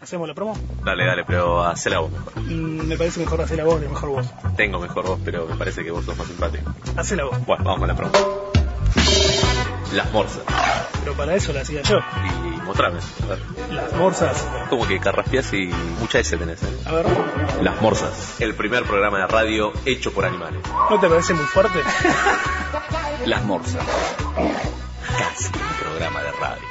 ¿Hacemos la promo? Dale, dale, pero hacela vos mejor. Mm, me parece mejor hacer la voz que mejor voz. Tengo mejor voz, pero me parece que vos sos más simpático. Hacela voz. Bueno, vamos a la promo. Las morsas. Pero para eso la hacía yo. Y mostrame. A ver. Las morsas. Como que carraspeas y mucha S tenés, ¿eh? A ver, ¿no Las morsas. El primer programa de radio hecho por animales. te parece muy fuerte? Las morsas. Casi un programa de radio.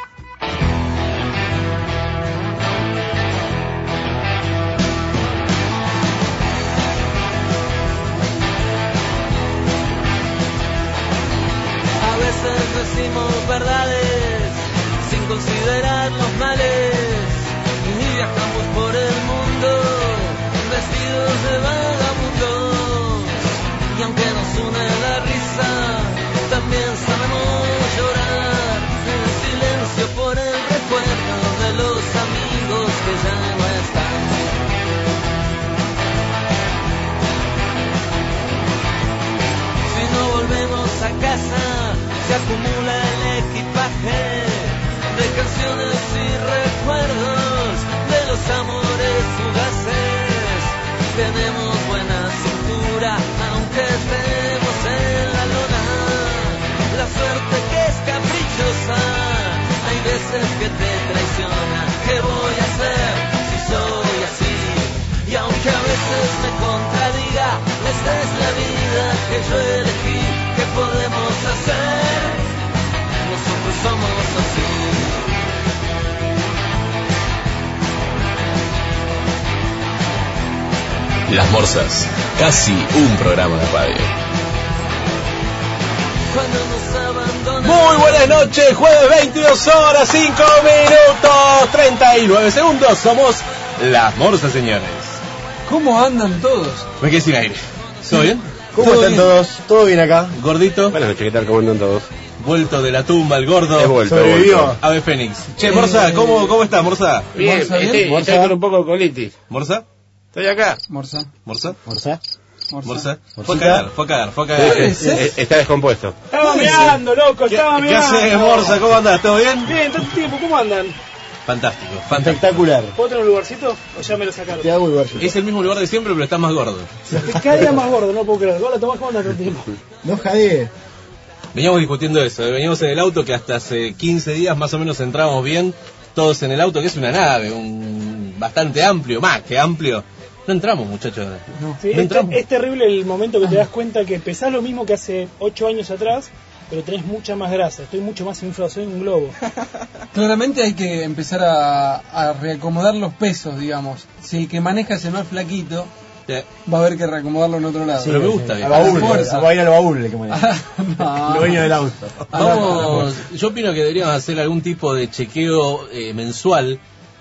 A veces decimos verdades sin considerar los males y viajamos por el mundo vestidos de vagabundos y aunque nos une la risa también sabemos llorar en silencio por el recuerdo de los amigos que ya no están. Si no volvemos a casa, se acumula el equipaje de canciones y recuerdos de los amores fugaces. Tenemos buena cintura, aunque estemos en la lona. La suerte que es caprichosa, hay veces que te traiciona. ¿Qué voy a hacer si soy así? Y aunque a veces me contradiga, esta es la vida que yo elegí, ¿qué podemos hacer? Nosotros somos así. Las morsas. Casi un programa de radio. Cuando nos abandonan, Muy buenas noches, jueves 22 horas 5 minutos 39 segundos. Somos las morsas, señores. ¿Cómo andan todos? Me quedé sin aire. ¿Todo bien? ¿Cómo ¿Todo están bien? todos? ¿Todo bien acá? Gordito, Buenas noches, ¿qué tal? ¿Cómo andan todos? vuelto de la tumba, el gordo. He vuelto, he Sobrevivió. vuelto. Ave Fénix. Che, Eh. Morsa, ¿cómo, cómo estás, Morsa? Bien, ¿Morsa bien? este, estoy con un poco de colitis. ¿Morsa? Estoy acá. Morsa, ¿Morsa? ¿Morsa? ¿Morsa? Fue a Morsita. cagar, fue a cagar, fue a cagar. Este, Eh, ¿sí? está descompuesto. Estaba ¿Puede ser? mirando, loco, ¿Qué, estaba qué mirando. haces, Morsa? ¿Cómo andás? ¿Todo bien? Bien, tanto tiempo, ¿cómo andan? Fantástico, fantástico. Espectacular. ¿Puedo tener un lugarcito o ya me lo sacaron? Te hago el barrio. Es el mismo lugar de siempre, pero estás más gordo. Cada día más gordo, no puedo creer. Hola, Tomás, ¿cómo andas tanto tiempo? No jadee. Veníamos discutiendo eso, eh, veníamos en el auto que hasta hace 15 días más o menos entrábamos bien, todos en el auto, que es una nave, un bastante amplio, más que amplio. No entramos, muchachos. No, Sí, es, entramos. es terrible el momento que te das cuenta que pesás lo mismo que hace 8 años atrás, pero tenés mucha más grasa. Estoy mucho más inflado, soy un globo. Claramente hay que empezar a, a reacomodar los pesos, digamos. Si el que maneja es el más flaquito, Eh, va a haber que reacomodarlo en otro lado. Pero me gusta, Al viejo. baúl. Fuerza. Ah. Va a ir al baúl, el que maneja. No. El dueño del auto. Vamos, yo opino que deberíamos hacer algún tipo de chequeo eh, mensual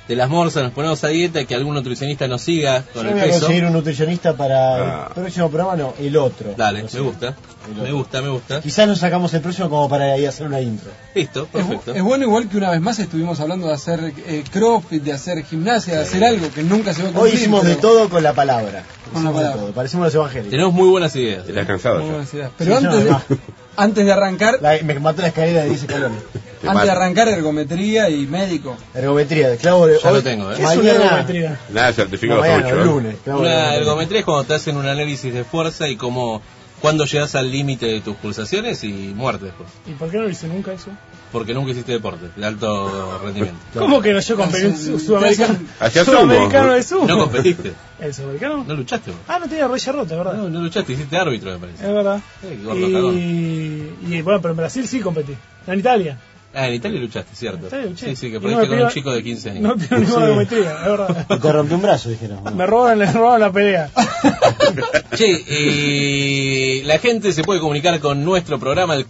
de las morsas, nos ponemos a dieta, que algún nutricionista nos siga Yo con me el voy a peso. conseguir un nutricionista para Ah. el próximo programa, no, el otro. Dale, No sé. me gusta, me gusta, me gusta. Quizás nos sacamos el próximo como para ir a hacer una intro. Listo, Es, bu- perfecto. es bueno igual que una vez más estuvimos hablando de hacer eh, crossfit, de hacer gimnasia, de hacer algo que nunca se va a Hoy cumplir. hicimos de pero- todo con la palabra. Con la Hicimos de palabra. todo. Parecemos los evangélicos. Tenemos muy buenas ideas. Estás cansado Muy ya. buenas ideas. Pero Sí, yo antes, no, de, antes de arrancar, La- me mató la escalera de 10 escalones. Te antes de mata. arrancar ergometría y médico. Ergometría, clavo de Ya hoy- lo tengo, ¿eh? ¿Qué es una Mañana, ergometría? Nada, no, certificado mañana, el son ocho, ¿eh? lunes. clavo de Una ergometría. ergometría es cuando te hacen un análisis de fuerza y cómo, cuando llegas al límite de tus pulsaciones y muerte después. ¿Y por qué no lo hice nunca eso? Porque nunca hiciste deporte de alto rendimiento. ¿Cómo que no? Yo competí en Hacen- su- sudamericano. Hacía sumo. Sudamericano de sumo. No competiste, ¿El sudamericano? no luchaste. vos. Ah, no tenía rodilla rota, ¿verdad? No, no luchaste, hiciste árbitro, me Es parece. verdad. Eh, gordo, cagón. Y, y bueno, pero en Brasil sí competí. No, En Italia. Ah, en Italia luchaste, cierto. En Italia luché. Sí, sí, Y que no perdiste me con un pidan- chico de 15 años. No tiene ninguna geometría, es Y Te verdad. rompió un brazo, dijeron. Ah, ¿no? Me roban, le roban la pelea. Che, eh, la gente se puede comunicar con nuestro programa, el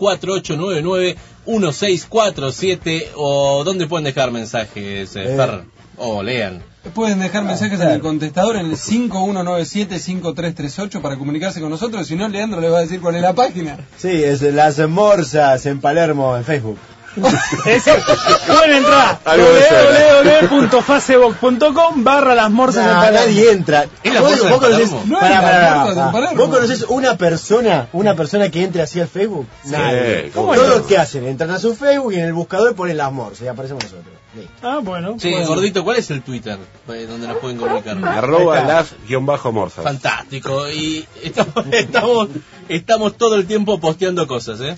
4899-1647, o ¿dónde pueden dejar mensajes, eh, Eh. Fer? O lean. Pueden dejar mensajes en Ah, claro. el contestador en el 5197-5338 para comunicarse con nosotros. Si no, Leandro les va a decir cuál es la página. Sí, es Las Morsas en Palermo, en Facebook. Es, pueden entrar Algo debe ser. www.facebook.com barra las morsas de Nah, Palermo. nadie entra. ¿Es la Vos- bolsa de vos conocés- Palermo? No es pará, la pará, bolsa de pará. Palermo. ¿Vos conocés una persona, una persona que entre así al Facebook? Nadie. ¿cómo Todos no? los que hacen, entran a su Facebook y en el buscador ponen las morsas y aparecemos nosotros. Listo. Ah, bueno. Sí, bueno. gordito, ¿cuál es el Twitter eh, donde nos pueden comunicar? Arroba Ahí está. las guión bajo morsas. Fantástico. Y estamos, estamos, estamos todo el tiempo posteando cosas, ¿eh?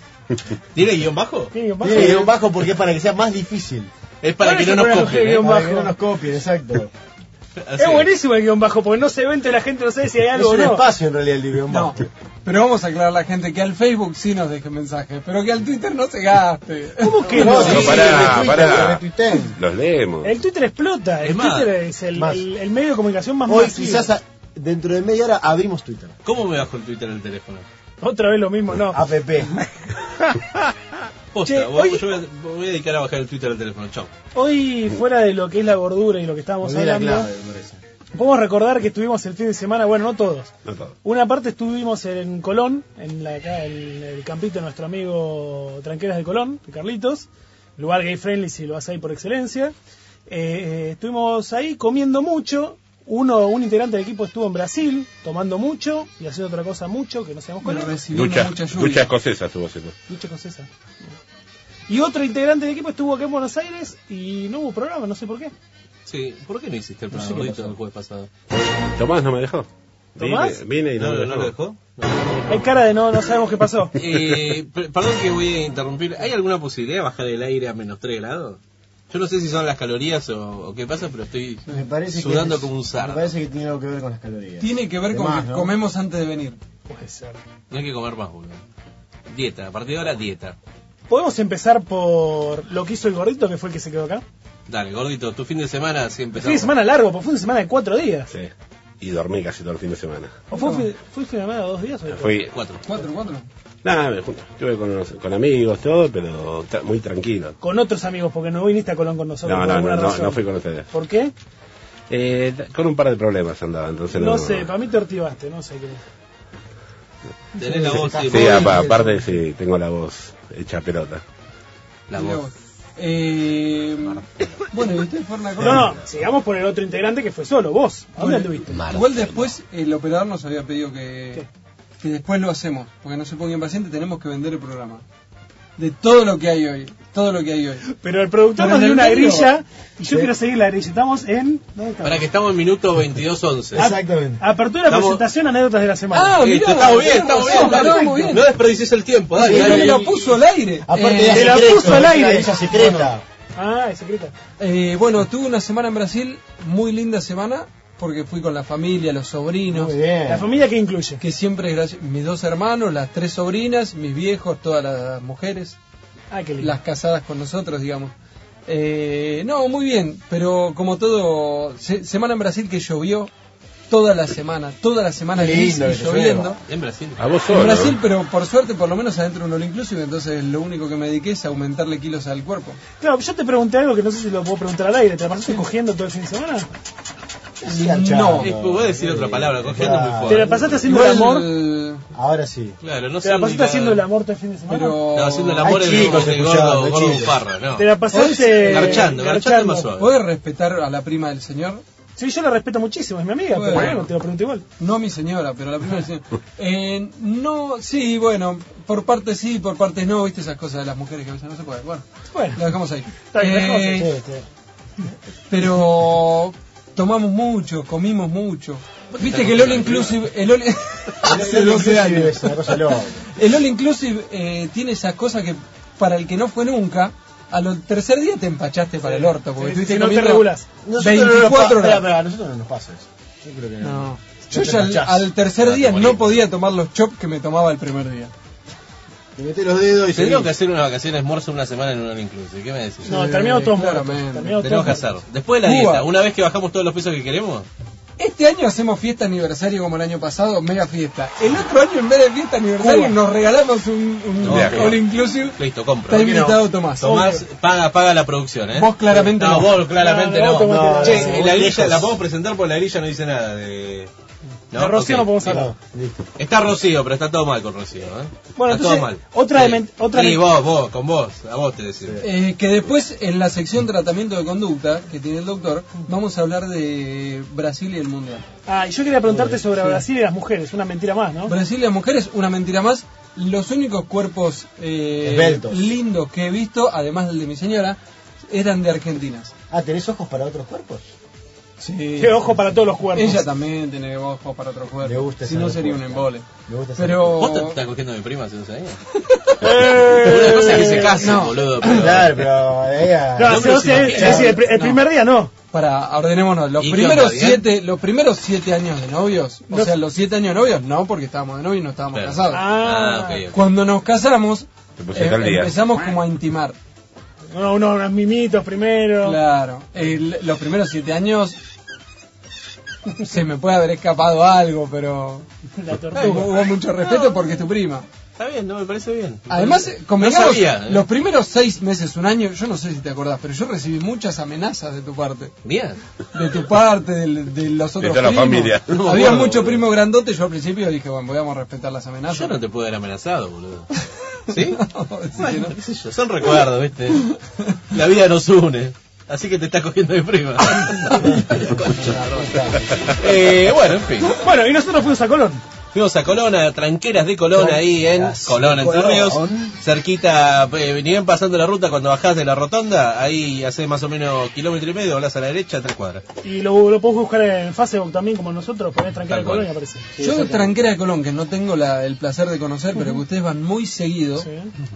¿Tiene guión bajo? Tiene que pasar. Tiene guión bajo porque es para que sea más difícil. Es para ¿Cuál que es no el nos problema? copien, ¿eh? Guión Para bajo. que no nos copien, exacto. Así Es buenísimo el guión bajo, porque no se ve, entonces la gente no sabe si hay Es algo o un no. espacio en realidad el guión No, bajo. pero vamos a aclarar a la gente que al Facebook sí nos deje mensajes, pero que al Twitter no se gaste. ¿Cómo que no? No, sí. pará, retuitan, pará. retuitan. Los leemos. El Twitter explota. Es el más, Twitter es el, más. el- el medio de comunicación más Hoy masivo. quizás a- dentro de media hora abrimos Twitter. ¿Cómo me bajo el Twitter en el teléfono? Otra vez lo mismo, no. APP. Posta, Che, voy- oye- yo voy a, voy a dedicar a bajar el Twitter al teléfono. Chau. Hoy, fuera de lo que es la gordura y lo que estábamos Volví a la hablando, clave, me parece. podemos recordar que estuvimos el fin de semana, bueno, no todos. No todo. Una parte estuvimos en Colón, en la, acá, el, el campito de nuestro amigo Tranqueras de Colón, de Carlitos, lugar gay friendly si lo hace ahí por excelencia. Eh, eh, estuvimos ahí comiendo mucho, uno, un integrante del equipo estuvo en Brasil tomando mucho y haciendo otra cosa mucho que no sabemos cuál Pero es. recibiendo Ducha, mucha lluvia. ducha escocesa estuvo haciendo. Lucha con César. Y otro integrante del equipo estuvo acá en Buenos Aires y no hubo programa, no sé por qué. Sí, ¿por qué no hiciste el No sé programa qué Twitter pasó. el jueves pasado? Tomás no me dejó. ¿Tomás? Vine, vine y no, ¿No, me no lo dejó. dejó? No. Hay cara de no, no sabemos qué pasó. Eh, per- perdón que voy a interrumpir. ¿Hay alguna posibilidad de bajar el aire a menos 3 grados? Yo no sé si son las calorías o, o qué pasa, pero estoy Me parece que sudando es- como un Me sardo. parece que tiene algo que ver con las calorías. Tiene que ver De con más, que ¿no? comemos antes de venir. Puede ser. No hay que comer más, boludo. Dieta, a partir de ahora, dieta. Podemos empezar por lo que hizo el gordito, que fue el que se quedó acá. Dale, gordito, tu fin de semana si empezamos. Fin de semana largo, porque fue una semana de cuatro días. Sí. Y dormí casi todo el fin de semana. ¿O fue, un fin- fue un fin de semana de dos días? o de Fui. Cuatro. Cuatro, cuatro. Nada, me junto. Estuve con, unos- con amigos, todo, pero tra- muy tranquilo. Con otros amigos, porque no viniste a Colón con nosotros. No, por no, alguna no, no, razón. no fui con ustedes. ¿Por qué? Eh, con un par de problemas andaba, entonces no. No sé, para mí te ortivaste, no sé qué. Tenés la voz, Sí, vos- apa- aparte sí, tengo la voz hecha pelota. La Mirá voz. vos. Eh, bueno, y ustedes fueron a No, no, sigamos por el otro integrante que fue solo, vos. ¿A Bueno, dónde anduviste? Igual después el operador nos había pedido que, que después lo hacemos, porque no se ponga impaciente, tenemos que vender el programa. De todo lo que hay hoy, todo lo que hay hoy. Pero el productor Pero nos en dio el una medio. grilla y yo quiero seguir la grilla. Estamos en. ¿dónde estamos? Para que estamos en minuto 22.11. Exactamente. Apertura, Estamos- presentación, anécdotas de la semana. Ah, mirá, estamos bien, tenés estamos bien, razón, dale. estamos bien. No desperdicies el tiempo, dale, Él dale. me lo puso al aire. Aparte Eh, era te la secreto, puso al era aire. ella secreta. Ah, es secreta. Eh, bueno, tuve una semana en Brasil, muy linda semana, porque fui con la familia, los sobrinos, Muy bien. La familia que incluye. que siempre es graci- mis dos hermanos, las tres sobrinas, mis viejos, todas las mujeres, Ah, qué lindo. las casadas con nosotros, digamos. Eh, no, muy bien, pero como todo, se- semana en Brasil que llovió toda la semana, toda la semana Qué gris lindo y que llueva. lloviendo. En Brasil. A vos solo. En Brasil, pero por suerte, por lo menos adentro no lo inclusive, entonces lo único que me dediqué es aumentarle kilos al cuerpo. Claro, yo te pregunté algo que no sé si lo puedo preguntar al aire. ¿Te la pasaste cogiendo todo el fin de semana? Sí, archando. Eh, voy a decir otra palabra, cogiendo muy Claro. ¿Te fuerte. la pasaste haciendo el Igual, amor? eh, Ahora sí. Claro, no ¿Te la sé ni pasaste la- haciendo el amor todo el fin de semana? pero... No, haciendo el Ay, amor de chicos, gordo, escuchando, gordo chicos. bufarro, no. ¿Te la pasaste. Garchando, garchando más suave. ¿Puedes respetar a la prima del señor? Sí, yo la respeto muchísimo, es mi amiga, pero Bueno. bueno, te lo pregunto igual. No mi señora, pero la prima del señor. Eh, no, sí, bueno, por partes sí, por partes no, viste esas cosas de las mujeres que a veces no se puede. Bueno, Bueno, lo dejamos ahí. está bien, dejamos Eh, Sí, así. sí. pero tomamos mucho, comimos mucho. Viste que el All Inclusive, el All, hace 12 años. Es una cosa loca. El All Inclusive eh, tiene esas cosas que para el que no fue nunca, al tercer día te empachaste para el orto, porque Sí, sí, estuviste sí, no te comiendo regulás. Nosotros no nos 24 pa- Espera, horas. espera, a nosotros no nos pasa eso. Yo creo que no. No. Yo te ya al, manchás. al tercer No te día morís. no podía tomar los chops que me tomaba el primer día. Te metés los dedos y Tendríamos que hacer seguís. unas vacaciones morse una semana en un all inclusive. ¿Qué me decís? No, Sí, terminamos todos muertos. claramente. terminamos Tenemos que todos hacer. Después de la Cuba. dieta, una vez que bajamos todos los pesos que queremos, Este año hacemos fiesta aniversario como el año pasado, mega fiesta. El otro año en vez de fiesta aniversario Cuba. nos regalamos un, un No, Cuba. all inclusive. listo, Está compro. invitado Tomás. Tomás, paga, paga la producción, ¿eh? Vos claramente no. no. vos claramente no. No, no, vos te- Che, no, la vos grilla lejos. la podemos presentar porque la grilla no dice nada de... de Rocío ok. no podemos hablar. Listo. Está Rocío, pero está todo mal con Rocío, ¿eh? Bueno, está todo entonces, mal. otra de Sí. men- otra Sí, de- vos, vos, con vos, a vos te decimos. Eh, que después en la sección tratamiento de conducta que tiene el doctor vamos a hablar de Brasil y el mundial. Ah, y yo quería preguntarte sobre Brasil y las mujeres, una mentira más, ¿no? Brasil y las mujeres, una mentira más. Los únicos cuerpos eh, Esbeltos. lindos que he visto, además del de mi señora, eran de argentinas. Ah, ¿tenés ojos para otros cuerpos? Sí. Qué ojo para todos los cuerpos. Ella también tiene ojos para otro cuerpo. Me gusta si esa no sería un respuesta. embole. Me gusta esa Pero ¿Vos te estás cogiendo a mi prima hace dos años? Eh, Una cosa es que se casen, Eh, no. boludo. Pero... Claro, pero ella... No, No, hace pero doce si no años- quiere. es decir, el, pri- el No. primer día no. para ordenémonos, los ¿Y qué primeros onda, bien? siete, los primeros siete años de novios, o No. sea, los siete años de novios, no porque estábamos de novios y no estábamos Claro. casados. Ah, Ah, ok, ok. Cuando nos casamos, eh, Te pusiste al día. empezamos como a intimar. Uno- uno- unos mimitos primero. Claro, El- los primeros siete años se me puede haber escapado algo, pero La eh, hubo, tortuga. hubo mucho respeto porque es tu prima. Está bien, no me parece bien. Además, eh, convengamos, No sabía, ¿eh? los primeros seis meses, un año, yo no sé si te acordás, pero yo recibí muchas amenazas de tu parte. Bien. De tu parte, del- de, los otros toda la primos. familia. No me Había acuerdo, mucho boludo. primo grandote, yo al principio dije, bueno, podíamos respetar las amenazas. Yo no te puedo haber amenazado, boludo. ¿Sí? No, sí que Bueno, no. qué sé yo, son recuerdos, ¿viste? La vida nos une. Así que te estás cogiendo de prima. eh, bueno, en fin. Bueno, y nosotros fuimos a Colón. Fuimos a Colona, tranqueras de Colón ahí en Tranqueras. Colón, Entre Colón. Ríos. Cerquita, eh, ni bien pasando la ruta cuando bajás de la rotonda, ahí haces más o menos kilómetro y medio, volás a la derecha, tres cuadras. Y lo, lo podés buscar en Facebook también, como nosotros. Ponés tranquila Tal cual. Colón y aparece. Yo tranquera de Colón, que no tengo la- el placer de conocer, pero que ustedes van muy seguido, Sí.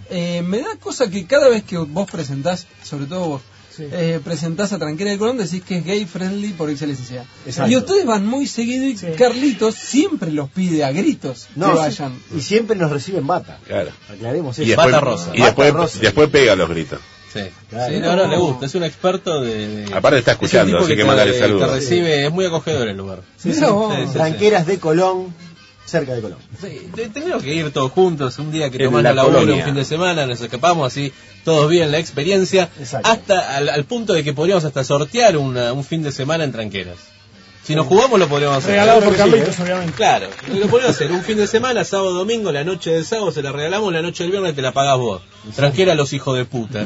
eh, me da cosa que cada vez que vos presentás, sobre todo vos, Sí. eh, presentás a Tranquera de Colón, decís que es gay friendly por excelencia. Exacto. Y ustedes van muy seguido y Sí. Carlitos siempre los pide a gritos No, que sí. vayan. Y siempre nos reciben bata. Claro. Aclaremos Y eso. después, Bata rosa. y después, Bata rosa. después pega los gritos. Sí. Claro. Sí, no, no, le gusta, es un experto de... de- Aparte está es un escuchando, tipo así que te- mandale saludos. Te recibe, es muy acogedor el lugar. Mirá vos. Sí, sí. Tranqueras de Colón, cerca de Colón. Sí, te- tenemos que ir todos juntos un día que En tomamos la la laburo colonia. un fin de semana, nos escapamos así, todos bien la experiencia, Exacto. hasta al, al punto de que podríamos hasta sortear una- un fin de semana en tranqueras. Si nos jugamos lo podríamos hacer. Regalado por Claro que sí, Carlitos, ¿eh? obviamente. Claro, y lo podemos hacer un fin de semana, sábado, domingo, la noche del sábado se la regalamos, la noche del viernes te la pagás vos. Tranquera a los hijos de puta.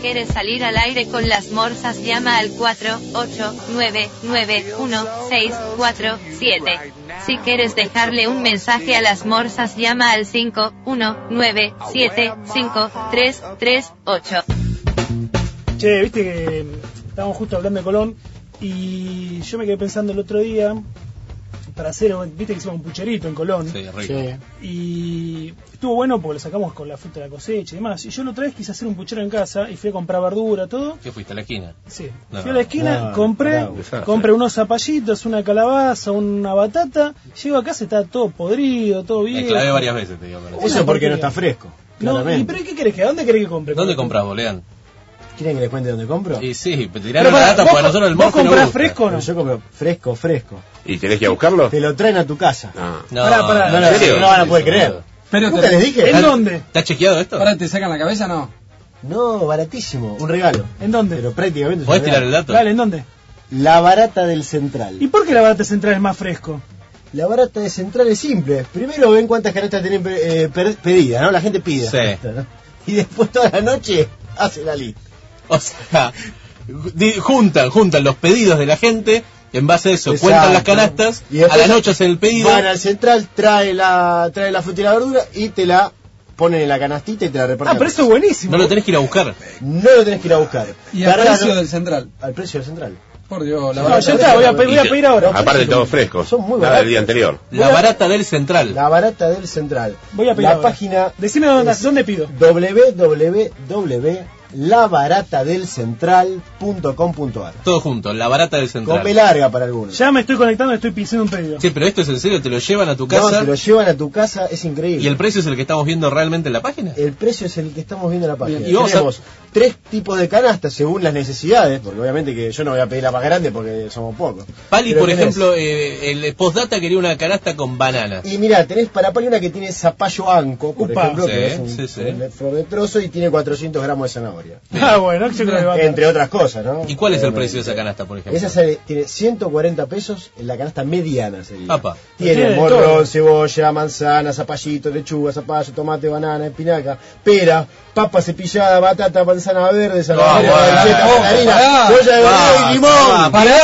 quieres salir al aire con las morsas, llama al 48991647. Si quieres dejarle un mensaje a las morsas, llama al 51975338. Che, viste que estábamos justo hablando de Colón y yo me quedé pensando el otro día para hacer, viste que hicimos un pucherito en Colón Sí, rico. Sí. y estuvo bueno porque lo sacamos con la fruta de la cosecha y demás. Y yo la otra vez quise hacer un puchero en casa y fui a comprar verdura, todo. ¿Qué fuiste a la esquina? Sí. No. Fui a la esquina, No, compré, Ah, bravo, desastre. compré unos zapallitos, una calabaza, una batata. Llego a casa, está todo podrido, todo Me bien. clavé varias veces, te digo. pero- Una Eso porque porquería. no está fresco. No, claramente. ¿y pero qué querés que? ¿A dónde querés que compre? ¿Dónde compras, boleán? ¿Quieren que les cuente dónde compro? Y sí, te Pero tiraron la pará, data vos porque a nosotros el vos morfe no comprás gusta. fresco o no? Pero yo compro fresco, fresco. ¿Y tenés que ir a buscarlo? Ah, Te lo traen a tu casa. No. No, Pará, pará, No, ¿En lo- serio? no van a poder creer. Pero ¿Nunca te, les dije? ¿En dónde? ¿Está chequeado esto? ahora te sacan la cabeza, no. No, baratísimo. Un regalo. ¿En dónde? Pero prácticamente es un ¿Podés tirar el regalo. dato? Dale, ¿en dónde? La barata del central. ¿Y por qué la barata central es más fresco? La barata de central es simple. Primero ven cuántas canastas tienen eh, per- pedidas, ¿no? La gente pide. Sí. canastas, ¿no? Y después toda la noche hace la lista. O sea, di- juntan, juntan los pedidos de la gente. En base a eso, Exacto. cuentan las canastas. Y a después la noche hacen el pedido. Van al central, trae la, trae la fruta y la verdura y te la ponen en la canastita y te la reparten. Ah, pero eso es buenísimo. No lo tenés que ir a buscar. No lo tenés que ir a buscar. Y al Tardás, precio ¿no? del central. Al precio del central. Por Dios, la No, verdad. ya está, voy a, pe- voy a pedir ahora. Aparte todo fresco. Son muy Nada baratos. del día anterior. La barata del central. La barata del central. Voy a pedir La ahora. página Decime dónde, es dónde pido. www.labaratadelcentral.com.ar Todo junto, la barata del central. Con B larga para algunos. Ya me estoy conectando, estoy pisando un pedido. Che, pero esto es en serio, te lo llevan a tu No, casa te lo llevan a tu casa, es increíble. y el precio es el que estamos viendo realmente en la página. El precio es el que estamos viendo en la página. Bien, y vamos a- Tenemos tres tipos de canastas según las necesidades, porque obviamente que yo no voy a pedir la más grande porque somos pocos. Pali, Pero por tenés- ejemplo, eh, el postdata quería una canasta con bananas. Y mirá, tenés para Pali una que tiene zapallo anco, por Upa. ejemplo, que Sí, es un sí, sí. un flor de trozo y tiene 400 gramos de zanahoria. Ah, bueno, yo creo que va a Entre otras cosas, ¿no? ¿Y cuál es el Obviamente. precio de esa canasta, por ejemplo? Esa sale- tiene 140 pesos en la canasta mediana. Sería. Apa. Tiene de Tiene todo. morrón, cebolla, manzana, zapallito, lechuga, zapallo, tomate, banana, espinaca, pera, papa cepillada, batata, manzana verde, zanahoria, Ah, bueno, panceta, bueno, mandarina, pará. soya de verdeo y Ah, limón. ¡Pará,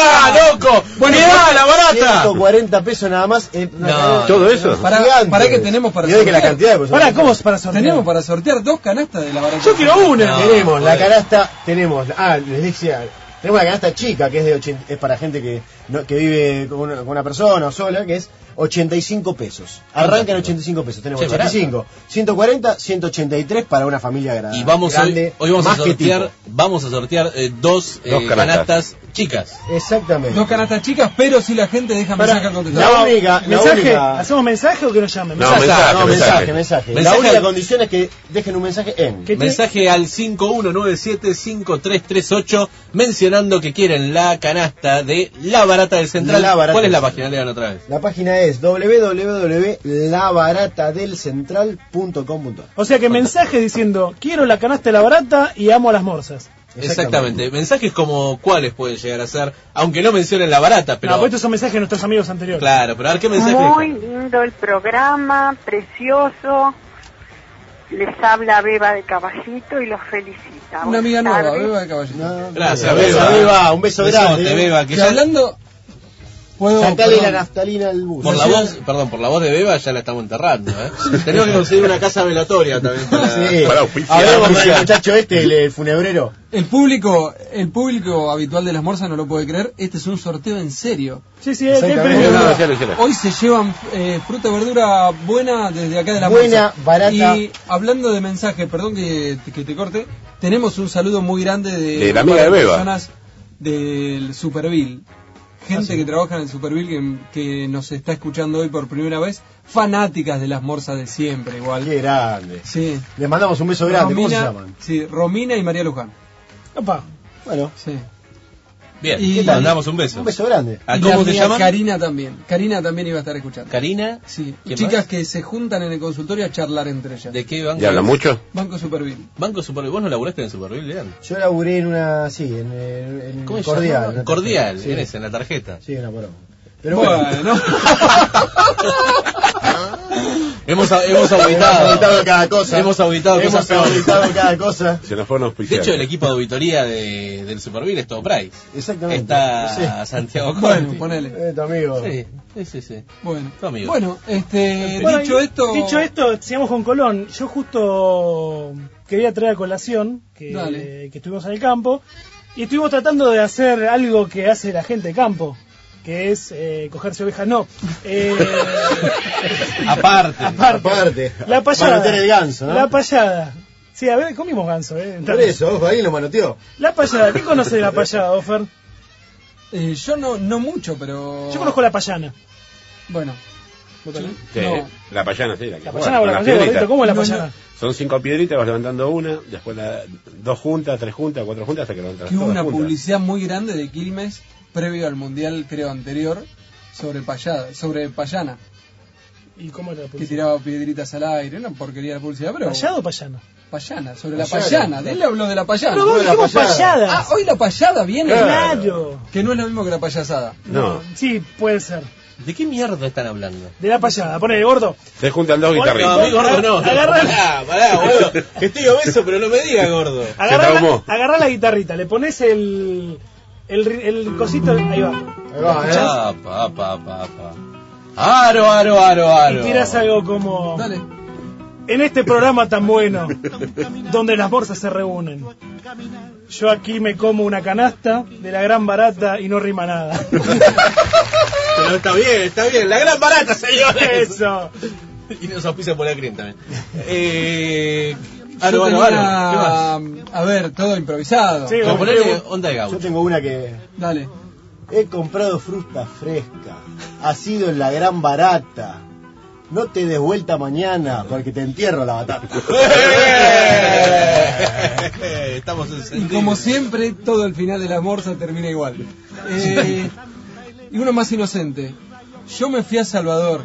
loco! Bueno, ¡Mirá, la barata! 140 pesos nada más. eh, una No. cadena ¿Todo eso? Pará, gigante. pará que tenemos para Y oye que la sortear. cantidad de personas- Pará, ¿cómo es para sortear? Tenemos para sortear dos canastas de la barata. Yo quiero una. No. tenemos la joder. canasta, tenemos, ah, les decía, tenemos la canasta chica, que es de 80, es para gente que, no- que vive con una, con una persona o sola, que es 85 pesos. Arranca en 85 pesos, tenemos Che, 85, 140, 183 para una familia gra- grande. Y vamos hoy, hoy vamos a más que sortear, vamos a sortear eh, dos, eh, Dos canastas. canastas chicas. tipo. Exactamente. Dos canastas chicas, pero si la gente deja Pará, mensaje al la contestador. No, única- la ¿Mensaje? única- ¿Hacemos mensaje o que nos llamen? No, mensaje, No, mensaje, mensaje. mensaje. La Mensaje- única condición es que dejen un mensaje en. ¿Qué tiene? Mensaje al 51975338 mencionando que quieren la canasta de La Barata del Central. La Barata ¿Cuál es la del página? Lean otra vez. La página es www.labaratadelcentral.com.ar. O sea que mensaje diciendo, quiero la canasta de la barata y amo a las morsas. Exactamente. Mensajes como cuáles pueden llegar a ser, aunque no mencionen La Barata, pero... no, pues estos son mensajes de nuestros amigos anteriores. Claro, pero a ver qué mensaje... Muy lindo el programa, precioso. Les habla Beba de Caballito y los felicita. Una Buenas amiga nueva, tardes. beba de caballito. No, Gracias, un beso, Beba. Beba. Un beso Besote, grande. Beba, que Que ya- hablando, puedo. Sacale perdón. la naftalina al bus. Por la voz, perdón, por la voz de Beba ya la estamos enterrando, ¿eh? Tenemos que conseguir una casa velatoria también. para- Sí. Para auspiciar. Hablamos con el Auspiciar. muchacho este, el, eh, funebrero. El público, el público habitual de las morsas no lo puede creer. Este es un sorteo en serio. Sí, sí, es Exactamente. premio. No, no, ya lo hicieron. Hoy se llevan eh, fruta y verdura buena desde acá de la Buena, Morsa. barata. Y hablando de mensaje, perdón que, que te corte, tenemos un saludo muy grande de, De la amiga de varias Beba. personas del Superville. Gente Ah, que trabaja en el Superville que, que nos está escuchando hoy por primera vez, fanáticas de las morsas de siempre, igual. Qué grande. Sí. Les mandamos un beso grande. ¿Cómo se llaman? sí, Romina y María Luján. Opa. Bueno, Sí. Bien, ¿Y y qué tal? mandamos un beso. un beso grande. ¿A Y cómo la se amiga llaman? Karina también. Karina también iba a estar escuchando. Karina, Sí, ¿Quién chicas más? que se juntan en el consultorio a charlar entre ellas. ¿de qué banco? ¿Y habla mucho? Banco Superville. Banco Superville. ¿Vos no laburaste en Superville, Leandro? Yo laburé en una. Sí, en, en- en ¿Cómo se Cordial. llama? ¿no? Cordial, Sí, en esa, en la tarjeta. sí, una poronga. Pero bueno, Hemos, hemos auditado. Hemos auditado cada cosa. Hemos auditado Hemos cosas peores. auditado cada cosa. Se nos fueron De auspiciados. hecho, el equipo de auditoría de, del Superville es todo Price. Exactamente. Está Santiago Bueno, Conti. ponele. Eh, tu amigo. Sí, sí, sí, sí. Bueno, Tu amigo. bueno este, Bueno, dicho y- esto. Dicho esto, sigamos con Colón. Yo justo quería traer a colación que, Dale. que estuvimos en el campo y estuvimos tratando de hacer algo que hace la gente de campo, que es eh, cogerse ovejas. No. Eh, Aparte. Aparte. la payada. Manotear el ganso, ¿no? La payada. Sí, a ver, comimos ganso, ¿eh? Por eso, ojo, ahí lo manoteó. La payada. ¿Qué conoces de la payada, Ofer? eh, yo no, no mucho, pero. Yo conozco la payana. Bueno. Sí, No. La payana, sí, la que La juega, payana, con vos la las conocés, piedritas. gordito, ¿Cómo es la No, no. payana? Son cinco piedritas, vas levantando una, después la- dos juntas, tres juntas, cuatro juntas, hasta que levantas que hubo todas una juntas. publicidad muy grande de Quilmes previo al mundial creo anterior sobre payada, sobre payana ¿Y cómo era la que publicidad? tiraba piedritas al aire, una porquería de publicidad, pero ¿Payada o payana? payana, sobre Payana. la payana, de él habló de la payana. Pero vos la dijimos payada. payadas. ah, hoy la payada viene Claro. que no es lo mismo que la payasada. No, Sí, puede ser. ¿De qué mierda están hablando? De la payada. Ponele, gordo. se juntan dos guitarristas. no, amigo, gordo, no. Agarra- Pará, pará, boludo. Que estoy obeso, pero no me diga gordo. Agarrá la, traumó. agarrá la guitarrita, le pones el, el, ri- el cosito, ahí va. Ahí va, ¿eh? Ah, pa, pa, pa, pa. Aro, aro, aro, aro. Y tiras algo como... Dale. En este programa tan bueno, donde las bolsas se reúnen. Yo aquí me como una canasta de la gran barata y no rima nada. Pero está bien, está bien. La gran barata, señores. Eso. Y nos auspicia por la crin también. Eh, Yo aro, aro, aro. ¿Qué más? tenía, a ver, todo improvisado. Sí. Como ponerle onda de Yo gaucho. tengo una que Dale. He comprado fruta fresca. Ha sido en la gran barata. No te des vuelta mañana porque te entierro la batata. Eh. Estamos en Y sentido. como siempre, todo el final de la morsa termina igual. Eh, y uno más inocente. Yo me fui a Salvador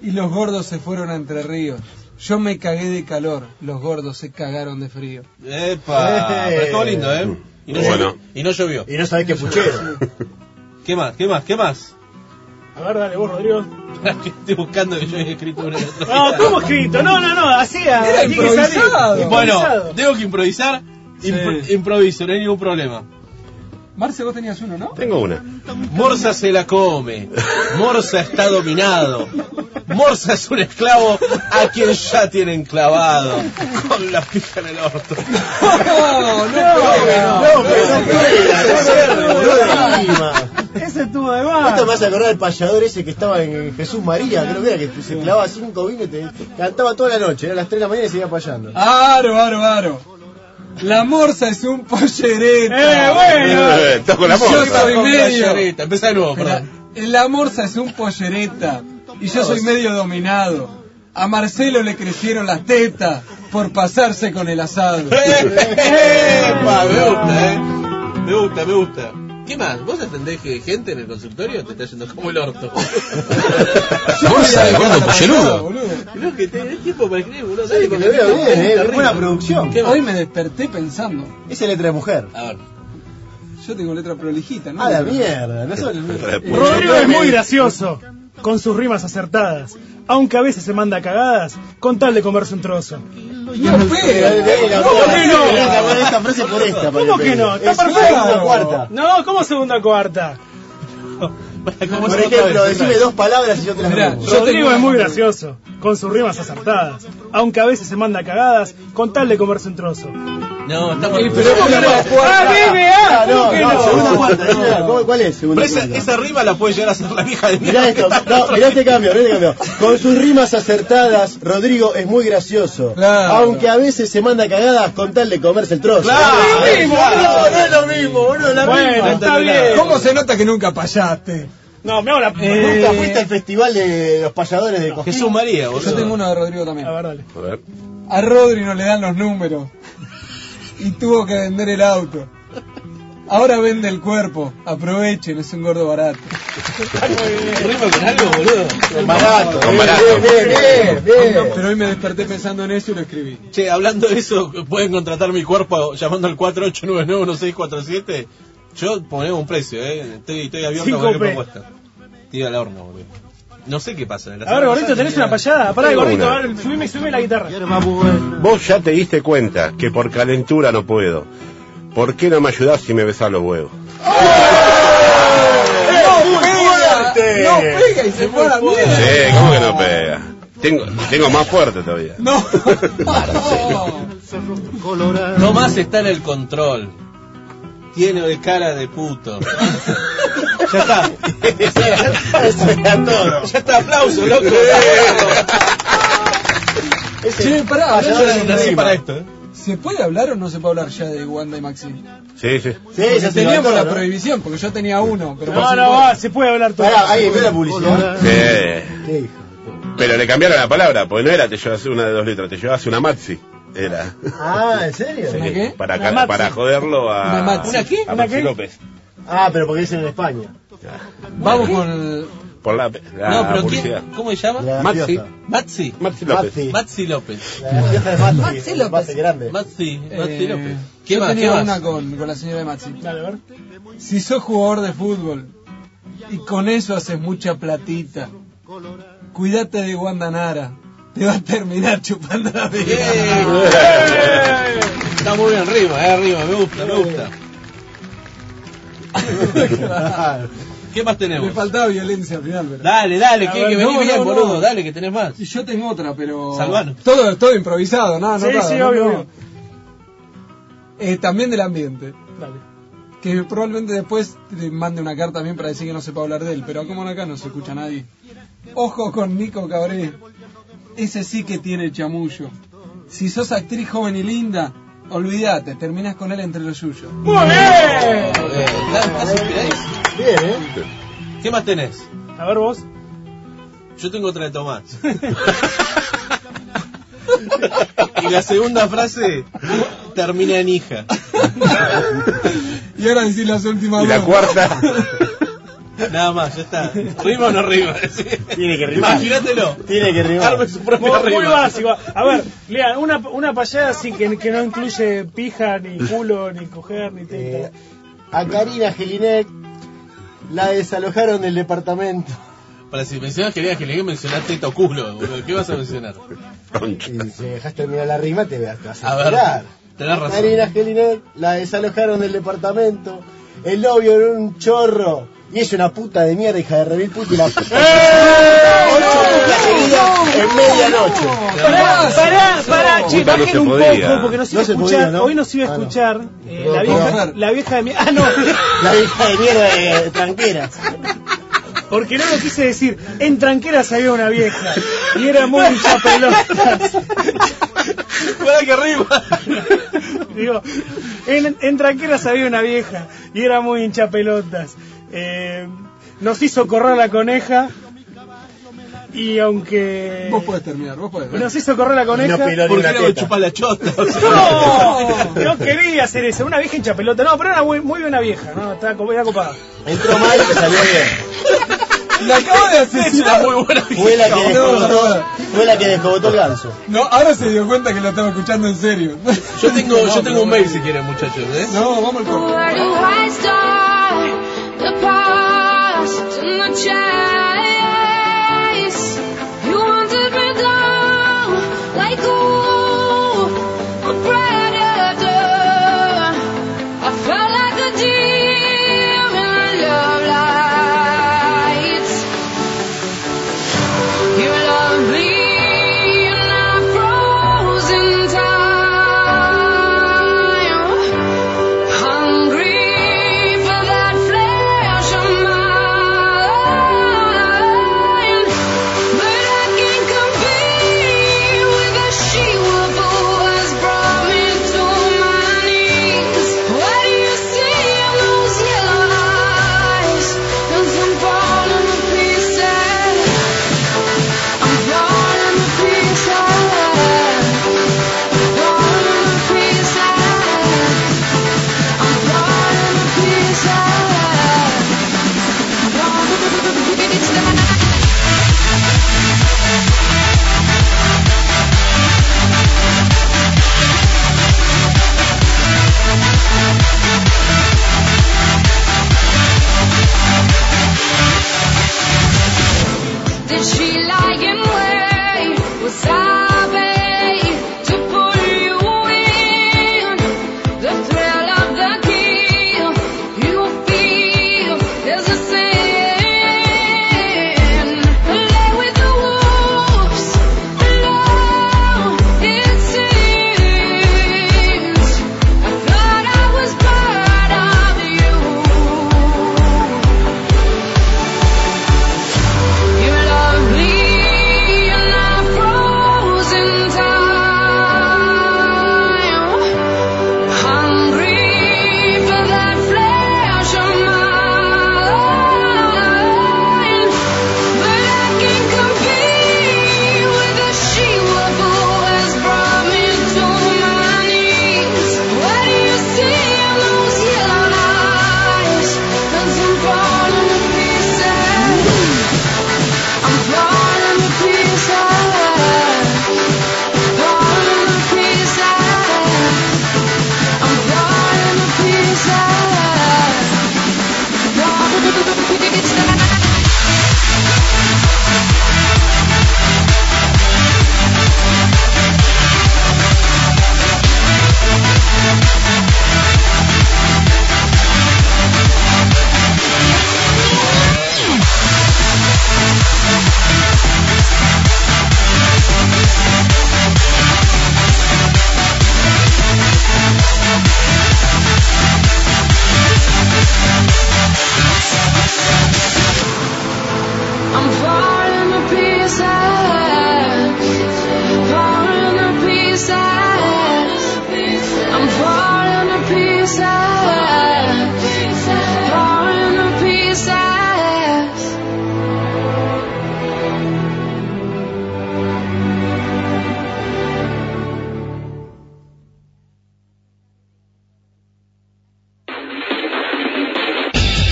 y los gordos se fueron a Entre Ríos. Yo me cagué de calor, los gordos se cagaron de frío. Epa, pero estuvo lindo, ¿eh? Y no, Bueno. llovió, y no llovió. Y no sabés qué puchero. ¿Qué más? ¿Qué más? ¿Qué más? A ver, dale vos, Rodrigo. Que Estoy buscando que yo haya escrito una No, ¿cómo escrito? No, no, no, así, Era tiene que salir. improvisado. Bueno, tengo que improvisar. Impro- Sí. improviso, no hay ningún problema. Marce, vos tenías uno, ¿no? Tengo una. Morsa se la come. Morsa está dominado. Morsa es un esclavo a quien ya tienen clavado. Con la pija en el orto. No, no, No, pero esa no Ese estuvo de Esto me más. hace acordar del payador ese que estaba en Jesús María, creo que era que se clavaba cinco vinos y te cantaba toda la noche, era las 3 de la mañana y seguía payando. Aro, aro, aro. La morsa es un pollereta. Eh, bueno. Eh, Toco la Yo morsa. soy- medio. Empezá de nuevo, La, perdón. la morsa es un pollereta y yo soy medio dominado. A Marcelo le crecieron las tetas por pasarse con el asado. Eh, Epa, me gusta, eh. Me gusta, me gusta. ¿Qué más? ¿Vos atendés que gente en el consultorio te está yendo como el orto? Morsa de gordo pollerudo. Boludo. Creo que tenés tiempo para escribir, boludo. Sí, que le veo bien, eh, buena producción. Hoy me desperté pensando. Esa letra de mujer. A ver. Yo tengo letra prolijita, ¿no? A la mierda, no son- Rodrigo es muy gracioso, con sus rimas acertadas. Aunque a veces se manda cagadas, con tal de comerse un trozo. No, pero- ¿Cómo que no? Esta frase por esta. ¿Cómo que no? Está Es una perfecto. cuarta. No, ¿cómo segunda cuarta? ¿Cómo Por se nota eso? ejemplo, decime dos palabras y yo te las Mirá, digo. Yo Rodrigo tengo- es muy gracioso, con sus rimas acertadas. Aunque a veces se manda cagadas, con tal de comerse un trozo. No, estamos... ¿cómo que no? ¡Ah, BBA! Ah, ¿Cómo no, que no, segunda no? cuarta, decime, ¿cómo- ¿cuál es segunda Pero esa, cuarta? esa rima la puede llegar a hacer la vieja de mierda. Mirá esto, no, mirá este cambio, mirá este cambio. Con sus rimas acertadas, Rodrigo es muy gracioso. Claro. Aunque a veces se manda cagadas con tal de comerse el trozo. Claro. es lo mismo, boludo, no es lo mismo, boludo, la Bueno, misma. está bien. ¿Cómo se nota que nunca payaste? Eh, No, me hago la... Nunca fuiste al festival de los payadores de Cojín. Jesús María, boludo. Yo tengo uno de Rodrigo también. A ver, dale. A ver. A Rodri no le dan los números. Y tuvo que vender el auto. Ahora vende el cuerpo. Aprovechen, es un gordo barato. ¿Rima con algo, boludo? Barato. Con barato. Bien, bien, bien, bien. Pero hoy me desperté pensando en eso y lo escribí. Che, hablando de eso, pueden contratar mi cuerpo llamando al 48991647. Yo ponemos un precio, eh. Estoy, estoy abierto a Cinco cualquier P. propuesta. Tira al horno, boludo. No sé qué pasa. A ver, gordito, tenés una payada. Pará, Tengo gordito, una. a ver, subime, subime la guitarra. Vos ya te diste cuenta que por calentura no puedo. ¿Por qué no me ayudás si me besás los huevos? fuerte! No pega y se fue a la mierda. Sí, ¿cómo que no pega? Tengo, tengo más fuerte todavía. No. Tomás está en el control. Tiene de cara de puto. ya está. Eso era todo. Ya está, aplauso, loco. Che, pará, Ah, Yo hablando de nací Ibrahim, para esto. ¿eh? ¿Se puede hablar o no se puede hablar ya de Wanda y Maxi? Sí, sí. Sí, ya se teníamos levantó, la ¿no? prohibición, porque yo tenía uno, pero No, por no, va, se puede hablar todo. Pará, ahí, ve la publicidad. Sí. Qué hijo. Pero le cambiaron la palabra, porque no era te llevas una de dos letras, te llevas una maxi. Era. Ah, ¿en serio? Sí, ¿Una qué? Para, Una ca- maxi. para joderlo a. Una maxi. ¿Una qué? A ¿Una Maxi qué? López. Ah, pero porque dicen en España. supuesto. Vamos con... Por la, la no, pero publicidad. ¿quién? ¿Cómo se llama? La Maxi. gaseosa. Maxi. Maxi López. Maxi. Maxi López. La gaseosa de Maxi. Maxi López. Maxi grande. Maxi, Maxi eh, López. ¿Qué yo más? ¿Qué tenía más? una con, con la señora de Maxi. Dale, a ver. Si sos jugador de fútbol y con eso haces mucha platita, cuídate de Guandanara. Te va a terminar chupando la vida. Está muy bien, rima, eh, rima, me gusta, me gusta. ¿Qué más Me tenemos? faltaba violencia al final, pero... Dale, dale, A que, ver, que vení no, bien, no, boludo, no. dale, que tenés más. Yo tengo otra, pero... Salvano. Todo, todo improvisado, no, no. Sí, nada, sí, no, obvio, no. obvio. Eh, también del ambiente. Dale. Que probablemente después le mande una carta también para decir que no sepa hablar de él, pero como acá no se escucha nadie. Ojo con Nico Cabré. Ese sí que tiene chamullo. Si sos actriz joven y linda, olvídate, terminás con él entre los yuyos. ¡Muy bien! Eh, ¿Estás estás inspiradísimo. Bien, ¿eh? ¿Qué más tenés? A ver vos. Yo tengo otra de Tomás. y la segunda frase termina en hija. Y ahora decís las últimas Y la dos. cuarta. Nada más, ya está. ¿Rima o no rima? Sí. Tiene que rimar. Imagínatelo. Tiene que rimar. Arme su propia Muy, muy rima. básico. A ver, Lea, una, una payada así que, que no incluye pija, ni culo, ni coger, ni Eh, teta. a Karina Gelinek la desalojaron del departamento. Para si mencionas que que le mencionaste teto culo, boludo. ¿Qué vas a mencionar? Concha. Y si dejas terminar la rima, te vas vas A ver, enterar. tenés razón. Karina Gelinek la desalojaron del departamento. El novio era un chorro. Y es una puta de mierda, hija de remil puta. Y la puta. ¡Eh! Ocho putas seguidas en medianoche. Pará, pará, pará, che, Puta, no bajen se un podía. poco porque no No se, iba a se escuchar. podía, ¿no? Hoy no se iba a Ah, no. escuchar eh, No, la, vieja, no. la vieja de mi. Ah, no, La hija de mierda de tranquera. porque no lo quise decir. En tranqueras había una vieja y era muy chapelotas. Para que rima. Digo, en, en Tranqueras había una vieja y era muy hincha pelotas. Eh, nos hizo correr la coneja y aunque... Vos podés terminar, vos podés. Nos hizo correr la coneja... No peló ni ¿Por qué una no me teta. chupás la chota? O sea, ¡No! No quería hacer eso, una vieja hincha pelota. No, pero era muy, muy buena vieja, ¿no? Estaba co- era copada. Entró mal y te salió bien. La acabo de es una asesinar. muy buena Fue la que Cabrón. descobotó, fue la que descobotó el ganso. No, ahora se dio cuenta que lo estaba escuchando en serio. Yo tengo, yo No, tengo un pero mail bueno. si quieren, muchachos, ¿eh? No, vamos al corte. Where do I start? The past, too much ice. You wanted me down like ooh, a predator. I felt like a deer in the love lights. You love me. and I froze in time. Hungry for that flesh of mine.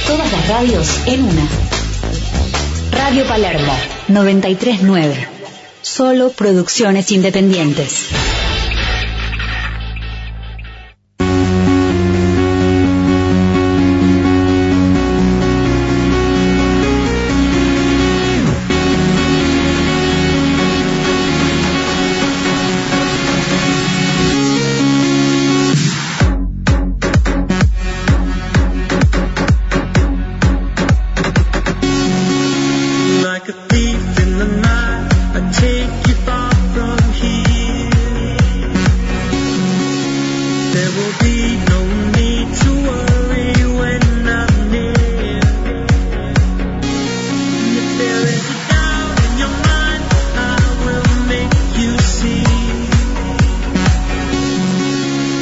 Todas las radios en una. Radio Palermo 939. Solo producciones independientes. Like a thief in the night, I take you far from here. There will be no need to worry when I'm near. And if there is a doubt in your mind, I will make you see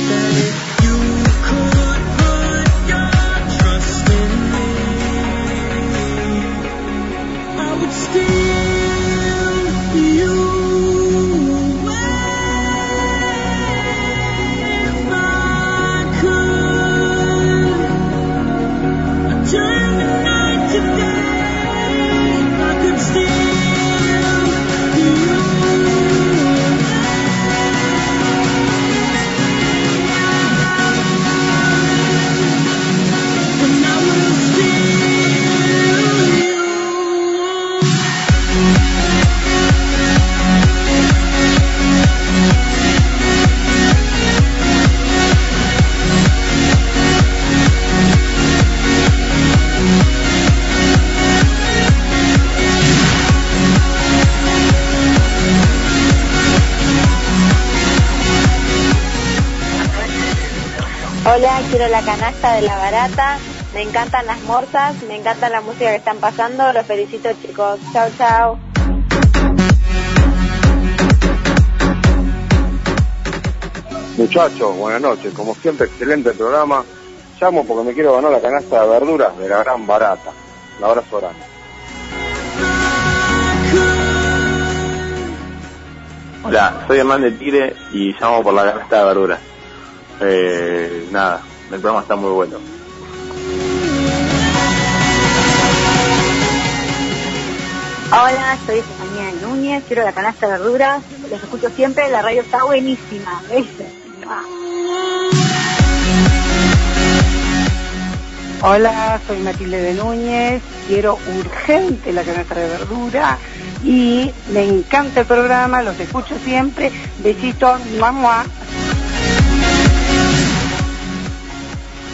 that if you could put your trust in me. I would steal you away if I could. I'd turn the night to day if I could steal you away. And I will steal you. Hola, quiero la canasta de la barata. Me encantan las morsas, me encanta la música que están pasando. Los felicito, chicos. Chao, chao. Muchachos, buenas noches. Como siempre, excelente programa. Llamo porque me quiero ganar la canasta de verduras de la gran barata. Un abrazo grande. Hola, soy Hernán de Tigre y llamo por la canasta de verduras. Eh, nada, el programa está muy bueno. Hola, soy Estefanía Núñez, quiero la canasta de verduras. Los escucho siempre, la radio está buenísima. Besos. Mua. Hola, soy Matilde de Núñez, quiero urgente la canasta de verdura y me encanta el programa, los escucho siempre. Besitos, mamá.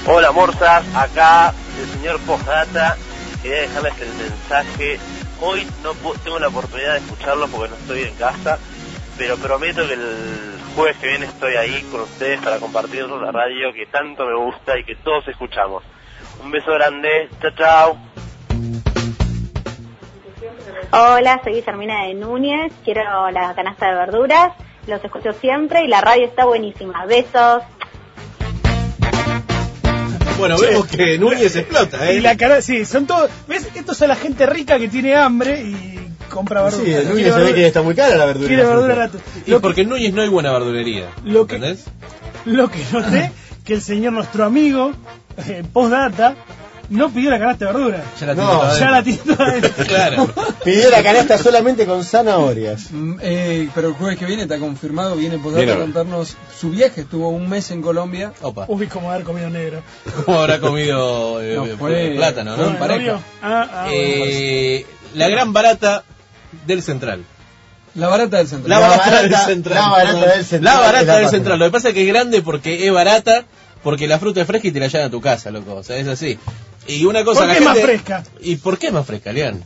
Hola Morsas, acá el señor Postdata. Quería dejarles el mensaje. Hoy no pu- tengo la oportunidad de escucharlo porque no estoy en casa, pero prometo que el jueves que viene estoy ahí con ustedes para compartir la radio que tanto me gusta y que todos escuchamos. Un beso grande, chao chao. Hola, soy Guillermina de Núñez, quiero la canasta de verduras. Los escucho siempre y la radio está buenísima. Besos. Bueno, vemos que Núñez explota, ¿eh? Y la cara, sí, son todos. ¿Ves? Esto es a la gente rica que tiene hambre y compra Sí, verduras. el Núñez se Quiere ve verduras. que está muy cara la verdura. Quiere verdura gratis. Y porque en Núñez no hay buena verdulería. Lo que- ¿Entendés? Lo que noté que el señor, nuestro amigo, eh, postdata, no pidió la canasta de verduras. Ya la tiene toda ya la tiene adentro. toda adentro. Claro. Pidió la canasta solamente con zanahorias. Mm, eh, pero el jueves que viene está confirmado, viene por Bien, a a ver. contarnos su viaje, estuvo un mes en Colombia. Opa. Uy, como haber comido negro. ¿Cómo habrá comido eh, No, eh, fue- plátano, fue no? en pareja. Ah, ah, Eh, la gran barata del central. La barata del central. La barata del central. La barata del central. La es la barata del patria. central. Lo que pasa es que es grande porque es barata, porque la fruta es fresca y te la llevan a tu casa, loco. O sea, es así. Y una cosa. ¿Por la qué es más gente- fresca? ¿Y por qué es más fresca, Lean?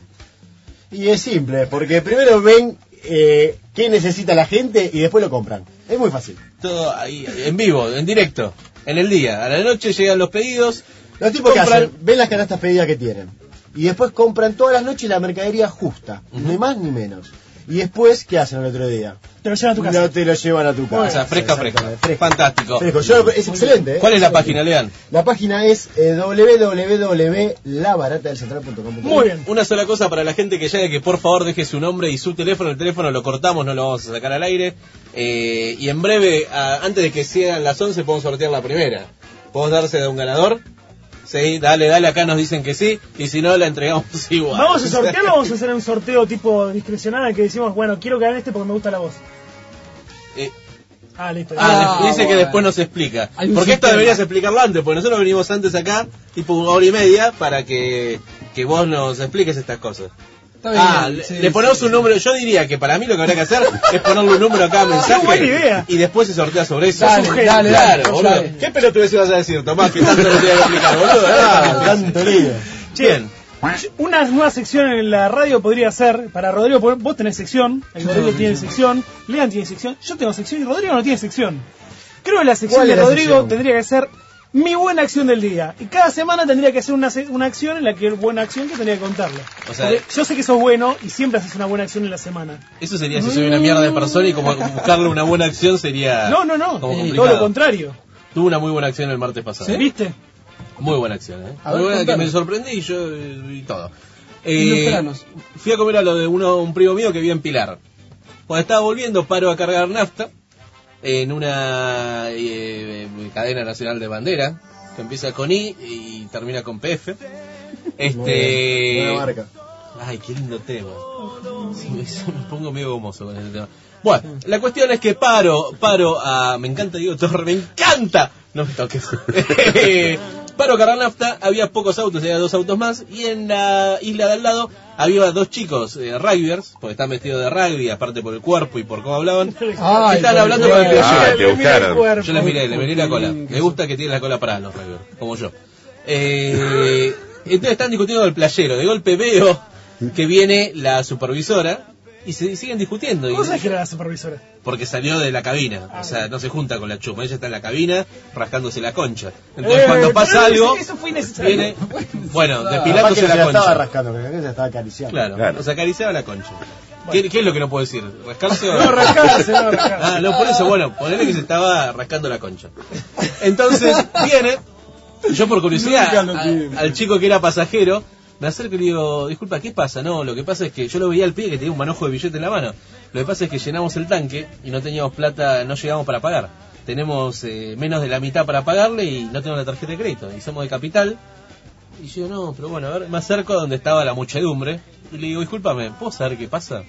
Y es simple, porque primero ven eh, qué necesita la gente y después lo compran. Es muy fácil. Todo ahí, en vivo, en directo, en el día. A la noche llegan los pedidos. Los tipos Compran- que hacen, ven las canastas pedidas que tienen. Y después compran todas las noches la mercadería justa. Ni más ni menos. Y después, ¿qué hacen el otro día? Te lo llevan a tu casa. No te lo llevan a tu casa. O sea, fresca, fresca. Fantástico. Fresco. Yo- es excelente, ¿eh? ¿Cuál es la página, Lean? La página es eh, www.labaratadelcentral.com.ar. Una sola cosa para la gente que llegue, que por favor deje su nombre y su teléfono. El teléfono lo cortamos, no lo vamos a sacar al aire. Eh, y en breve, a- antes de que sean las 11, podemos sortear la primera. ¿Podemos darse de un ganador? Sí, dale, dale, acá nos dicen que sí, y si no, la entregamos igual. Ah, ¿Vamos a sortearlo o vamos a hacer un sorteo tipo discrecional en el que decimos, bueno, quiero que hagan este porque me gusta la voz? Eh. Ah, listo. Ah, dice que bueno. después nos explica. Hay un Porque esto sistema. deberías explicarlo antes, porque nosotros venimos antes acá, tipo una hora y media, para que, que vos nos expliques estas cosas. Está bien, ah, le- sí, Ah, le ponemos un número. Yo diría que para mí lo que habría que hacer es ponerle un número a cada mensaje. buena idea. Y después se sortea sobre eso. Dale, Sos un genio. dale, dale, Claro, boludo. dale. ¿Qué pelotudez ibas a decir, Tomás? Que tanto lo tenía que explicar, boludo. Ah, tanto lío. Bien. Una nueva sección en la radio podría ser, para Rodrigo, porque vos tenés sección, el Yo Rodrigo tengo tiene sección, Lean tiene sección, yo tengo sección y Rodrigo no tiene sección. Creo que la sección ¿Cuál de es la Rodrigo sección? tendría que ser mi buena acción del día. Y cada semana tendría que hacer una, se- una acción en la que buena acción que tendría que contarle. O sea, Porque yo sé que sos bueno y siempre haces una buena acción en la semana. Eso sería si soy Mm. una mierda de persona y como buscarle una buena acción sería. No, no, no. como Eh, complicado. todo lo contrario. Tuve una muy buena acción el martes pasado. ¿Viste? Muy buena acción, ¿eh? A Muy ver, buena que contame. me sorprendí y yo eh, y todo. Ilustranos. fui a comer a lo de uno, un primo mío que vive en Pilar. Cuando estaba volviendo, paro a cargar nafta en una eh, eh, cadena nacional de bandera que empieza con I y termina con PF. Este. Buena marca. Ay, qué lindo tema. Sí, me, me pongo medio gomoso con ese tema. Bueno, la cuestión es que paro, paro a... Me encanta Diego Torre, me encanta. No me toques. paro a cargar nafta, había pocos autos, había dos autos más. Y en la isla de al lado había dos chicos, eh, rugbyers, porque están vestidos de rugby, aparte por el cuerpo y por cómo hablaban. Ay, que estaban por hablando el con el cuerpo. playero. Ah, te Le miré el buscaron. cuerpo. Yo les miré, le miré la cola. Mm, Me gusta que tiene la cola parada los rugbyers, como yo. Eh, entonces están discutiendo del playero. De golpe veo que viene la supervisora y se siguen discutiendo. Y- ¿Cómo sabés que era la supervisora? porque salió de la cabina. Ah, O sea, no se junta con la chuma. Ella está en la cabina rascándose la concha. Entonces, Eh, cuando pasa pero algo, Eso fue innecesario. viene. Bueno, Capaz que despilándose se la la estaba concha. rascando, que se la estaba acariciando. Claro, Claro. o sea, acariciaba la concha. ¿Qué, qué es lo que no puedo decir? ¿Rascarse o No, rascarse, no, rascarse. Ah, no, por eso, bueno, ponele que se estaba rascando la concha. Entonces, viene. Yo, por curiosidad, Nunca lo a- tiene. al chico que era pasajero, me acerco y le digo, disculpa, ¿qué pasa? No, lo que pasa es que yo lo veía al pibe que tenía un manojo de billete en la mano. Lo que pasa es que llenamos el tanque y no teníamos plata, no llegamos para pagar. Tenemos eh, menos de la mitad para pagarle y no tengo la tarjeta de crédito. Y somos de capital. Y yo, no, pero bueno, a ver, me acerco a donde estaba la muchedumbre y le digo, discúlpame, ¿puedo saber qué pasa?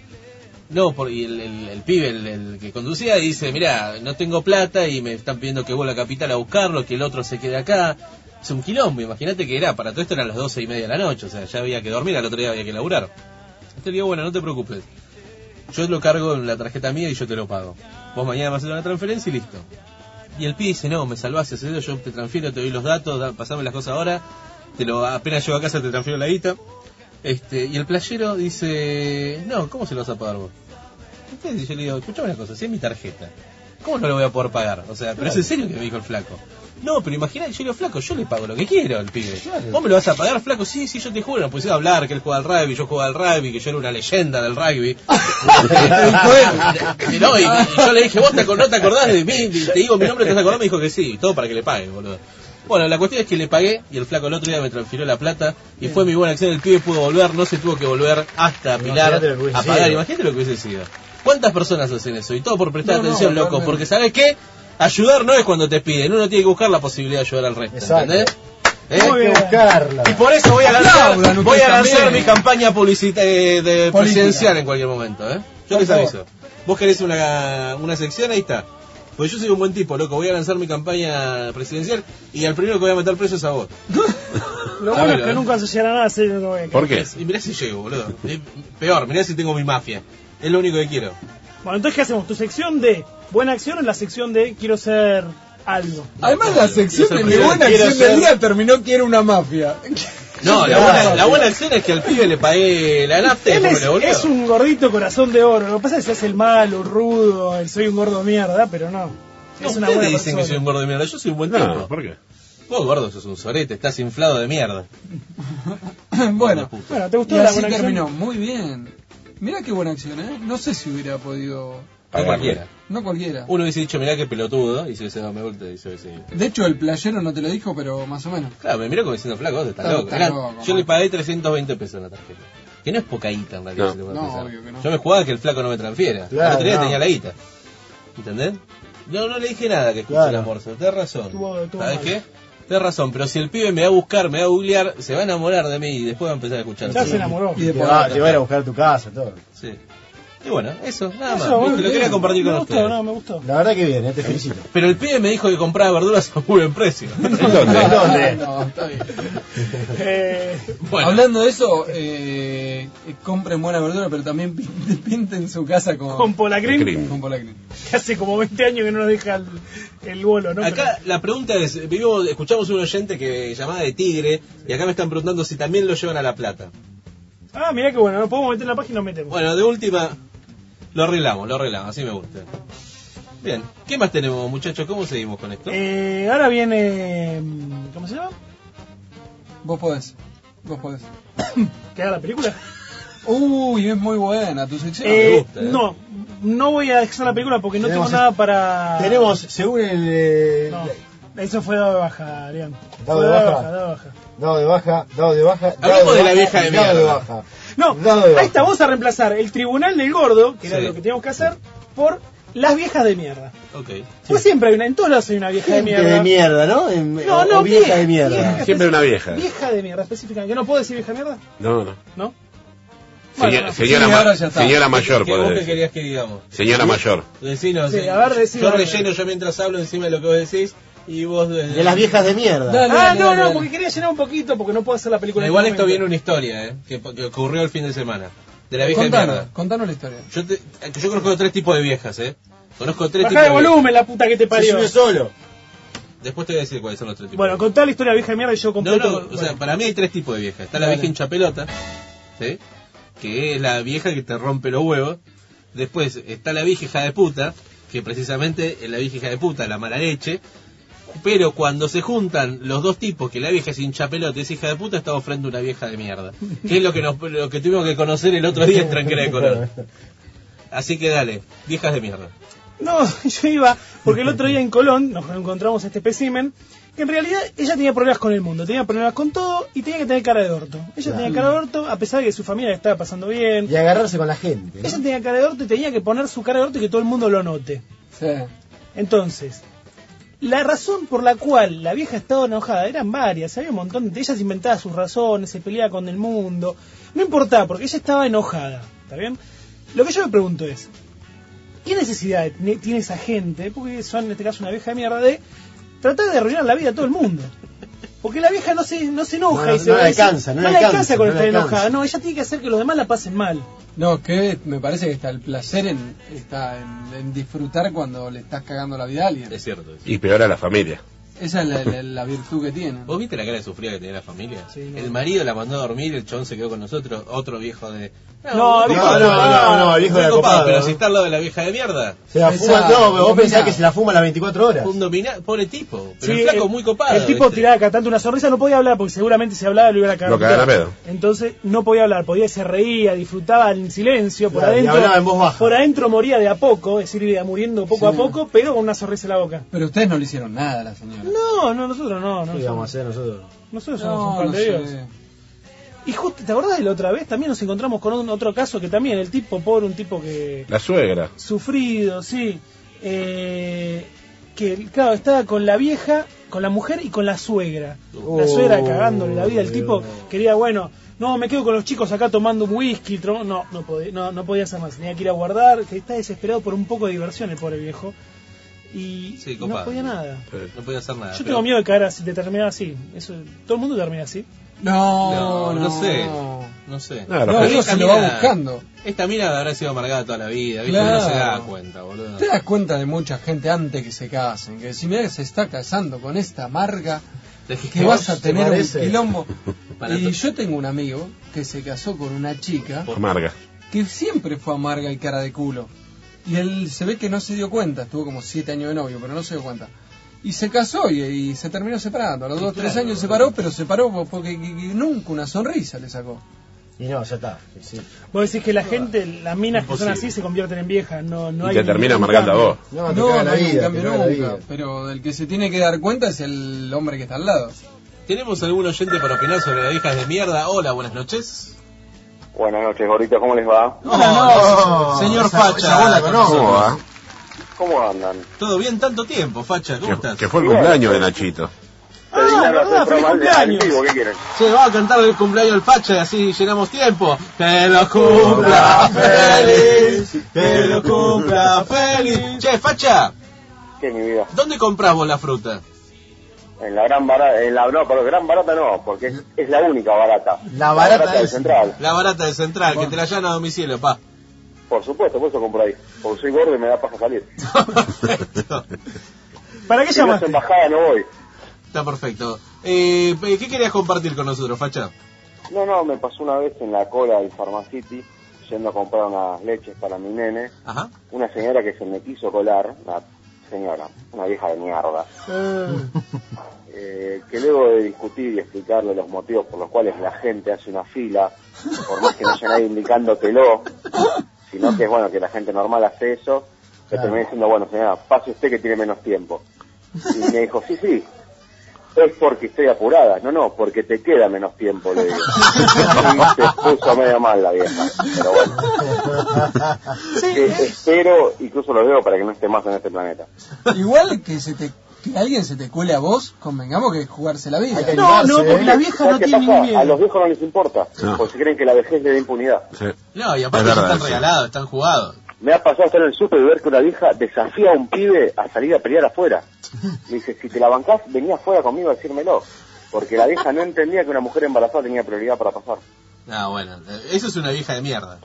No, por, y el, el- el pibe, el, el que conducía, dice, mira, no tengo plata y me están pidiendo que vuelva a la capital a buscarlo, que el otro se quede acá. Es un quilombo, imagínate que era, para todo esto eran las doce y media de la noche, o sea, ya había que dormir, al otro día había que laburar. Entonces le digo, bueno, no te preocupes. Yo lo cargo en la tarjeta mía y yo te lo pago. Vos mañana me haces una transferencia y listo. Y el pibe dice, no, me salvás, haces eso, yo te transfiero, te doy los datos, da- pasame las cosas ahora, te lo, apenas llego a casa te transfiero la guita. Este, y el playero dice, no, ¿cómo se lo vas a pagar vos? Entonces yo le digo, escuchame una cosa, si es mi tarjeta, ¿cómo no lo voy a poder pagar? O sea, pero es en serio que me dijo el flaco. No, pero imagínate, yo le digo, flaco, yo le pago lo que quiero al pibe. ¿Vos me lo vas a pagar, flaco? Sí, sí, yo te juro, nos pusieron a hablar que él juega al rugby, yo jugaba al rugby, que yo era una leyenda del rugby. Y no, y, y yo le dije, vos te acor- no te acordás de mí, Y te digo mi nombre, ¿te has acordado? Me dijo que sí, y todo para que le pague, boludo. Bueno, la cuestión es que le pagué y el flaco el otro día me transfirió la plata y fue mi buena acción, el pibe pudo volver, no se tuvo que volver hasta Pilar Imagínate lo que hubiese a pagar, sido. imagínate lo que hubiese sido. ¿Cuántas personas hacen eso? Y todo por prestar No, no, atención, loco, totalmente. porque ¿sabes qué? Ayudar no es cuando te piden, uno tiene que buscar la posibilidad de ayudar al resto, Exacto. ¿entendés? ¿Eh? Hay que buscarla. Y por eso voy a Aplaudan lanzar, ustedes voy a lanzar también. mi campaña publicita- eh, de Política. presidencial en cualquier momento, ¿eh? Yo Por les favor. aviso. Vos querés una, una sección, ahí está. Pues yo soy un buen tipo, loco. Voy a lanzar mi campaña presidencial y al primero que voy a meter preso es a vos. Lo bueno es que nunca se llegará nada a ser lo que- Y mirá si llego, boludo. Eh, Peor, mirá si tengo mi mafia. Es lo único que quiero. Bueno, entonces, ¿qué hacemos? ¿Tu sección de buena acción o la sección de quiero ser algo? Además, la sección de mi Quiero buena ser- acción del día terminó que era una mafia. No, la Ah, buena, la sí. buena acción es que al pibe le pagué la nafta y Él después es, me lo volvió. es un gordito corazón de oro. Lo que pasa es que se hace el malo, rudo, el soy un gordo mierda, pero no. No, es una ustedes buena dicen que soy persona. un gordo de mierda. Yo soy un buen No, tipo. ¿por qué? Vos, gordo, sos un sorete. Estás inflado de mierda. bueno, Bueno, ¿te gustó y la así buena acción? terminó. Muy bien. Mirá qué buena acción, ¿eh? No sé si hubiera podido... No cualquiera. No cualquiera. Uno hubiese dicho, mirá qué pelotudo. Y si hubiese dado me vuelta, y se hubiese ido. De hecho, el playero no te lo dijo, pero más o menos. Claro, me miró como diciendo, flaco, vos estás Está- loco. está Eran- loco, yo le pagué 320 pesos en la tarjeta. Que no es poca guita en realidad, No. si te pones No, a pensar. obvio que no. Yo me jugaba que el flaco no me transfiera. Claro, la otra no. tenía la guita. ¿Entendés? No, no le dije nada que escuché la morsa. Tenés razón. Tuvo- tuvo ¿Sabés mal. qué? Tienes razón, pero si el pibe me va a buscar, me va a googlear, se va a enamorar de mí y después va a empezar a escuchar. Ya se enamoró. Y de te, va, te va a ir a buscar a tu casa, todo. Sí. Y bueno, eso, nada más. Eso, bueno, Viste, lo quería bien. compartir me con gustó, ustedes. No, me gustó. La verdad que bien, eh, te felicito. Pero el pibe me dijo que compraba verduras a muy buen precio. ¿Dónde? No, está bien. Eh, Hablando de eso, eh, compren buena verdura, pero también pin- pinten su casa con, Con Polacrim. Polacrim. Con Polacrim. que hace como 20 años que no nos deja el, el bolo, ¿no? Acá la pregunta es, vivo, escuchamos un oyente que llamaba de Tigre y acá me están preguntando si también lo llevan a La Plata. Pero- ah, mirá que bueno, no podemos meter la página o metemos. Bueno, de última, lo arreglamos, lo arreglamos, así me gusta. Bien, ¿qué más tenemos muchachos? ¿Cómo seguimos con esto? Eh, ahora viene. mm, ¿Cómo se llama? Vos podés. Vos podés. ¿Que haga la película? Uh, Uy, es muy buena tu sección. Eh, No, no voy a hacer la película porque no Tenemos tengo nada para. Tenemos, según el. eh, Ah. No, eso fue dado de baja, Arián. Dado Fue de baja. dado de baja. Dado de baja, dado de baja. dado Hablemos de la baja, vieja de Dado de mierda. baja. No, Dado de ahí baja. está, vamos a reemplazar el tribunal del gordo, que era Sí. lo que teníamos que hacer, por las viejas de mierda. Ok. Pues siempre hay una, en todos lados hay una vieja de Gente mierda. de mierda, ¿no? En- No, o- no, o vieja bien, de mierda. bien. Siempre una vieja. Vieja de mierda, específicamente. ¿No puedo decir vieja de mierda? No, no. ¿No? Señor- Bueno, no. señora, sí, ma- ahora ya está. señora mayor, ¿Qué vos podés que decir. querías que digamos? Señora mayor. Decinos, Sí, eh, a ver, decilo, yo a ver. relleno yo mientras hablo encima de lo que vos decís y vos... eh, De las viejas de mierda. Dale, Ah, dale, no, dale, no, dale. porque quería llenar un poquito porque no puedo hacer la película. Bueno, en igual este esto viene momento. una historia, ¿eh? Que, que ocurrió el fin de semana. De la vieja de Contanos, mierda. contanos la historia. Yo, te- yo conozco tres tipos de viejas, ¿eh? Conozco tres Bajá de tipos de viejas. volumen, la puta que te Se parió. subió solo. Después te voy a decir cuáles son los tres tipos. Bueno, contá la historia de la vieja de mierda y yo no, completo. no, o sea, para mí hay tres tipos de viejas. Está la Dale. vieja hincha pelota, ¿sí? Que es la vieja que te rompe los huevos. Después está la vieja hija de puta, que precisamente es la vieja hija de puta, la mala leche. Pero cuando se juntan los dos tipos, que la vieja es hincha pelota y es hija de puta, estamos frente a una vieja de mierda. Que es lo que, nos, lo que tuvimos que conocer el otro día en Tranquera de Color. Así que dale, viejas de mierda. No, yo iba, porque el otro día en Colón nos encontramos este espécimen, que en realidad ella tenía problemas con el mundo, tenía problemas con todo y tenía que tener cara de orto. Ella tenía cara de orto, a pesar de que su familia la estaba pasando bien. Y agarrarse con la gente. Ella tenía cara de orto y tenía que poner su cara de orto y que todo el mundo lo note. Entonces, la razón por la cual la vieja estaba enojada eran varias, había un montón de... Ella se inventaba sus razones, se peleaba con el mundo, no importaba, porque ella estaba enojada, ¿está bien? Lo que yo me pregunto es, ¿qué necesidad de- ne- tiene esa gente, porque son en este caso una vieja de mierda, de tratar de arruinar la vida a todo el mundo? Porque la vieja no se, no se enoja No, y no, se no le dice- alcanza, no le alcanza, con no le alcanza. estar enojada, no, ella tiene que hacer que los demás la pasen mal. No, que me parece que está el placer en, está en, en disfrutar cuando le estás cagando la vida a alguien. Es cierto. es. Y peor a la familia. Esa es la, la- la virtud que tiene. ¿Vos viste la cara de sufrida que tenía la familia? Sí, no. El marido la mandó a dormir, el chabón se quedó con nosotros, otro viejo de... No, un no, copado, no, no, no, el hijo un era copado, copado, Pero ¿no? si está al lado de la vieja de mierda, Se la Esa- fuma, no, pero vos combinada. pensás que se la fuma las 24 horas. un dominado, pobre tipo, pero Sí, el flaco el- muy copado. El tipo ¿viste? tiraba acá tanto una sonrisa, no podía hablar porque seguramente si hablaba lo iba a cagar. Lo cagaron a pedo. Entonces no podía hablar, podía se reía, disfrutaba en silencio, por Claro, y adentro. hablaba en voz baja. Por adentro moría de a poco, es decir, iba muriendo poco Sí. a poco, pero con una sonrisa en la boca. Pero ustedes no le hicieron nada a la señora. No, no, nosotros no, no. ¿Qué nosotros, íbamos a hacer nosotros? nosotros somos un No, par no de Dios. sé. Y justo, ¿te acordás de la otra vez? También nos encontramos con un- otro caso que también, el tipo pobre, un tipo que La suegra. sufrido, sí. Eh, que claro, estaba con la vieja, con la mujer y con la suegra. La Oh, suegra cagándole la vida. El Dios. tipo quería, bueno, no, me quedo con los chicos acá tomando un whisky. tro- No, no podía, no, no podía hacer más. Tenía que ir a guardar, que está desesperado por un poco de diversión el pobre viejo. Y Sí, y no copado. podía nada. No podía hacer nada. Yo pero- tengo miedo de caer así, de terminar así. Eso, todo el mundo termina así. No, No, no, sé, No, no sé. No, No, Pero eso esta se lo va mina- buscando. Esta mina habrá sido amargada toda la vida, ¿viste? Claro. No se da cuenta, boludo. Te das cuenta de mucha gente antes que se casen, que si mira se está casando con esta marca, que vas a ¿Te tener un parece? quilombo. Para y to- yo tengo un amigo que se casó con una chica Amarga. que siempre fue amarga y cara de culo. Y él se ve que no se dio cuenta, estuvo como siete años de novio, pero no se dio cuenta. Y se casó y, y se terminó separando. A los Sí, dos, tres claro. años se separó, pero se paró porque que- que nunca una sonrisa le sacó. Y no, ya está. Sí. Vos decís que la gente, las minas que son Imposible. así se convierten en viejas. No, no y hay te termina ningún amargando a cambio. vos. No, te no, no caga la hay un vida. te cambio caga la vida. nunca, pero el que se tiene que dar cuenta es el hombre que está al lado. ¿Tenemos algún oyente para opinar sobre las viejas de mierda? Hola, buenas noches. Buenas noches, gorditos, ¿cómo les va? No, señor esa- Facha. esa bola con Ah, conozco. nosotros. ¿Cómo va? ¿Cómo andan? Todo bien, tanto tiempo, Facha, ¿cómo Que, estás? que fue el cumpleaños de Nachito. Ah, verdad, feliz cumpleaños. Se va a cantar el cumpleaños al Pacha y así llenamos tiempo. Que lo cumpla feliz, que lo cumpla feliz. Che, Facha, ¿Qué, mi vida? ¿dónde compras vos la fruta? En la gran barata, en la, no, pero gran barata no, porque es, es la única barata. La barata del Central. La barata del central, que te la llevan a domicilio, pa. Por supuesto, por eso compro ahí. Porque soy gordo y me da paja salir. ¿Para qué si no es llamaste? embajada no voy. Está perfecto. Eh, ¿Qué querías compartir con nosotros, Facha? No, no, me pasó una vez en la cola del Pharmacity, yendo a comprar unas leches para mi nene, Ajá. una señora que se me quiso colar, una señora, una vieja de mierda, eh, que luego de discutir y explicarle los motivos por los cuales la gente hace una fila, por más que no haya nadie indicándotelo, sino que es bueno que la gente normal hace eso, le terminé diciendo, bueno señora, pase usted que tiene menos tiempo. Y me dijo, sí, sí, es porque estoy apurada. No, no, porque te queda menos tiempo, le digo. Y se puso medio mal la vieja, pero bueno. Que espero, incluso lo veo para que no esté más en este planeta. Igual que se te que alguien se te cuele a vos, convengamos que es jugarse la vida. ¿eh? ¿Sabes qué pasa? A los viejos no les importa, porque creen que la vejez le da impunidad. No, y aparte Es verdad, están sí. regalados, están jugados. Me ha pasado estar en el súper y ver que una vieja desafía a un pibe a salir a pelear afuera. Me dice, si te la bancás, venía afuera conmigo a decírmelo. Porque la vieja no entendía que una mujer embarazada tenía prioridad para pasar. Ah, bueno, eh, eso es una vieja de mierda.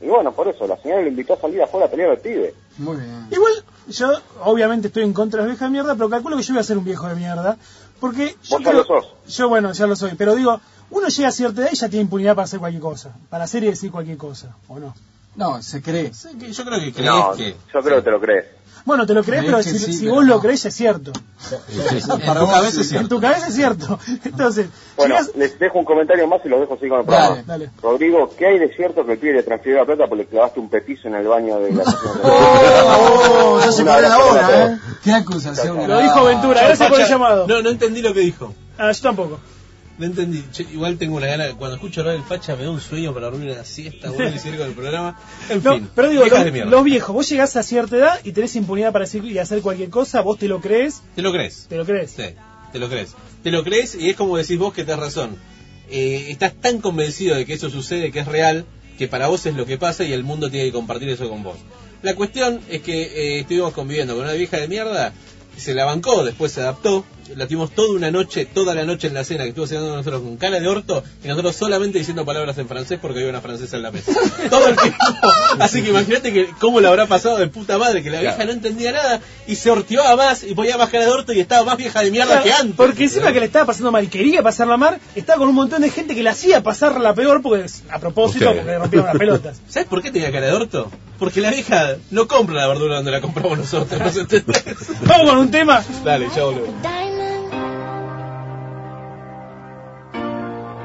Y bueno, por eso, la señora le invitó a salir afuera a pelear al pibe. Muy bien. Igual, yo obviamente estoy en contra de los viejos de mierda, pero calculo que yo voy a ser un viejo de mierda. Porque yo, Vos ya lo creo- yo, bueno, ya lo soy, pero digo, uno llega a cierta edad y ya tiene impunidad para hacer cualquier cosa, para hacer y decir cualquier cosa, ¿o no? No, se cree. Yo creo que crees No, que... yo creo que te lo crees. Bueno, te lo crees, Me pero dicen si, sí, si pero vos lo crees, ya es cierto. Para vos sí. En tu cabeza es cierto. Entonces, Bueno, llegás- les dejo un comentario más y los dejo así con el programa. dale. Rodrigo, ¿qué hay de cierto que el pibe le transfirió la plata porque le clavaste un petizo en el baño de la ¡Oh! ya se Un abrazo paró la eh. para hora, todos. ¡Qué acusación! ¿eh? Lo dijo Ventura, Chau, gracias por el Facha. llamado. No, no entendí lo que dijo. Ah, yo tampoco. No entendí. Che, igual tengo una gana. Cuando escucho hablar del facha me da un sueño para dormir una siesta, bueno, y seguir con el programa. En No, fin. pero digo, viejas los, de mierda. los viejos, vos llegás a cierta edad y tenés impunidad para decir y hacer cualquier cosa, vos te lo crees, ¿Te lo crees? te lo crees. Sí, te lo crees. Te lo crees y es como decís vos que tenés razón. Eh, estás tan convencido de que eso sucede, que es real, que para vos es lo que pasa y el mundo tiene que compartir eso con vos. La cuestión es que eh, estuvimos conviviendo con una vieja de mierda, se la bancó, después se adaptó, la tuvimos toda una noche, toda la noche en la cena que estuvo cenando nosotros con cara de orto y nosotros solamente diciendo palabras en francés porque había una francesa en la mesa. Todo el tiempo. Así que imagínate que cómo la habrá pasado de puta madre, que la vieja no entendía nada y se orteaba más y ponía más cara de orto y estaba más vieja de mierda Claro, que antes. Porque encima que le estaba pasando mal y quería pasar la mar, estaba con un montón de gente que le hacía pasar la peor porque a propósito, Ustedes. porque le rompieron las pelotas. ¿Sabes por qué tenía cara de orto? Porque la vieja no compra la verdura donde la compramos nosotros, ¿no se entendés? Vamos con un tema. Dale, ya volvemos. diamond.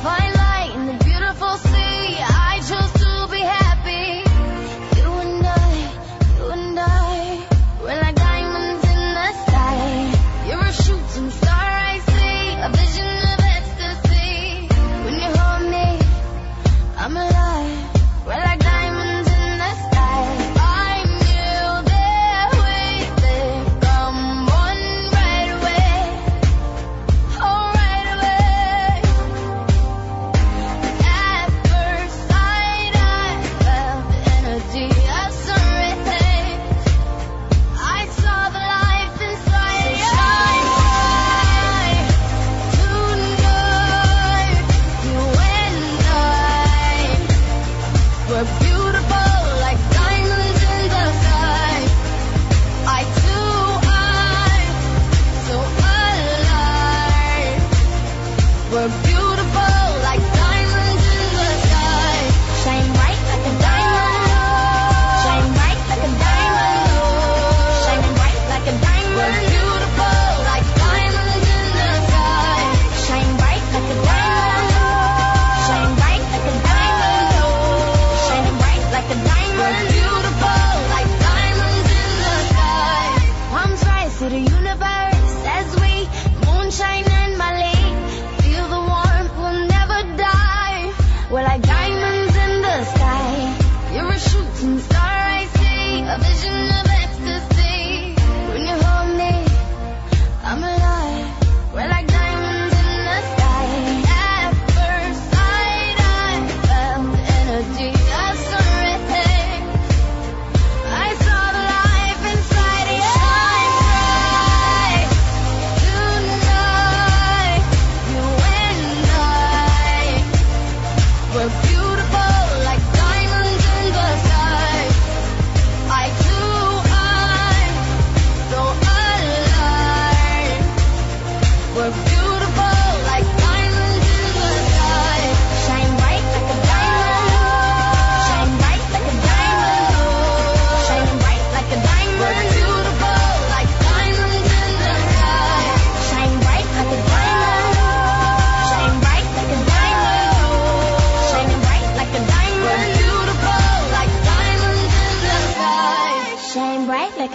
Twilight in the beautiful sea. I chose to be happy. You and I, you and I. We're like diamonds in the sky. You're a shooting star I see. A vision of ecstasy. When you hold me, I'm alive. We're like diamonds in the sky. I knew that we'd become one right away. Oh, a diamond. Shine bright like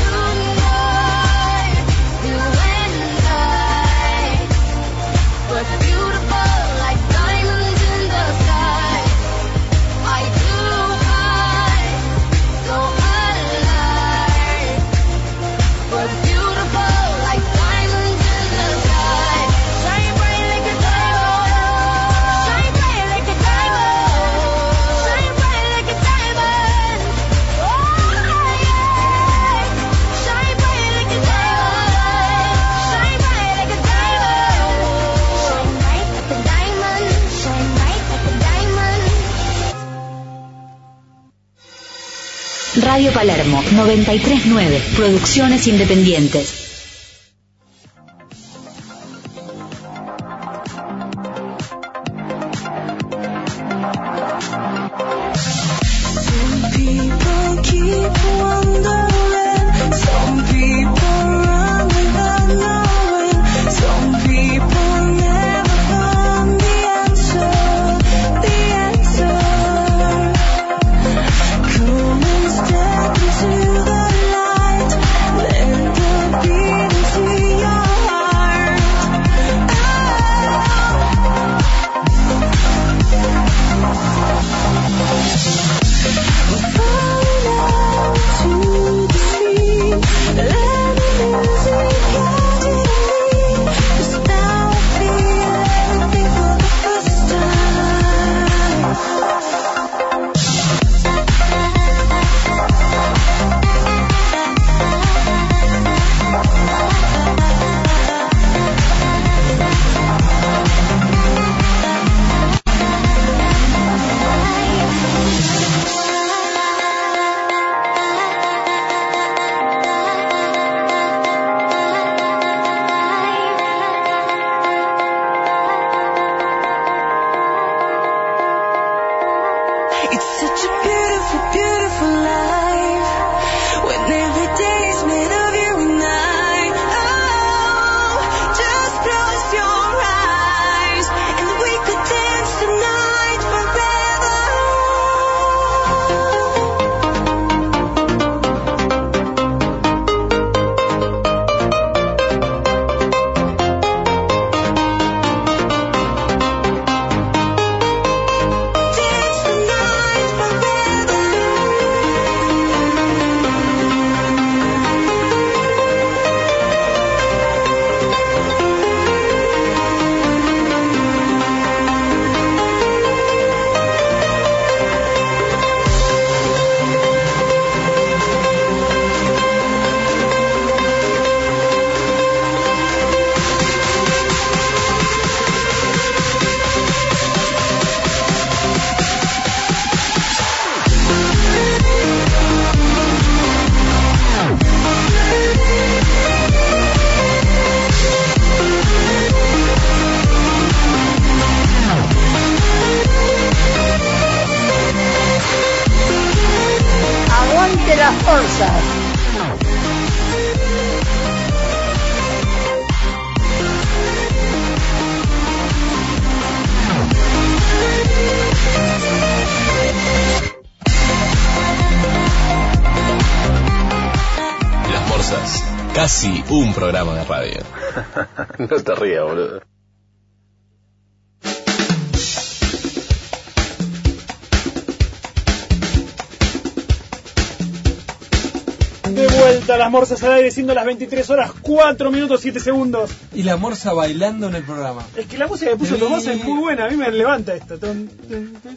You and I, you and I. We're beautiful like diamonds in the sky. I do high, so alive. We're beautiful like diamonds in the sky. Shine bright like a diamond. Shine bright like a diamond. Shine bright like a diamond. Oh yeah. Shine bright like a diamond. Shine bright like a diamond. Shine bright like a diamond. Shine bright like a diamond. Radio Palermo 939, Producciones Independientes. It's such a beautiful, beautiful life when every day is made of you and I. Oh, just close your eyes and we could dance tonight forever. Dance tonight Aguante las fuerzas. Las Morsas, casi un programa de radio. no te rías, boludo. De vuelta a las morsas al aire, siendo las 23 horas 4 minutos 7 segundos. Y la morsa bailando en el programa. Es que la música que puso Tomás es muy buena, a mí me levanta esto. Ton, ton, ton.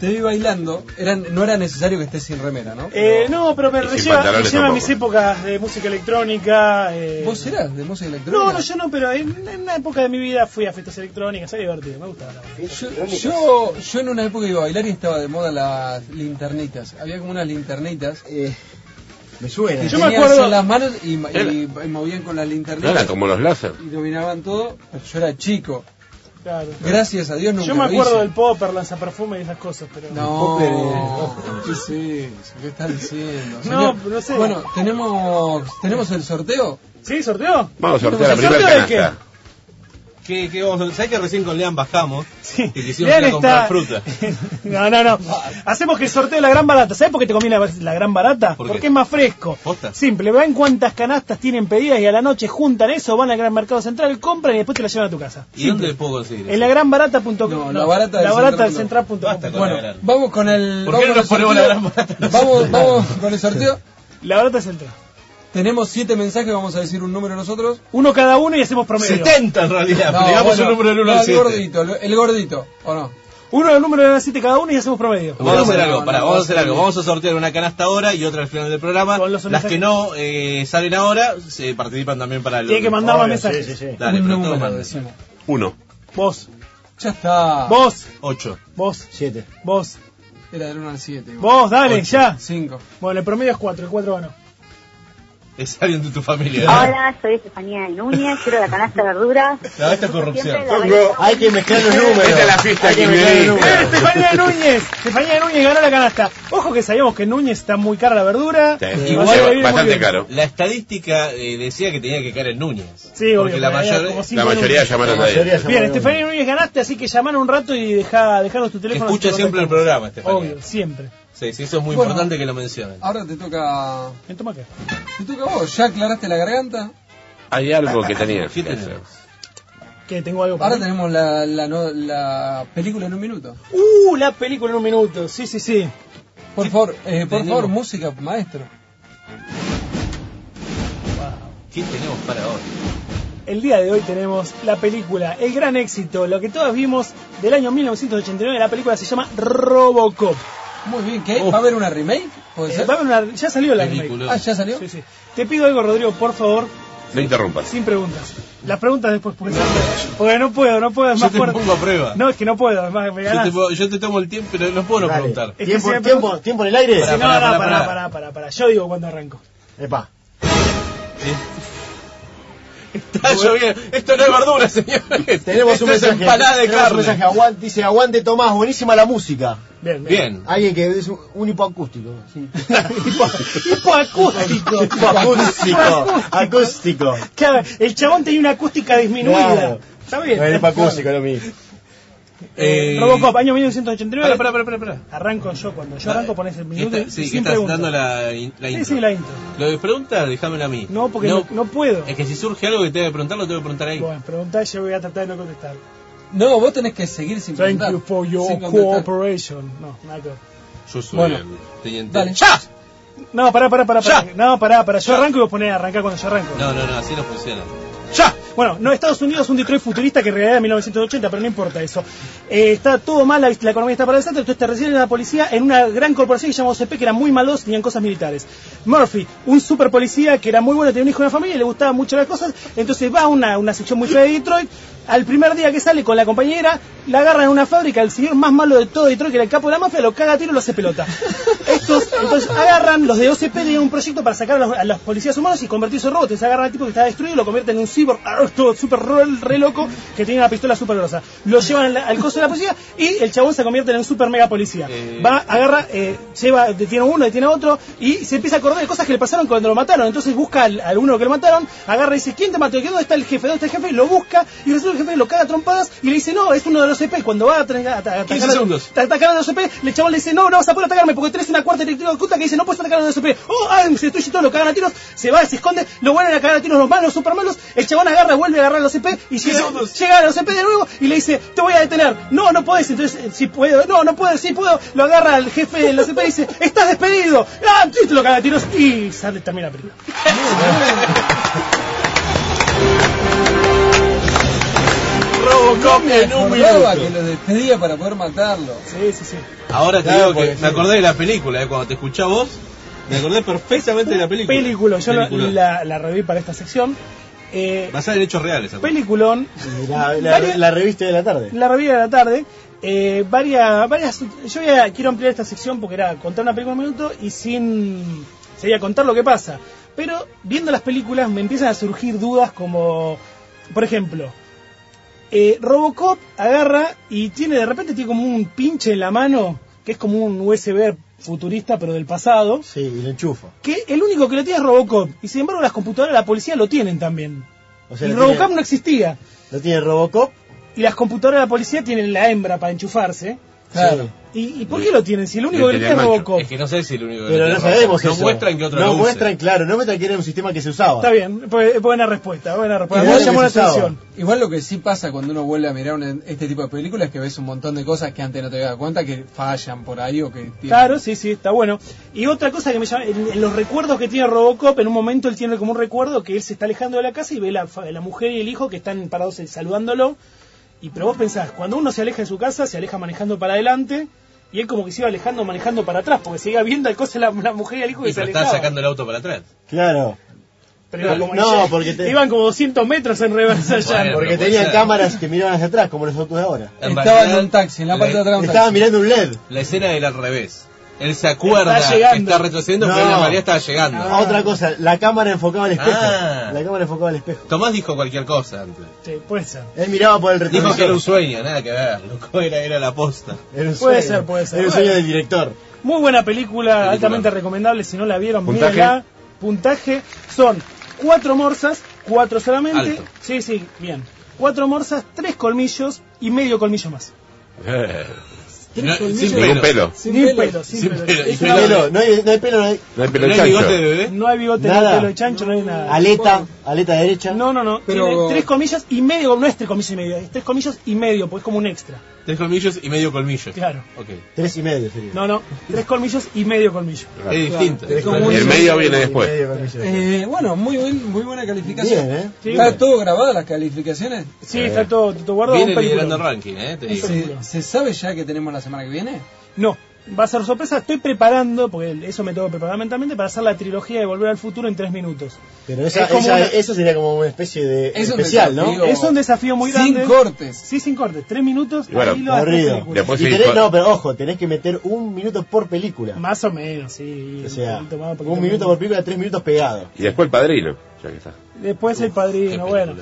Te vi bailando. Eran, no era necesario que estés sin remera, ¿no? Eh, no, pero me Y sin lleva, me pantalones lleva a tampoco. mis épocas de música electrónica. eh. ¿Vos eras de música electrónica? No, no, yo no, pero en, en una época de mi vida fui a fiestas electrónicas, era divertido, me gustaba la Yo, yo, yo en una época iba a bailar y estaba de moda las linternitas. Había como unas linternitas. Eh, me suena. Que Yo yo me me acuerdo- las manos y, ma- y- Era- y movían con las No linternitas. eran como los láser. Y dominaban todo, pero yo era chico. Claro. Gracias a Dios nunca Yo lo me acuerdo hice. del popper, lanzaperfume y esas cosas, pero. No, ¿qué es eso? ¿Qué estás diciendo? No, señor? no sé. Bueno, tenemos, tenemos el sorteo. ¿Sí, sorteo? Vamos a ¿Tenemos sortear la el primera sorteo de canasta. ¿Qué, qué vamos a hacer? ¿Sabés que recién con Lean bajamos y quisimos Lean ir a comprar está- fruta? No, no, no. Hacemos que el sorteo de la gran barata. ¿Sabes por qué te comí la, la gran barata? ¿Por qué? Porque es más fresco. Simple, ven cuántas canastas tienen pedidas y a la noche juntan eso, van al gran mercado central, compran y después te la llevan a tu casa. ¿Y dónde puedo conseguir? eso? En la gran barata.com. No, la barata del la barata del central central.com. Bueno, vamos con el. ¿Por qué no vamos nos con el ponemos sorteo. la gran barata? No Vamos, sé nada. vamos con el sorteo. La barata central. Tenemos siete mensajes, vamos a decir un número nosotros. Uno cada uno y hacemos promedio. 70 en realidad, pero le damos un número del uno al no, siete. El gordito, el, el gordito, ¿o no? Uno del número de las 7 cada uno y hacemos promedio. Vamos a hacer no, algo, no, pará, no, vamos a no, hacer no. algo. Vamos a sortear una canasta ahora y otra al final del programa. Las que no eh, salen ahora se participan también para el. Tiene que mandar más Obvio, mensajes. sí, sí, sí. Dale, pero todos manden. Uno. Vos. Ya está. Vos. Ocho. Vos. Siete. Vos. Era del 1 al 7. Vos, dale, ya. Cinco. Bueno, el promedio es cuatro, el cuatro ganó. Es alguien de tu familia. ¿eh? Hola, soy Estefanía de Núñez, quiero la canasta de verduras. No, esto es corrupción. hay que mezclar los números. Esta es la fiesta Hay que que mezclar me los di. números. Eh, Estefanía Núñez, Estefanía Núñez ganó la canasta. Ojo que sabíamos que en Núñez está muy cara la verdura. Sí, Nos va a venir muy bien. La estadística eh, decía que tenía que caer en Núñez. Sí, obvio, porque la, porque mayor- había como cinco La mayoría números. llamaron La mayoría ahí. Bien, Estefanía Núñez ganaste, así que llamar un rato y deja, dejanos tu teléfono. Escucha siempre el programa, Estefanía. Obvio, siempre. Sí, sí, eso es muy Bueno. importante que lo mencionen. Ahora te toca. ¿Me toma qué? Te toca a vos, ya aclaraste la garganta. Hay algo que tenía. que hacer. Que tengo algo para Ahora mí. tenemos la, la, no- la película en un minuto. Uh, la película en un minuto. Sí, sí, sí. Por favor, eh, por Tenemos. favor, música, maestro. ¿Qué tenemos para hoy? El día de hoy tenemos la película, el gran éxito, lo que todos vimos del año 1989. La película se llama Robocop. Muy bien, ¿qué? ¿Va a haber una remake? ¿Puede Eh, ser? va a haber una- ya salió la remake. Ah, ya salió. Sí, sí. Te pido algo, Rodrigo, por favor, No interrumpas. sin preguntas. Las preguntas después, porque, porque no puedo, no puedo, es Yo más te fuerte. pongo a prueba. No, es que no puedo, es más, me Yo ganás. te, puedo- yo te tomo el tiempo, pero no puedo no Dale. preguntar. Es que si me preguntas- en el aire? Sí, Pará, no, pará, pará, no, pará, pará. pará, pará, pará. Yo digo cuando arranco. Epa. Está lloviendo. Esto no es verdura, señores. Tenemos Esto un es mensaje. empanada de tenemos un carne. mensaje. Aguante- dice, aguante Tomás, buenísima la música. Bien, Bien. Alguien que es un, un hipoacústico. sí. Hipoacústico. hipoacústico. acústico. Claro, el chabón tenía una acústica disminuida. Claro. Está bien. No, el hipoacústico lo mismo. Eh, Robocop, año 1989. Pará, pará, pará, pará. Arranco yo cuando yo arranco pones el minuto. Está- sí, y que sin estás preguntas. dando la, in- la Sí, intro. sí, la intro. Lo de preguntas, déjamelo a mí. No, porque no, no puedo. Es que si surge algo que te que preguntar, lo tengo que preguntar ahí. Bueno, preguntá y yo voy a tratar de no contestar. No, vos tenés que seguir sin Thank preguntar. you for your Sin contestar. cooperation. No, nada que ver. Yo soy Bueno. el teniente. Dale. ¡Ya! No, pará, pará, pará. pará. No, pará, pará. Yo arranco y vos ponés arrancar cuando yo arranco. No, no, no, así no funciona. ¡Ya! Bueno, no, Estados Unidos es un Detroit futurista que en realidad es 1980, pero no importa eso. Eh, está todo mal, la, la economía está para el centro, entonces te reciben a la policía en una gran corporación que se llamaba OCP, que eran muy malos, tenían cosas militares. Murphy, un super policía que era muy bueno, tenía un hijo de una familia, le gustaban mucho las cosas, entonces va a una, una sección muy fea de Detroit, al primer día que sale con la compañera, la agarran en una fábrica, el señor más malo de todo Detroit, que era el capo de la mafia, lo caga a tiro y lo hace pelota. Estos, entonces agarran, los de OCP tienen un proyecto para sacar a los, a los policías humanos y convertirse en robots. Entonces agarran al tipo que está destruido, lo convierten en un cyborg, arr, todo súper ro- re loco, que tiene una pistola súper grosa. Lo llevan al, al coso de la policía y el chabón se convierte en un super mega policía. Va, agarra, eh, lleva, detiene a uno, detiene a otro y se empieza a acordar de cosas que le pasaron cuando lo mataron. Entonces busca al, al uno que lo mataron, agarra y dice, ¿quién te mató? ¿Y ¿Dónde está el jefe? ¿Dónde está el jefe? Lo busca y resulta que el jefe lo caga a trompadas y le dice, no, es uno de los EP. Cuando va a, tra- a- a- a atacar 15 a- segundos. te atacaron a los OP, el chaval le dice, no, no vas a poder atacarme porque tenés una cuarta directiva oculta que dice, no puedes atacar a los OP. Oh, ay, se destruye todo, lo cagan a tiros, se va, se esconde, lo vuelven a cagar a tiros los malos, los super malos, el chabón agarra, vuelve a agarrar a los OP y llega, llega a los OP de nuevo y le dice, te voy a detener. No, no podés, entonces, eh, si puedo, no, no puedo, si puedo, lo agarra el jefe de los OP y dice, estás despedido. Ah, sí, te lo cagan a tiros y sale también la película. Robocop en un Acordaba minuto. que lo despedía para poder matarlo. Sí, sí, sí. Ahora te Claro, digo que porque me acordé de la película, eh, cuando te escuché a vos, me acordé perfectamente de la película. Película, yo la- Peliculón. la, la reví para esta sección. Eh, Basada en hechos reales. ¿sabes? peliculón. La, la- Varias- la revista de la tarde. La revista de la tarde. eh, varias, varias, yo voy a- quiero ampliar esta sección porque era contar una película en un minuto y sin sería contar lo que pasa. Pero viendo las películas me empiezan a surgir dudas como, por ejemplo, eh, Robocop agarra y tiene de repente tiene como un pinche en la mano que es como un USB futurista pero del pasado. Sí, y lo enchufa. Que el único que lo tiene es Robocop y sin embargo las computadoras de la policía lo tienen también. O sea, y lo Robocop tiene- no existía. Lo tiene Robocop. Y las computadoras de la policía tienen la hembra para enchufarse. Claro. ¿Y, y por qué lo tienen? Si el único Le que le tiene queda es macho. Robocop. Es que no sé si el único que Pero le no tiene sabemos razón. no eso. muestran que otro No lo use. muestran, claro, no muestran que era un sistema que se usaba. Está bien, pues, eh, bu- buena respuesta, buena respuesta. Igual Me llamó la que se usaba. atención. Igual lo que sí pasa cuando uno vuelve a mirar una- este tipo de películas es que ves un montón de cosas que antes no te habías dado cuenta que fallan por ahí o que... Claro, sí, sí, está bueno. Y otra cosa que me llama, en, en los recuerdos que tiene Robocop, en un momento él tiene como un recuerdo que él se está alejando de la casa y ve la, fa- la mujer y el hijo que están parados ahí saludándolo. Y pero vos pensás, cuando uno se aleja de su casa, se aleja manejando para adelante, y él como que se iba alejando manejando para atrás, porque seguía viendo al cosa la, la mujer y al hijo que Y se pero están alejaba. sacando el auto para atrás. Claro. Pero iba como- No, porque te- iban como 200 metros en reversa ya. Porque tenían cámaras que miraban hacia atrás, como los autos de ahora. En Estaba realidad, en un taxi, en la parte de atrás de un Estaba taxi. mirando un LED. La escena era al revés. Él se acuerda Está que llegando. está retrocediendo, pero No. la María estaba llegando. Ah, Otra cosa, la cámara enfocaba al espejo. Ah. La cámara enfocaba al espejo. Tomás dijo cualquier cosa antes. Sí, puede ser. Él miraba por el retrovisor. Dijo que era un sueño, nada que ver. Loco, era, era la posta. Era un sueño. Puede ser, puede ser. Era un Bueno. sueño del director. Muy buena película, altamente recomendable. Si no la vieron, ¿Puntaje? mírenla. Puntaje son cuatro morsas, cuatro solamente. Alto. Sí, sí, bien. Cuatro morsas, tres colmillos y medio colmillo más. No, colmillos. Eh. sin pelo. Ningún pelo. Sin, pelo, sin pelo. Y Es sin una- pelo, No hay, no hay pelo, no hay. No hay pelo de chancho. No hay bigote, no Nada. hay pelo de chancho, no hay nada. Aleta, aleta derecha. No, no, no. Pero- Tiene tres comillas y medio, no es tres comillas y medio, es tres comillas y medio, pues es como un extra. Tres colmillos y medio colmillo. Claro. Ok. Tres y medio sería. No, no, tres colmillos y medio colmillo. Es distinto. Claro, es como Y un- el medio viene después. Eh, bueno, muy, buen- muy buena calificación. Bien, ¿eh? Sí. ¿Está todo grabado las calificaciones? Sí, está todo, todo guardado. Eh, Viene un peliculón. liderando el ranking, eh. Te digo. ¿Se, se sabe ya que tenemos la semana que viene? No, va a ser sorpresa. Estoy preparando, porque eso me tengo que preparar mentalmente, para hacer la trilogía de Volver al Futuro en tres minutos. Pero esa, Es como esa- una- eso sería como una especie de Es un especial, desafío- ¿no? Es un desafío muy Sin grande. cortes. Sí, sin cortes. Tres minutos. Y bueno, ahí lo haces aburrido. película. Y tenés- no, pero ojo, tenés que meter un minuto por película. Más o menos, sí. O sea, poquito más, poquito un minuto menos. por película, tres minutos pegados. Y después el padrino. Ya que está. Después el padrino, bueno.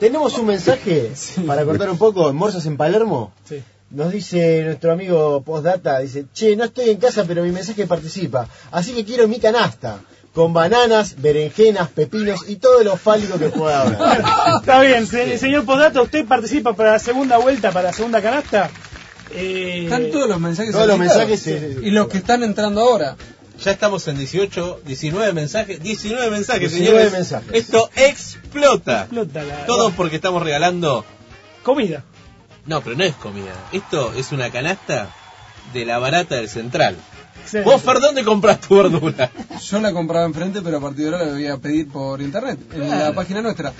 Tenemos un mensaje para cortar un poco. Morsas en Palermo. Sí. Nos dice nuestro amigo Postdata, dice, che, no estoy en casa, pero mi mensaje participa. Así que quiero mi canasta, con bananas, berenjenas, pepinos y todo lo fálico que pueda haber. Está bien, se- señor Podato, usted participa para la segunda vuelta, para la segunda canasta. Eh, Están todos los mensajes. todos los habilitados. mensajes, eh, sí, sí, sí. Y los que están entrando ahora. Ya estamos en 18, 19 mensajes. 19 mensajes, 19 señores. mensajes. Esto explota. Explota la- Todos porque estamos regalando. Comida. No, pero no es comida. Esto es una canasta de la barata del central. Excelente. Vos, Fer, ¿dónde compras tu verdura? Yo la compraba enfrente, pero a partir de ahora la voy a pedir por internet, en la Claro. página nuestra.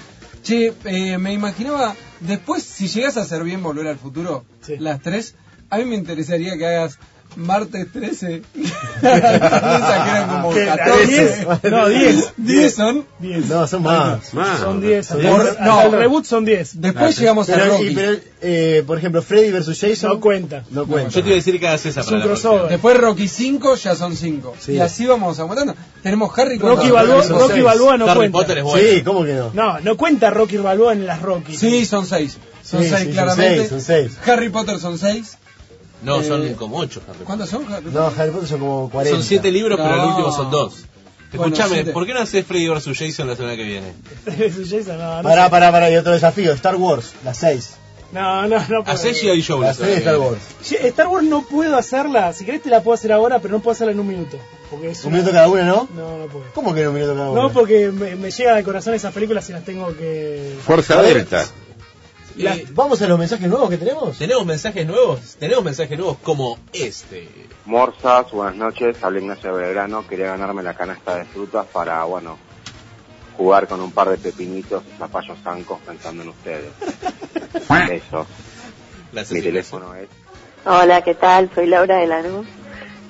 Che, eh, me imaginaba, después, si llegas a hacer bien Volver al Futuro, las tres, a mí me interesaría que hagas martes 13. Esa Ah, que eran como Que- 14. diez, no, diez. 10 son. No, son más. Son 10. Son Por- diez. hasta el reboot son Ah, 10. Después llegamos a Pero, Rocky. y- pero, eh, por ejemplo, Freddy versus Jason. No cuenta. No cuenta. Yo te iba a decir que hagas esa para la Después Rocky 5, ya son 5. Sí. Y así vamos aumentando. Tenemos Harry Rocky Potter, Balboa, son Rocky seis. Balboa no Harry cuenta. Potter es bueno. Sí, ¿cómo que no? No, no cuenta Rocky Balboa en las Rocky. Sí, son 6. Son Sí, 6 sí, son claramente. seis, son seis. Harry Potter son 6. próxima. No, son Eh, como 8. ¿Cuántos son? Harry No, pues, Harry Potter son como 40. Son 7 libros, pero el No. último son 2. Bueno, Escuchame, siete. ¿por qué no haces Freddy vs. Jason la semana que viene? Jason, no, no Pará, sé. pará, pará, y otro desafío, Star Wars, las 6. No, no, no. puedo. Hacés G.I. Joe la Las semana 6 de que Star viene. Wars. Che, Star Wars no puedo hacerla. Si querés te la puedo hacer ahora, pero no puedo hacerla en un minuto. Porque es Un una- minuto cada una, ¿no? Ah, No, no puedo. ¿Cómo que no un minuto cada una? No, porque me, me llegan al corazón esas películas y las tengo que... Fuerza Delta. Las- Eh, ¿Vamos a los mensajes nuevos que tenemos? ¿Tenemos mensajes nuevos? Tenemos mensajes nuevos como este. Morsas, buenas noches, hablé Ignacio Belgrano, quería ganarme la canasta de frutas para, bueno, jugar con un par de pepinitos, zapallos zancos pensando en ustedes. Besos. Mi teléfono es... Hola, ¿qué tal? Soy Laura de Lanús.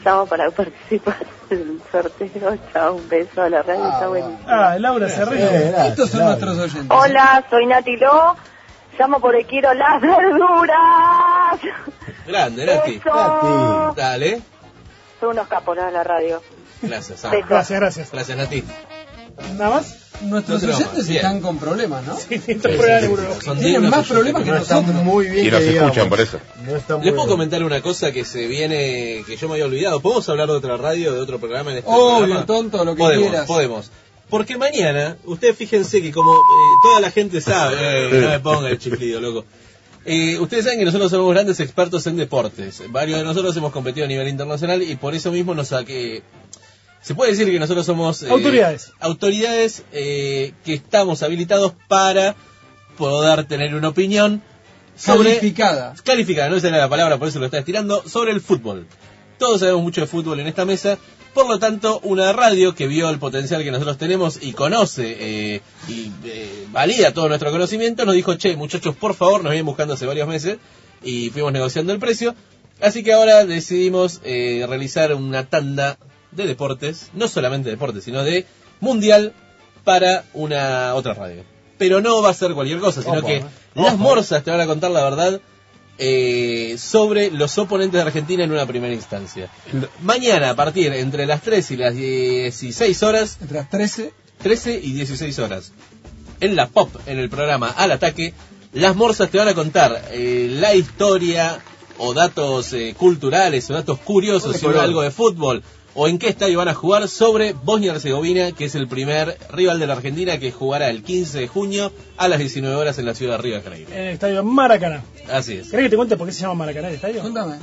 Llamo para participar del sorteo. Chao, un beso a la radio. está buenísimo. Ah, Laura se ríe. Estos son nuestros oyentes. Hola, soy Nati Lo. Llamo porque quiero las verduras. Grande, Nati. Besos. Nati. Dale. Son unos capos, ¿no? en la radio. Gracias, ah. Sam. Besos. Gracias, gracias. Gracias, Nati. Nada más. Nuestros No tenemos oyentes más, bien. están con problemas, ¿no? Son Tienen dignos más oyentes. problemas que No está nosotros. muy bien Y nos que digamos. escuchan por eso. No está muy ¿Les puedo bien. comentar una cosa que se viene, que yo me había olvidado? ¿Podemos hablar de otra radio, de otro programa en este Obvio, programa? tonto, lo que podemos, quieras. Podemos, Porque mañana, ustedes fíjense que como eh, toda la gente sabe, eh, no me ponga el chiflido, loco. Eh, ustedes saben que nosotros somos grandes expertos en deportes. Varios de nosotros hemos competido a nivel internacional y por eso mismo nos saqué. Se puede decir que nosotros somos. eh, Oh, Autoridades. Autoridades eh, que estamos habilitados para poder tener una opinión sobre. Calificada. Calificada, no esa era la palabra, por eso lo está estirando. Sobre el fútbol. Todos sabemos mucho de fútbol en esta mesa. Por lo tanto, una radio que vio el potencial que nosotros tenemos y conoce eh, y eh, valida todo nuestro conocimiento, nos dijo, che, muchachos, por favor, nos vienen buscando hace varios meses y fuimos negociando el precio. Así que ahora decidimos eh, realizar una tanda de deportes, no solamente deportes, sino de mundial para una otra radio. Pero no va a ser cualquier cosa, sino Opa, que eh. las Opa. morsas te van a contar la verdad eh, sobre los oponentes de Argentina en una primera instancia. Mañana, a partir entre las 3 y las 16 horas. Entre las 13. 13 y 16 horas. En la pop, en el programa Al Ataque, las morsas te van a contar eh, la historia o datos eh, culturales o datos curiosos Ole, sobre color. algo de fútbol o en qué estadio van a jugar sobre Bosnia y Herzegovina, que es el primer rival de la Argentina que jugará el 15 de junio a las 19 horas en la ciudad de Río de Janeiro. En el estadio Maracaná. Así es. ¿Querés que te cuente por qué se llama Maracaná el estadio? Cuéntame.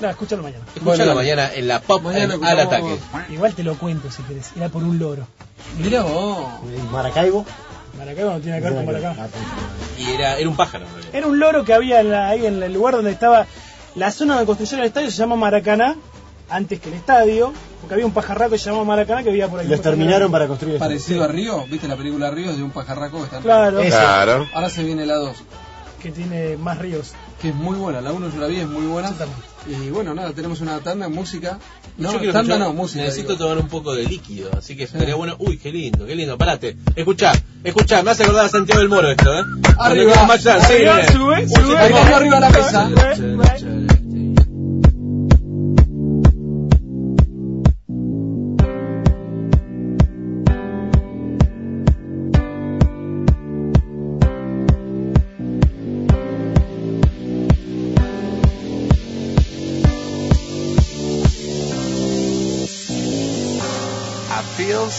No, escúchalo mañana. Escúchalo mañana en la pop Mañana en lo al ataque. escuchamos. Igual te lo cuento si querés. Era por un loro. Mira vos. Maracaibo. Maracaibo no tiene que ver con Maracá. Y era, era un pájaro. ¿no? Era un loro que había en la- ahí en el lugar donde estaba la zona donde construyeron el estadio, se llama Maracaná, antes que el estadio, porque había un pajarraco que se llamaba Maracaná que vivía por ahí. Los terminaron para construir el Parecido a Río, ¿viste la película Río? Es de un pajarraco que está en Claro. Río. Claro. Ahora se viene la 2, Que tiene más ríos. que es muy buena. La 1 yo la vi, es muy buena. Y bueno, nada, tenemos una tanda en música. No, Yo quiero tanda escuchar- no, música. Necesito digo. tomar un poco de líquido, así que estaría bueno. Uy, qué lindo, qué lindo. Parate. Escuchá, escuchá, me hace acordar a Santiago del Moro esto, ¿eh? Cuando Arriba, queda más allá, sí, arriba, bien. sube, Uy, sube. se Ahí tomó. está, arriba la mesa. I feel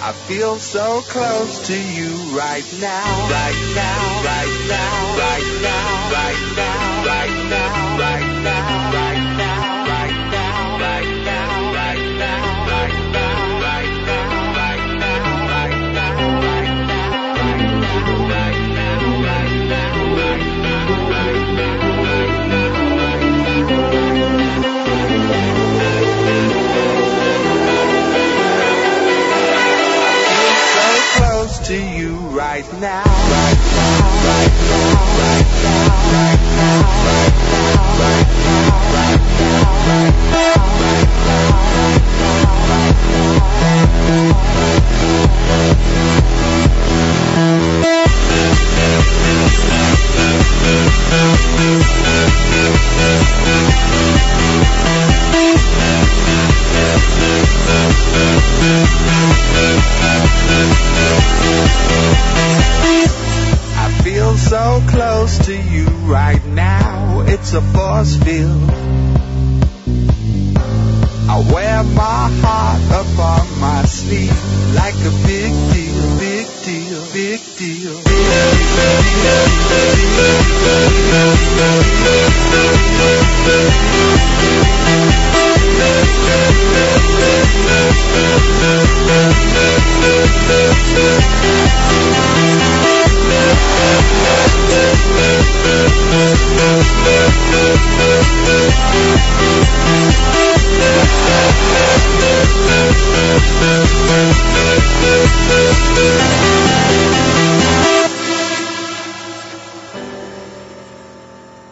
I feel so close to you right now, right now, right now, right now, right now, right now, right now, right now, right now, right now, right now, right now, right now, right now, right now, right now, right now, right now, right now, right now, right now, so close to you right now. Right now, right now, right now, right now, right now, right now, right now, right now, right now, right now, right now, right now. I feel so close to you right now, it's a force field. I wear my heart up on my sleeve like a big deal, big deal, big deal. Big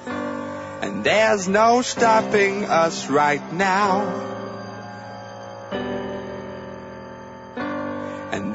And there's no stopping us right now. And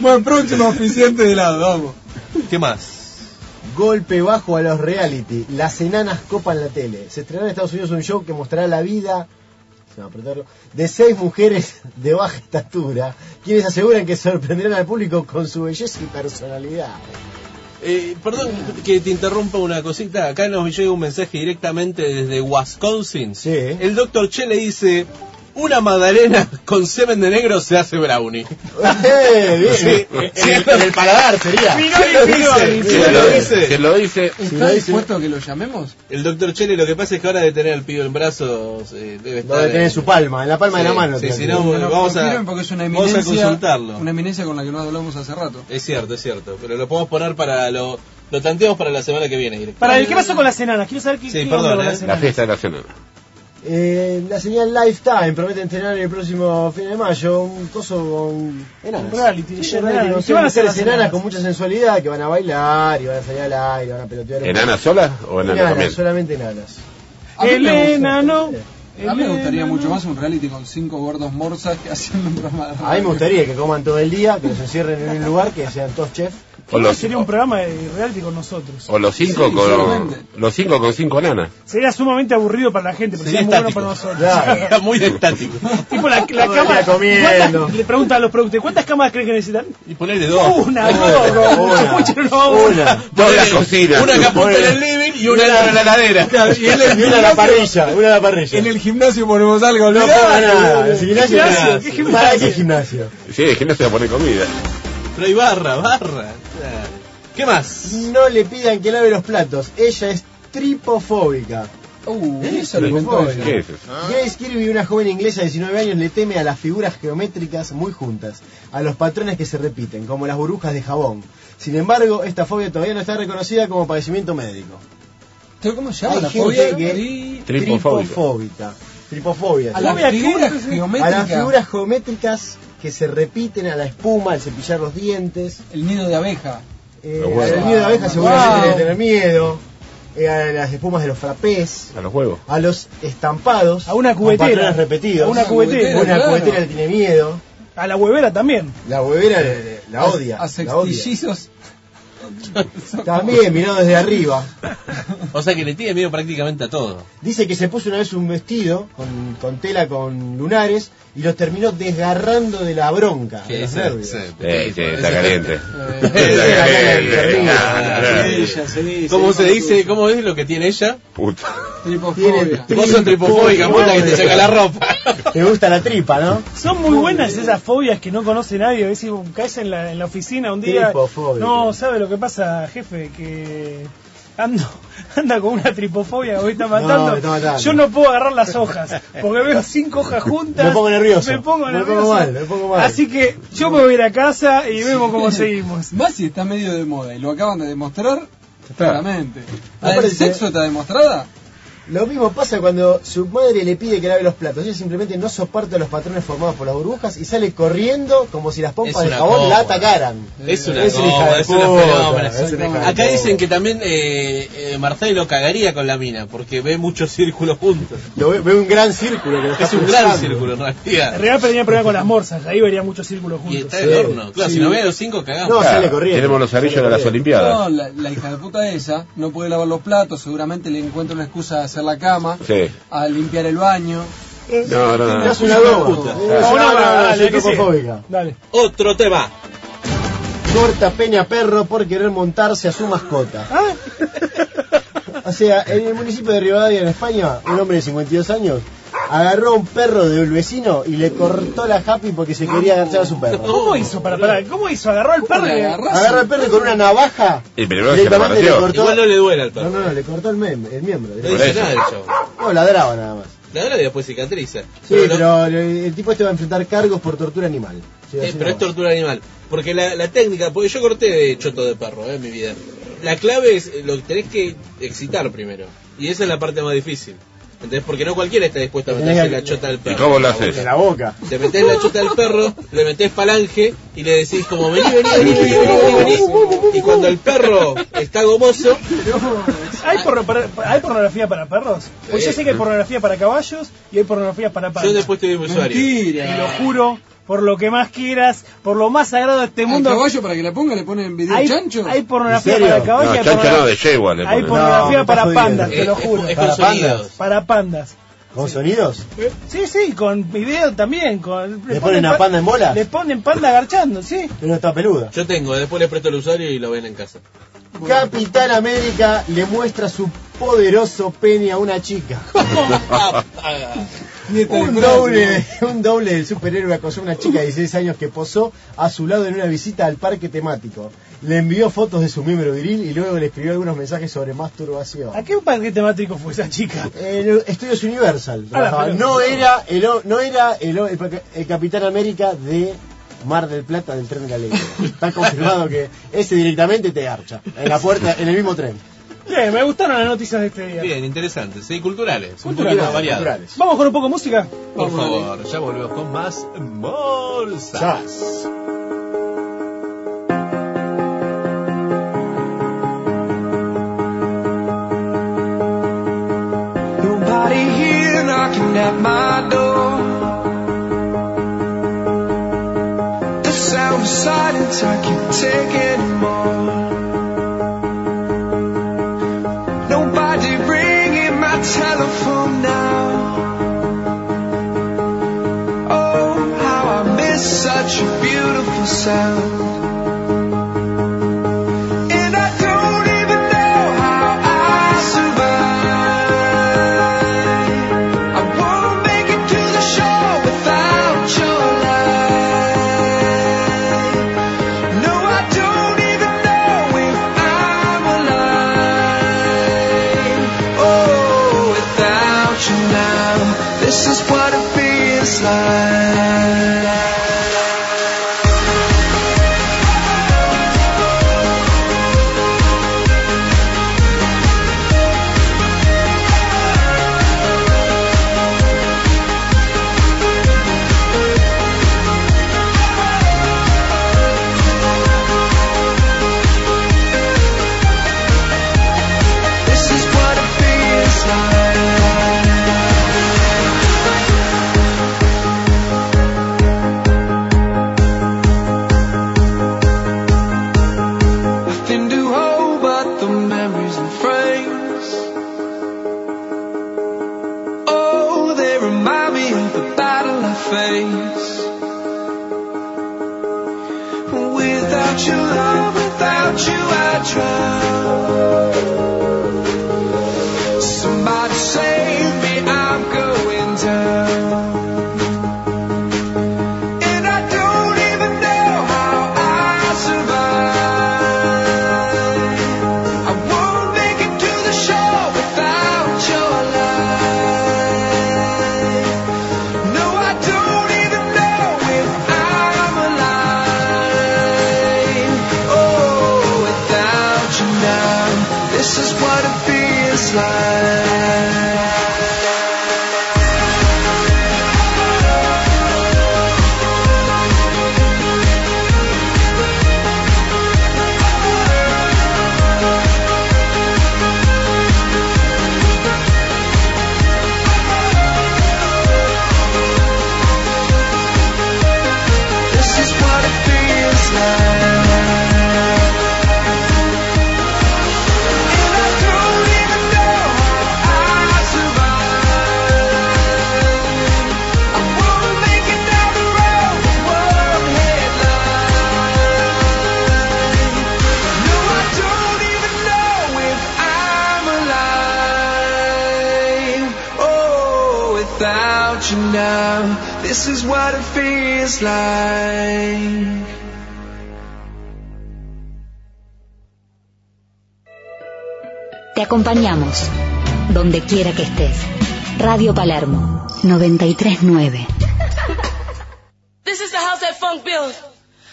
Bueno, próximo oficiante de helado, vamos. ¿Qué más? Golpe bajo a los reality. Las enanas copan la tele. Se estrenará en Estados Unidos un show que mostrará la vida se va a apretarlo, de seis mujeres de baja estatura, quienes aseguran que sorprenderán al público con su belleza y personalidad. Eh, perdón que te interrumpa una cosita. Acá nos llega un mensaje directamente desde Wisconsin. El doctor Che le dice: Una magdalena con semen de negro se hace brownie. ¡Eh! Bien. Sí. En, el, en el paladar sería. ¿Quién lo dice? ¿Quién lo dice? ¿Quién lo dice? ¿Está dispuesto a que lo llamemos? El doctor Chele, lo que pasa es que ahora de tener al pibe en brazos eh, debe estar. Donde tenés eh, su palma, en la palma de la sí, mano. Sí, tenés. si no, Nos vamos a, confirman porque es una vamos a eminencia, consultarlo. Una eminencia con la que no hablamos hace rato. Es cierto, es cierto. Pero lo podemos poner para lo. Lo tanteamos para la semana que viene directamente. Para el, ¿qué pasó con las enanas? Quiero saber qué, Sí, qué perdón, onda con eh. las La enanas. fiesta de la cena. Eh, la señal Lifetime promete entrenar el próximo fin de mayo un coso con enanas. Un reality, Sí, de un reality enanas. con ¿Qué van a mujeres hacer las enanas enanas? con mucha sensualidad que van a bailar y van a salir al aire, van a pelotear. un- ¿Enana sola o enana Enanas, también? solamente enanas. A mí me gusta. no. Eh, A mí me gustaría Elena, mucho no. más un reality con cinco gordos morsas que haciendo un programa de radio. A mí me gustaría que coman todo el día, que los encierren en un lugar, que sean todos chefs. O los, Sería un programa de reality con nosotros. o los cinco Sí, con. solamente. Los cinco con cinco enanas. Sería sumamente aburrido para la gente, pero Sería sería muy bueno estático. para nosotros. Era muy estático. tipo la, la Todo el cámara. día comiendo. ¿cuántas- Le preguntan a los productores, ¿cuántas cámaras creen que necesitan? Y ponerle dos. Una, dos, Una. mucho, no, una. Dos en la cocina. Una que apunta en el living y una en la heladera. Y una a la parrilla, una a la parrilla. En el gimnasio ponemos algo, No loco. pongan nada, el gimnasio, gimnasio? nada. ¿Qué gimnasio? ¿Para qué gimnasio? Sí, es que no se va a poner comida. Pero hay barra, barra. ¿Qué más? No le pidan que lave los platos, ella es tripofóbica. Uh, eso lo inventó ella. ¿Qué es eso? Grace Kirby, una joven inglesa de 19 años, le teme a las figuras geométricas muy juntas, a los patrones que se repiten, como las burbujas de jabón. Sin embargo, esta fobia todavía no está reconocida como padecimiento médico. Pero ¿Cómo se Hay llama la gente fobia? que- Tri- Tripofóbica. Tripofóbica. Tripofobia. A sí. las ¿Fobia qué? figuras Sí, sí. A las geométricas. figuras geométricas que se repiten a la espuma, al cepillar los dientes. El nido de abeja. Ah, Eh, Los huevos. al nido de abeja Wow. seguramente debe tener miedo. eh, a las espumas de los frapés. A los huevos. A los estampados. A una con cubetera. patrones repetidos. A una cubetera, Una claro. cubetera le tiene miedo. A la huevera también. La huevera le- le- la odia. A, a la odia. sextillizos. También mirado desde arriba. O sea que le tiene miedo prácticamente a todo. Dice que se puso una vez un vestido con, con tela con lunares y los terminó desgarrando de la bronca. de los nervios. Eh, sí, está caliente. Eh, Está eh, caliente. eh, Nah, nah, nah. ella, sí, ¿Cómo sí, se no, dice? ¿Cómo es lo que tiene ella? Puta. Tripofobia. Vos sos tripofóbica, puta que te saca la ropa. Te gusta la tripa, ¿no? Son muy buenas esas fobias que no conoce nadie. A veces caes en la, en la oficina un día. Tripofobia. No, ¿sabe lo que pasa, jefe? Que ando, anda con una tripofobia que me está matando. No, me está matando. Yo no puedo agarrar las hojas porque veo cinco hojas juntas. Me pongo nervioso. Me pongo Me pongo nervioso. mal, me pongo mal. Así que yo me voy a ir a casa y vemos cómo seguimos. Más si está medio de moda y lo acaban de demostrar claramente. ¿La del Aparece- sexo está demostrada? Lo mismo pasa cuando su madre le pide que lave los platos. Ella simplemente no soporta los patrones formados por las burbujas y sale corriendo como si las pompas Es de una jabón la cobra. atacaran. Es una Es una hija goma, de es una puta, fenómena. es una hija de Acá puta. dicen que también eh, eh, Marcelo cagaría con la mina porque ve muchos círculos juntos. Lo ve, ve un gran círculo que lo está Es un gran pulsando. círculo en En realidad. realidad tenía problema con las morsas. Ahí vería muchos círculos Y juntos. está el Sí, horno. Claro, sí. si no ve a los cinco cagamos. No, Claro, sale corriendo. Tenemos los Sale anillos de las corriendo. Olimpiadas. No, la, la hija de puta esa no puede lavar los platos, seguramente le encuentra una excusa a hacer la cama, Sí. a limpiar el baño. No, no, No no. es una loba. Puta. Es No, una no, loba, dale, soy que sigue. tripofóbica. Dale. Otro tema. Corta Peña Perro por querer montarse a su mascota. O sea, en el municipio de Rivadavia, en España, un hombre de 52 años agarró a un perro de un vecino y le cortó la happy porque se quería agachar a su perro. ¿Cómo hizo? Para, para, ¿Cómo hizo? Agarró el perro Le y agarró así. Agarró al perro y con una navaja. Y primero se la directamente partió. le cortó. Igual no le duele al No, perro. no, no, le cortó el, mem- el miembro. No dice eso. nada el show. No, ladraba nada más. La verdad después cicatriza. Sí, Pero no- pero el tipo este va a enfrentar cargos por tortura animal. Sí, Eh, así pero es nomás. tortura animal. Porque la, la técnica, porque yo corté de choto de perro eh, en mi vida. La clave es eh, lo que tenés que excitar primero. Y esa es la parte más difícil. ¿Entendés? Porque no cualquiera está dispuesto a Tenés meterse que- la chota del ¿Y perro. cómo lo En haces? la boca. Te metés la chota del perro, le metés falange y le decís como vení, vení, vení, vení, vení, vení. Y cuando el perro está gomoso, ¿Hay, porno- para- ¿Hay pornografía para perros? Pues yo sé que hay pornografía para caballos y hay pornografía para Eh. yo pandas. después te doy mi usuario. Te lo Mentira. juro, por lo que más quieras, por lo más sagrado de este Al mundo. caballo para que la ponga le ponen video Hay, chancho. hay pornografía ¿En serio? para caballos No, y hay chancho no, pornografía- de yegua le hay ponen. pornografía No, me para estás pandas, jodiendo. te lo Eh, es- juro. es con para pandas. sonidos. Para pandas. ¿Con sonidos? Sí, sí, con video también. Con, ¿Le ponen a pa- panda en bolas? Le ponen panda agarchando, sí. Pero no está peluda. Yo tengo, después le presto el usuario y lo ven en casa. Capitán América le muestra su poderoso pene a una chica. un, doble, un doble del superhéroe acosó a una chica de 16 años que posó a su lado en una visita al parque temático. Le envió fotos de su miembro viril y luego le escribió algunos mensajes sobre masturbación. ¿A qué parque temático fue esa chica? Ah, El Estudios Universal. trabajaba. no era, el, o- no era el, o- el pa- el Capitán América de Mar del Plata del tren de la ley. Está confirmado que ese directamente te garcha. En la puerta, en el mismo tren. Bien, me gustaron las noticias de este día. Bien, interesantes, sí, culturales, Culturales, un poquito variados. Vamos con un poco de música. Por favor, ya volvemos con más bolsas. Nobody here knocking at my door. The sound of silence, I can't take anymore. Nobody ringing my telephone now. Oh, how I miss such a beautiful sound. And I don't even know how I survive. I won't make it to the shore without your light. No, I don't even know if I'm alive. Oh, without you now, this is what it feels like. This is what it feels like. Nothing to hold but the memories and frames. Oh, they remind me of the battle I faced. Without your love, without you, I drown. Somebody save me, I'm going down. And I don't even know how I survive. I won't make it to the shore without your light. No, I don't even know if I'm alive. Oh, without you now, this is what it feels like. This is what it feels like. And I don't even know how I survive. I won't make it down the road with one headlight. No, I don't even know if I'm alive. Oh, without you now, this is what it feels like. Te acompañamos, donde quiera que estés. Radio Palermo 939. This is the house that funk built,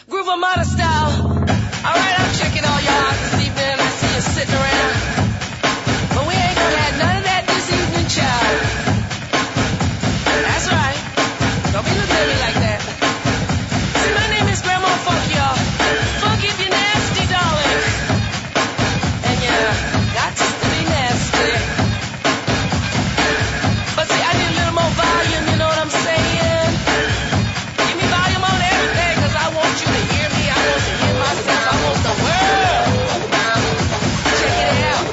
groove Armada style. All right, I'm checking all your houses this evening. I see you sitting around, but we ain't gonna have none of that this evening, child. That's right. Don't be looking at me like that. See, my name is Grandma Funk, y'all. Funk if you're nasty, darling, and you got to be nasty. But see, I need a little more volume. You know what I'm saying? Give me volume on everything, 'cause I want you to hear me. I want to hear myself. I want the world. Check it out.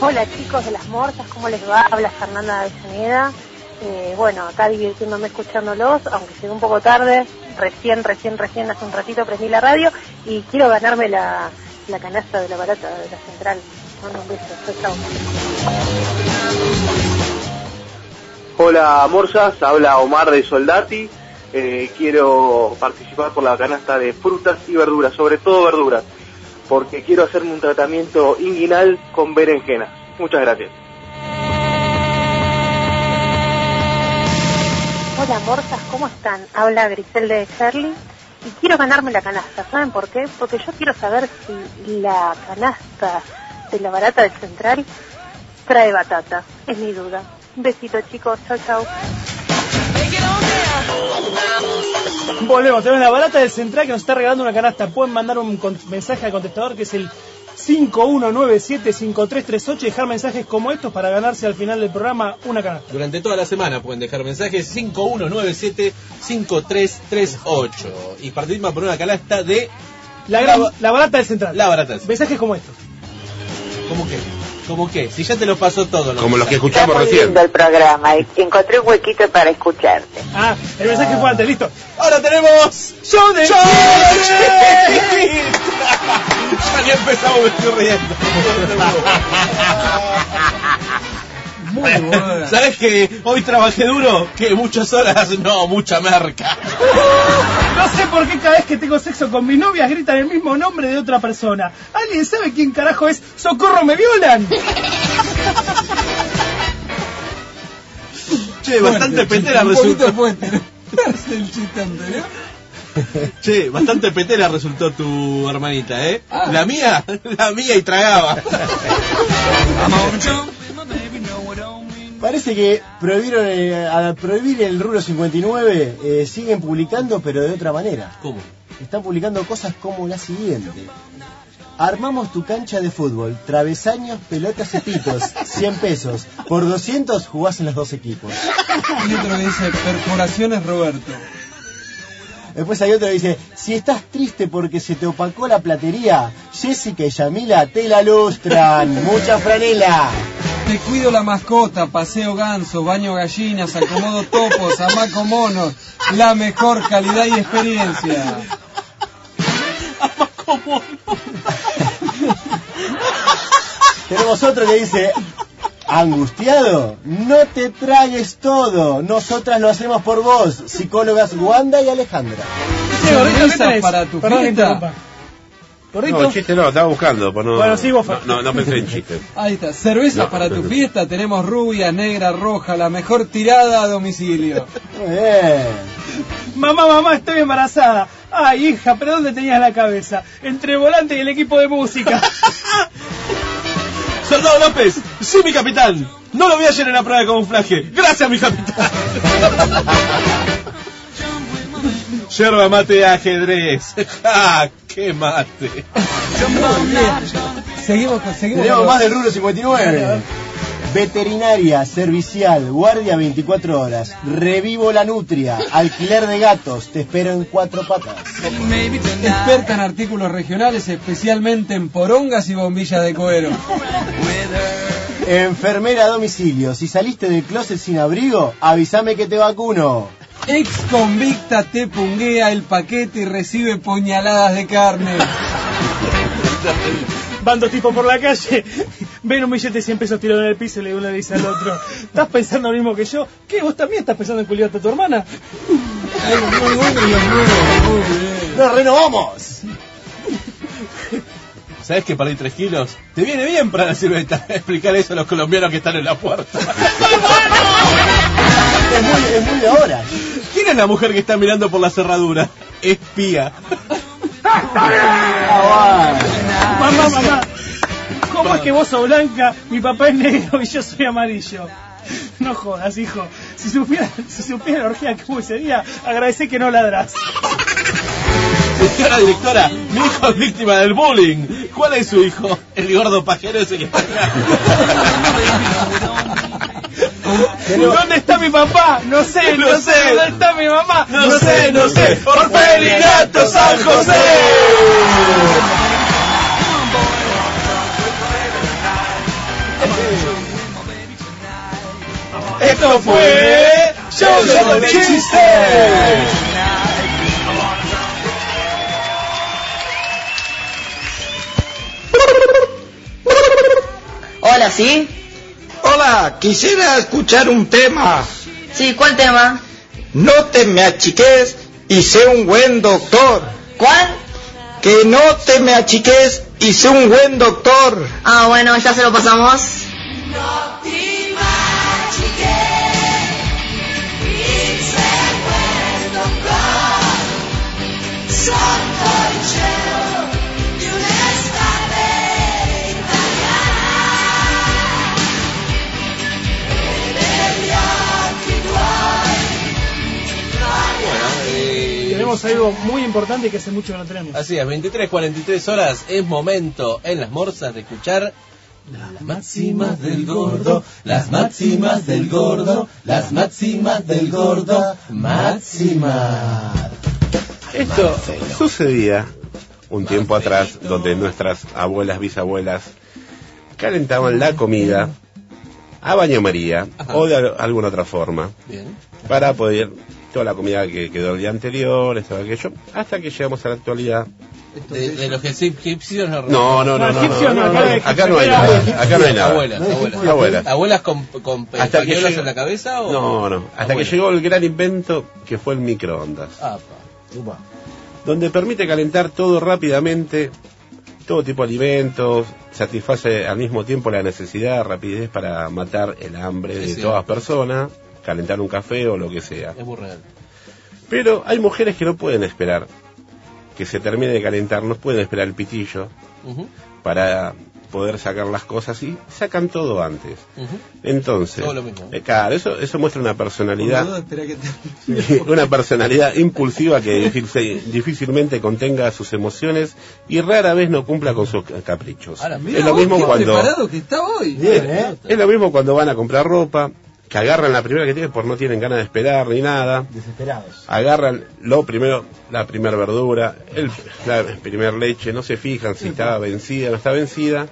Hola chicos de las Morsas, ¿cómo les va? Habla Fernanda de Avellaneda. Eh, bueno, acá divirtiéndome escuchándolos, aunque llegué un poco tarde, recién, recién, recién, hace un ratito prendí la radio y quiero ganarme la, la canasta de la barata de la central. Les mando un beso, chao, chao. Hola Morsas, habla Omar de Soldati. Eh, quiero participar por la canasta de frutas y verduras, sobre todo verduras, porque quiero hacerme un tratamiento inguinal con berenjenas. Muchas gracias. Hola Morsas, ¿cómo están? Habla Grisel de Charlie y quiero ganarme la canasta. ¿Saben por qué? Porque yo quiero saber si la canasta de la barata del central trae batata. Es mi duda. Un besito chicos, chao chao. Volvemos, tenemos la barata del central que nos está regalando una canasta. Pueden mandar un con- mensaje al contestador que es el 51975338 y dejar mensajes como estos para ganarse al final del programa una canasta. Durante toda la semana pueden dejar mensajes 5197-5338 y participan por una canasta de... La, gran- la barata del central. La barata del central. Mensajes como estos. ¿Cómo qué? ¿Cómo qué? Si ya te los pasó todo. Como los que escuchamos Está muy recién. lindo el programa y encontré un huequito para escucharte. Ah, el mensaje fue antes, listo. Ahora tenemos... ¡Show de ¡Show Chile! ya ni empezamos, me estoy riendo. Muy buena. ¿Sabes que hoy trabajé duro? Que muchas horas, no, mucha merca. ¡Uh! No sé por qué cada vez que tengo sexo con mis novias gritan el mismo nombre de otra persona. ¿Alguien sabe quién carajo es? ¡Socorro, me violan! Che, bastante Fuerte, petera un poquito resultó. fuerte, ¿no? Es el chiste anterior. Che, bastante petera resultó tu hermanita, ¿eh? Ah. La mía, la mía y tragaba. Parece que prohibieron eh, al prohibir el rubro 59 eh, siguen publicando pero de otra manera. ¿Cómo? Están publicando cosas como la siguiente. Armamos tu cancha de fútbol, travesaños, pelotas y pitos, 100 pesos. Por 200 jugás en los dos equipos. Y otro que dice, perforaciones Roberto. Después hay otro que dice, si estás triste porque se te opacó la platería, Jessica y Yamila te la lustran. Mucha franela. Te cuido la mascota, paseo ganso, baño gallinas, acomodo topos, amaco monos, la mejor calidad y experiencia. Tenemos otro que dice, angustiado, no te tragues todo. Nosotras lo hacemos por vos, psicólogas Wanda y Alejandra. Gordito, ¿qué tenés? para tu Perdón, fiesta. interrumpa. Gordito. No, chiste no, estaba buscando. pues no, Bueno, sí, vos, no, no, no pensé en chistes. Ahí está, cerveza No. para tu fiesta, tenemos rubia, negra, roja, la mejor tirada a domicilio. Mamá, mamá, estoy embarazada. Ay, hija, ¿pero dónde tenías la cabeza? Entre el volante y el equipo de música. Soldado López, sí, mi capitán. No lo vi ayer en la prueba de camuflaje. Gracias, mi capitán. Yerba mate ajedrez. ¡Ja! ¡Qué mate! Seguimos con, seguimos Tenemos con más los- del rubro 59. Veterinaria, servicial, guardia 24 horas, revivo la nutria, alquiler de gatos, te espero en cuatro patas. Experta en artículos regionales, especialmente en porongas y bombillas de cuero. Enfermera a domicilio, si saliste del closet sin abrigo, avísame que te vacuno. Ex convicta te punguea el paquete y recibe puñaladas de carne. Van dos tipos por la calle, ven un billete de 100 pesos tirado en el piso y le uno le dice al otro, ¿estás pensando lo mismo que yo? ¿Qué? ¿Vos también estás pensando en culiarte a tu hermana? ¡Nos renovamos! ¿Sabes que perdí 3 kilos? Te viene bien para la silueta explicar eso a los colombianos que están en la puerta. Es muy, es muy de ahora. ¿Quién es la mujer que está mirando por la cerradura? Espía. Mamá, mamá, ¿cómo es que vos sos blanca, mi papá es negro y yo soy amarillo? No jodas, hijo. Si supieras si supiera la orgía que hubo ese día, agradecé que no ladras. Señora directora, mi hijo es víctima del bullying. ¿Cuál es su hijo? El gordo pajero ese que está ¿Dónde está mi papá? No sé, no, No sé. sé. ¿Dónde está mi mamá? No sé, no sé. Orfelinato Orfelinato San José. eso fue. Yo solo me chiste. Hola, ¿sí? Hola, quisiera escuchar un tema. Sí, ¿cuál tema? No te me achiques y sé un buen doctor. ¿Cuál? Que no te me achiques y sé un buen doctor. Ah, bueno, ya se lo pasamos. Tenemos algo muy importante que hace mucho que no tenemos. Así es, 23, 43 horas es momento en las morsas de escuchar las máximas del gordo, las máximas del gordo, las máximas del gordo, máximas. Esto. Sucedía un tiempo atrás donde nuestras abuelas, bisabuelas calentaban la comida a baño María o de al- alguna otra forma Bien. para poder toda la comida que quedó el día anterior, esto, aquello, hasta que llegamos a la actualidad. De, de los egip- egipcios no. No, no, no, no, no, no, no, no, acá no hay nada, acá no hay nada. Abuelas, No, abuelas. egipcios, abuelas. ¿Abuelas con, con pe- Hasta que pañuelos llegue- en la cabeza o...? No, no, hasta que llegó el gran invento que fue el microondas. Ah, donde permite calentar todo rápidamente, todo tipo de alimentos, satisface al mismo tiempo la necesidad, rapidez para matar el hambre de sí. todas personas, calentar un café o lo que sea. es burreal. Pero hay mujeres que no pueden esperar que se termine de calentar, no pueden esperar el pitillo Ujú, para poder sacar las cosas y sacan todo antes. ujú. Entonces, Todo lo mismo. eh, claro, eso, eso muestra una personalidad Espera que te... una personalidad impulsiva que difícil- difícilmente contenga sus emociones y rara vez no cumpla con sus caprichos. Ahora, mira Es lo vos, mismo qué cuando ¿eh? preparado que está hoy. es lo mismo cuando van a comprar ropa, que agarran la primera que tienen por no tienen ganas de esperar ni nada, Desesperados. agarran lo primero la primera verdura, el, la primer leche, no se fijan si está vencida o no está vencida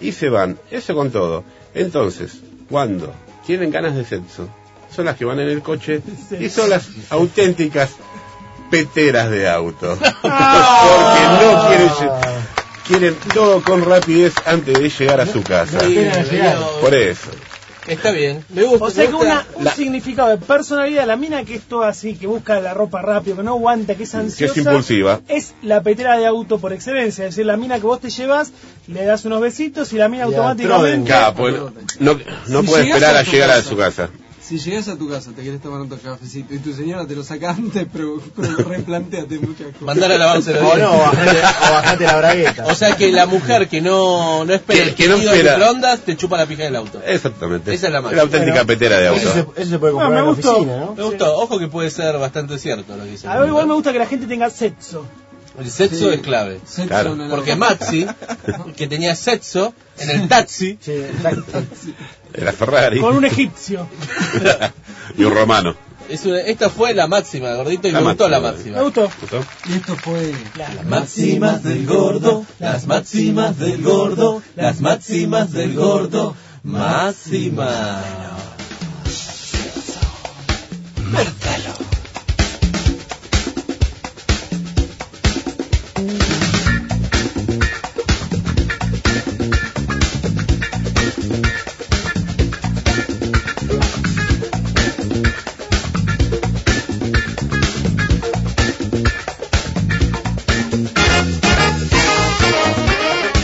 y se van. Eso con todo. Entonces, cuando tienen ganas de sexo, son las que van en el coche y son las auténticas peteras de auto. Porque no quieren, lle- quieren todo con rapidez antes de llegar a su casa. Por eso. Está bien, me gusta. O sea me que gusta. una, un significado de personalidad, la mina que es toda así, que busca la ropa rápido, que no aguanta, que es ansiosa. impulsiva. Es la petera de auto por excelencia. Es decir, la mina que vos te llevas, le das unos besitos y la mina automáticamente. Capo, no, no- no Si puede llegas esperar a a tu llegar a casa. su casa. Si llegas a tu casa, te querés tomar otro cafecito y tu señora te lo saca antes, pero, pero replanteate muchas cosas. Mandar a lavarse los O dientes. no, o bajate- o bajate la bragueta. O sea que la mujer que no, no espera Que- el que no pitido del espera. microondas te chupa la pija del auto. Exactamente. Esa es la máxima. auténtica Bueno. petera de Eso auto. Eso se puede comprar Ah, me en la gustó. oficina, ¿no? Me gustó. Ojo que puede ser bastante cierto lo que dice. A ver, igual me gusta que la gente tenga sexo. El sexo Sí. es clave. Claro. no lo- Porque Maxi, que tenía sexo en el taxi, La Ferrari. Con un egipcio. y un romano. es una- esta fue la máxima, gordito, y La me gustó la máxima. máxima. Me gustó. Y esto fue las máximas del gordo, las máximas del gordo, las máximas del gordo, máximas.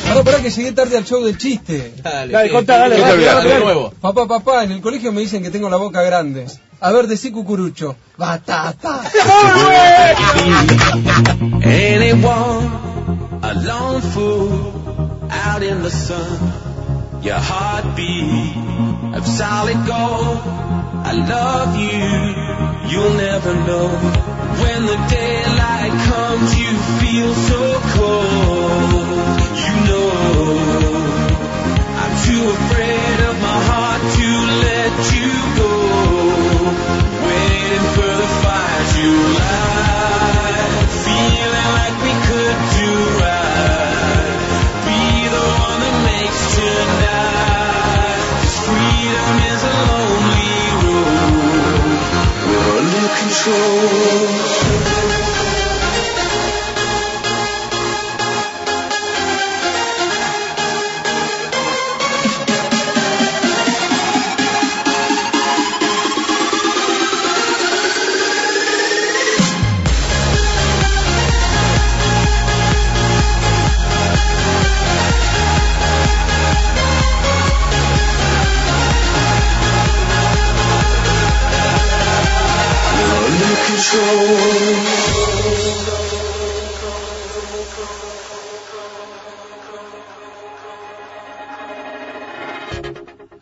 Ahora pará que llegué tarde al show del chiste. Dale, Dale, sí. contá, dale, ¿Qué te dale, olvidaste? dale, de nuevo. Papá, papá, en el colegio me dicen que tengo la boca grande. A ver, decí cucurucho. Batata. Anyone, a lone fool out in the sun, your heartbeat of solid gold. I love you, you'll never know. When the daylight comes, you feel so cold. You know, I'm too afraid of my heart to let you go. Waiting for the fire to light, feeling like we could do right. Be the one that makes tonight. 'Cause freedom is a lonely road. cool.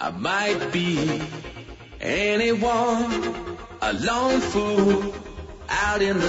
I might be anyone, a lone fool out in the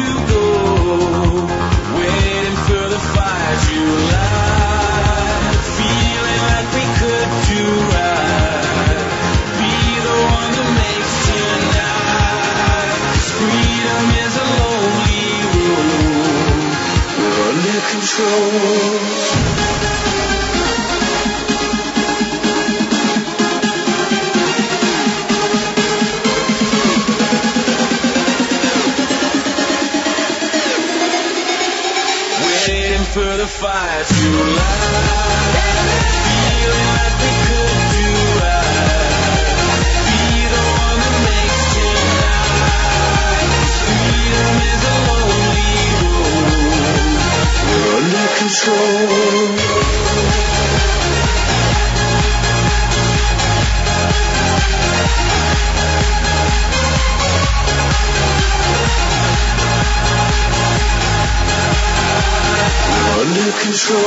go. Waiting for the fire July, feeling like we could do right. Be the one that makes tonight. 'Cause freedom is a lonely road. We're under control. waiting for the fire to light. Feeling like we could do right. Be the one that makes tonight. 'Cause Freedom is a lonely road. We're under control. Under control.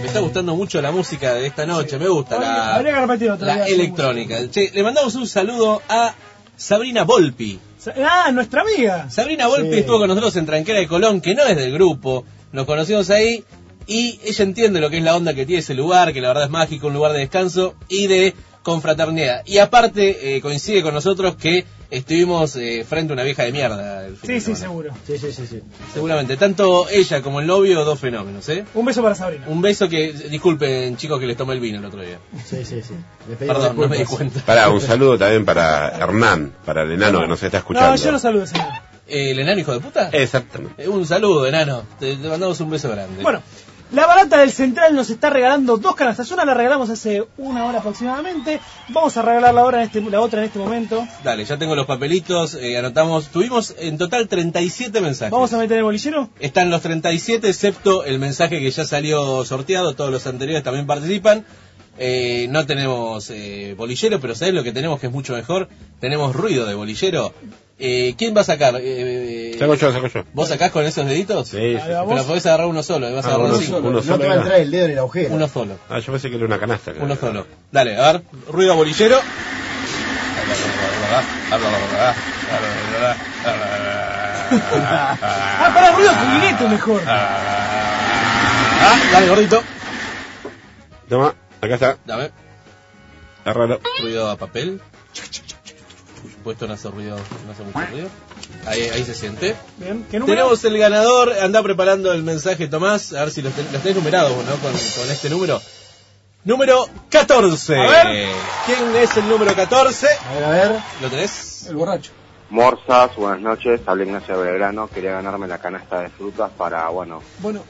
Me está gustando mucho la música de esta noche, me gusta la, Habría que repetir otra Ah, la vez. electrónica. Che, le mandamos un saludo a Sabrina Volpi. Ah, nuestra amiga. Sabrina Volpi estuvo con nosotros en Tranquera de Colón, que no es del grupo, nos conocimos ahí y ella entiende lo que es la onda que tiene ese lugar, que la verdad es mágico, un lugar de descanso y de confraternidad. Y aparte eh, coincide con nosotros que estuvimos eh, frente a una vieja de mierda, el- Sí, sí, seguro. Sí, sí, sí, sí. seguramente. Tanto ella como el novio, dos fenómenos, ¿eh? Un beso para Sabrina. Un beso que, disculpen chicos que les tomé el vino el otro día. Sí, sí, sí. Le pedimos Perdón, no me di disculpas. cuenta. Pará, un saludo también para Hernán, para el enano que nos está escuchando. lo saludo, señor. ¿El enano hijo de puta? Exactamente. Eh, un saludo, enano. Te, te mandamos un beso grande. Bueno, la barata del Central nos está regalando dos canastas. Una la regalamos hace una hora aproximadamente. Vamos a regalar la, hora en este, la otra en este momento. Dale, ya tengo los papelitos, eh, anotamos. Tuvimos en total 37 mensajes. Vamos a meter el bolillero. Están los 37, excepto el mensaje que ya salió sorteado. Todos los anteriores también participan. Eh, no tenemos eh, bolillero, pero ¿sabes lo que tenemos que es mucho mejor? Tenemos ruido de bolillero. Eh, ¿Quién va a sacar? Eh, Saco yo, saco yo. ¿Vos sacás con esos deditos? Sí, Pero podés agarrar uno solo, eh, vas a Ah, agarrar uno cinco. solo. Uno No solo te va a era. entrar el dedo en el agujero. Uno solo. Ah, yo pensé que era una canasta. creo. Uno solo. Dale, a ver, ruido a bolillero. Ah, para ruido culineto mejor. Ah, dale, gordito. Toma, acá está. Dame. Agárralo. Ruido a papel. Por supuesto, no hace ruido, no hace mucho ruido. Ahí, ahí se siente. Bien, ¿qué número? Tenemos el ganador, anda preparando el mensaje Tomás, a ver si los, ten- los tenés numerados vos, ¿no? Con, con este número. Número 14. A ver. ¿Quién es el número 14? A ver, a ver. ¿Lo tenés? El borracho. Morsas, buenas noches, habla Ignacio Belgrano, quería ganarme la canasta de frutas para, bueno, Bueno,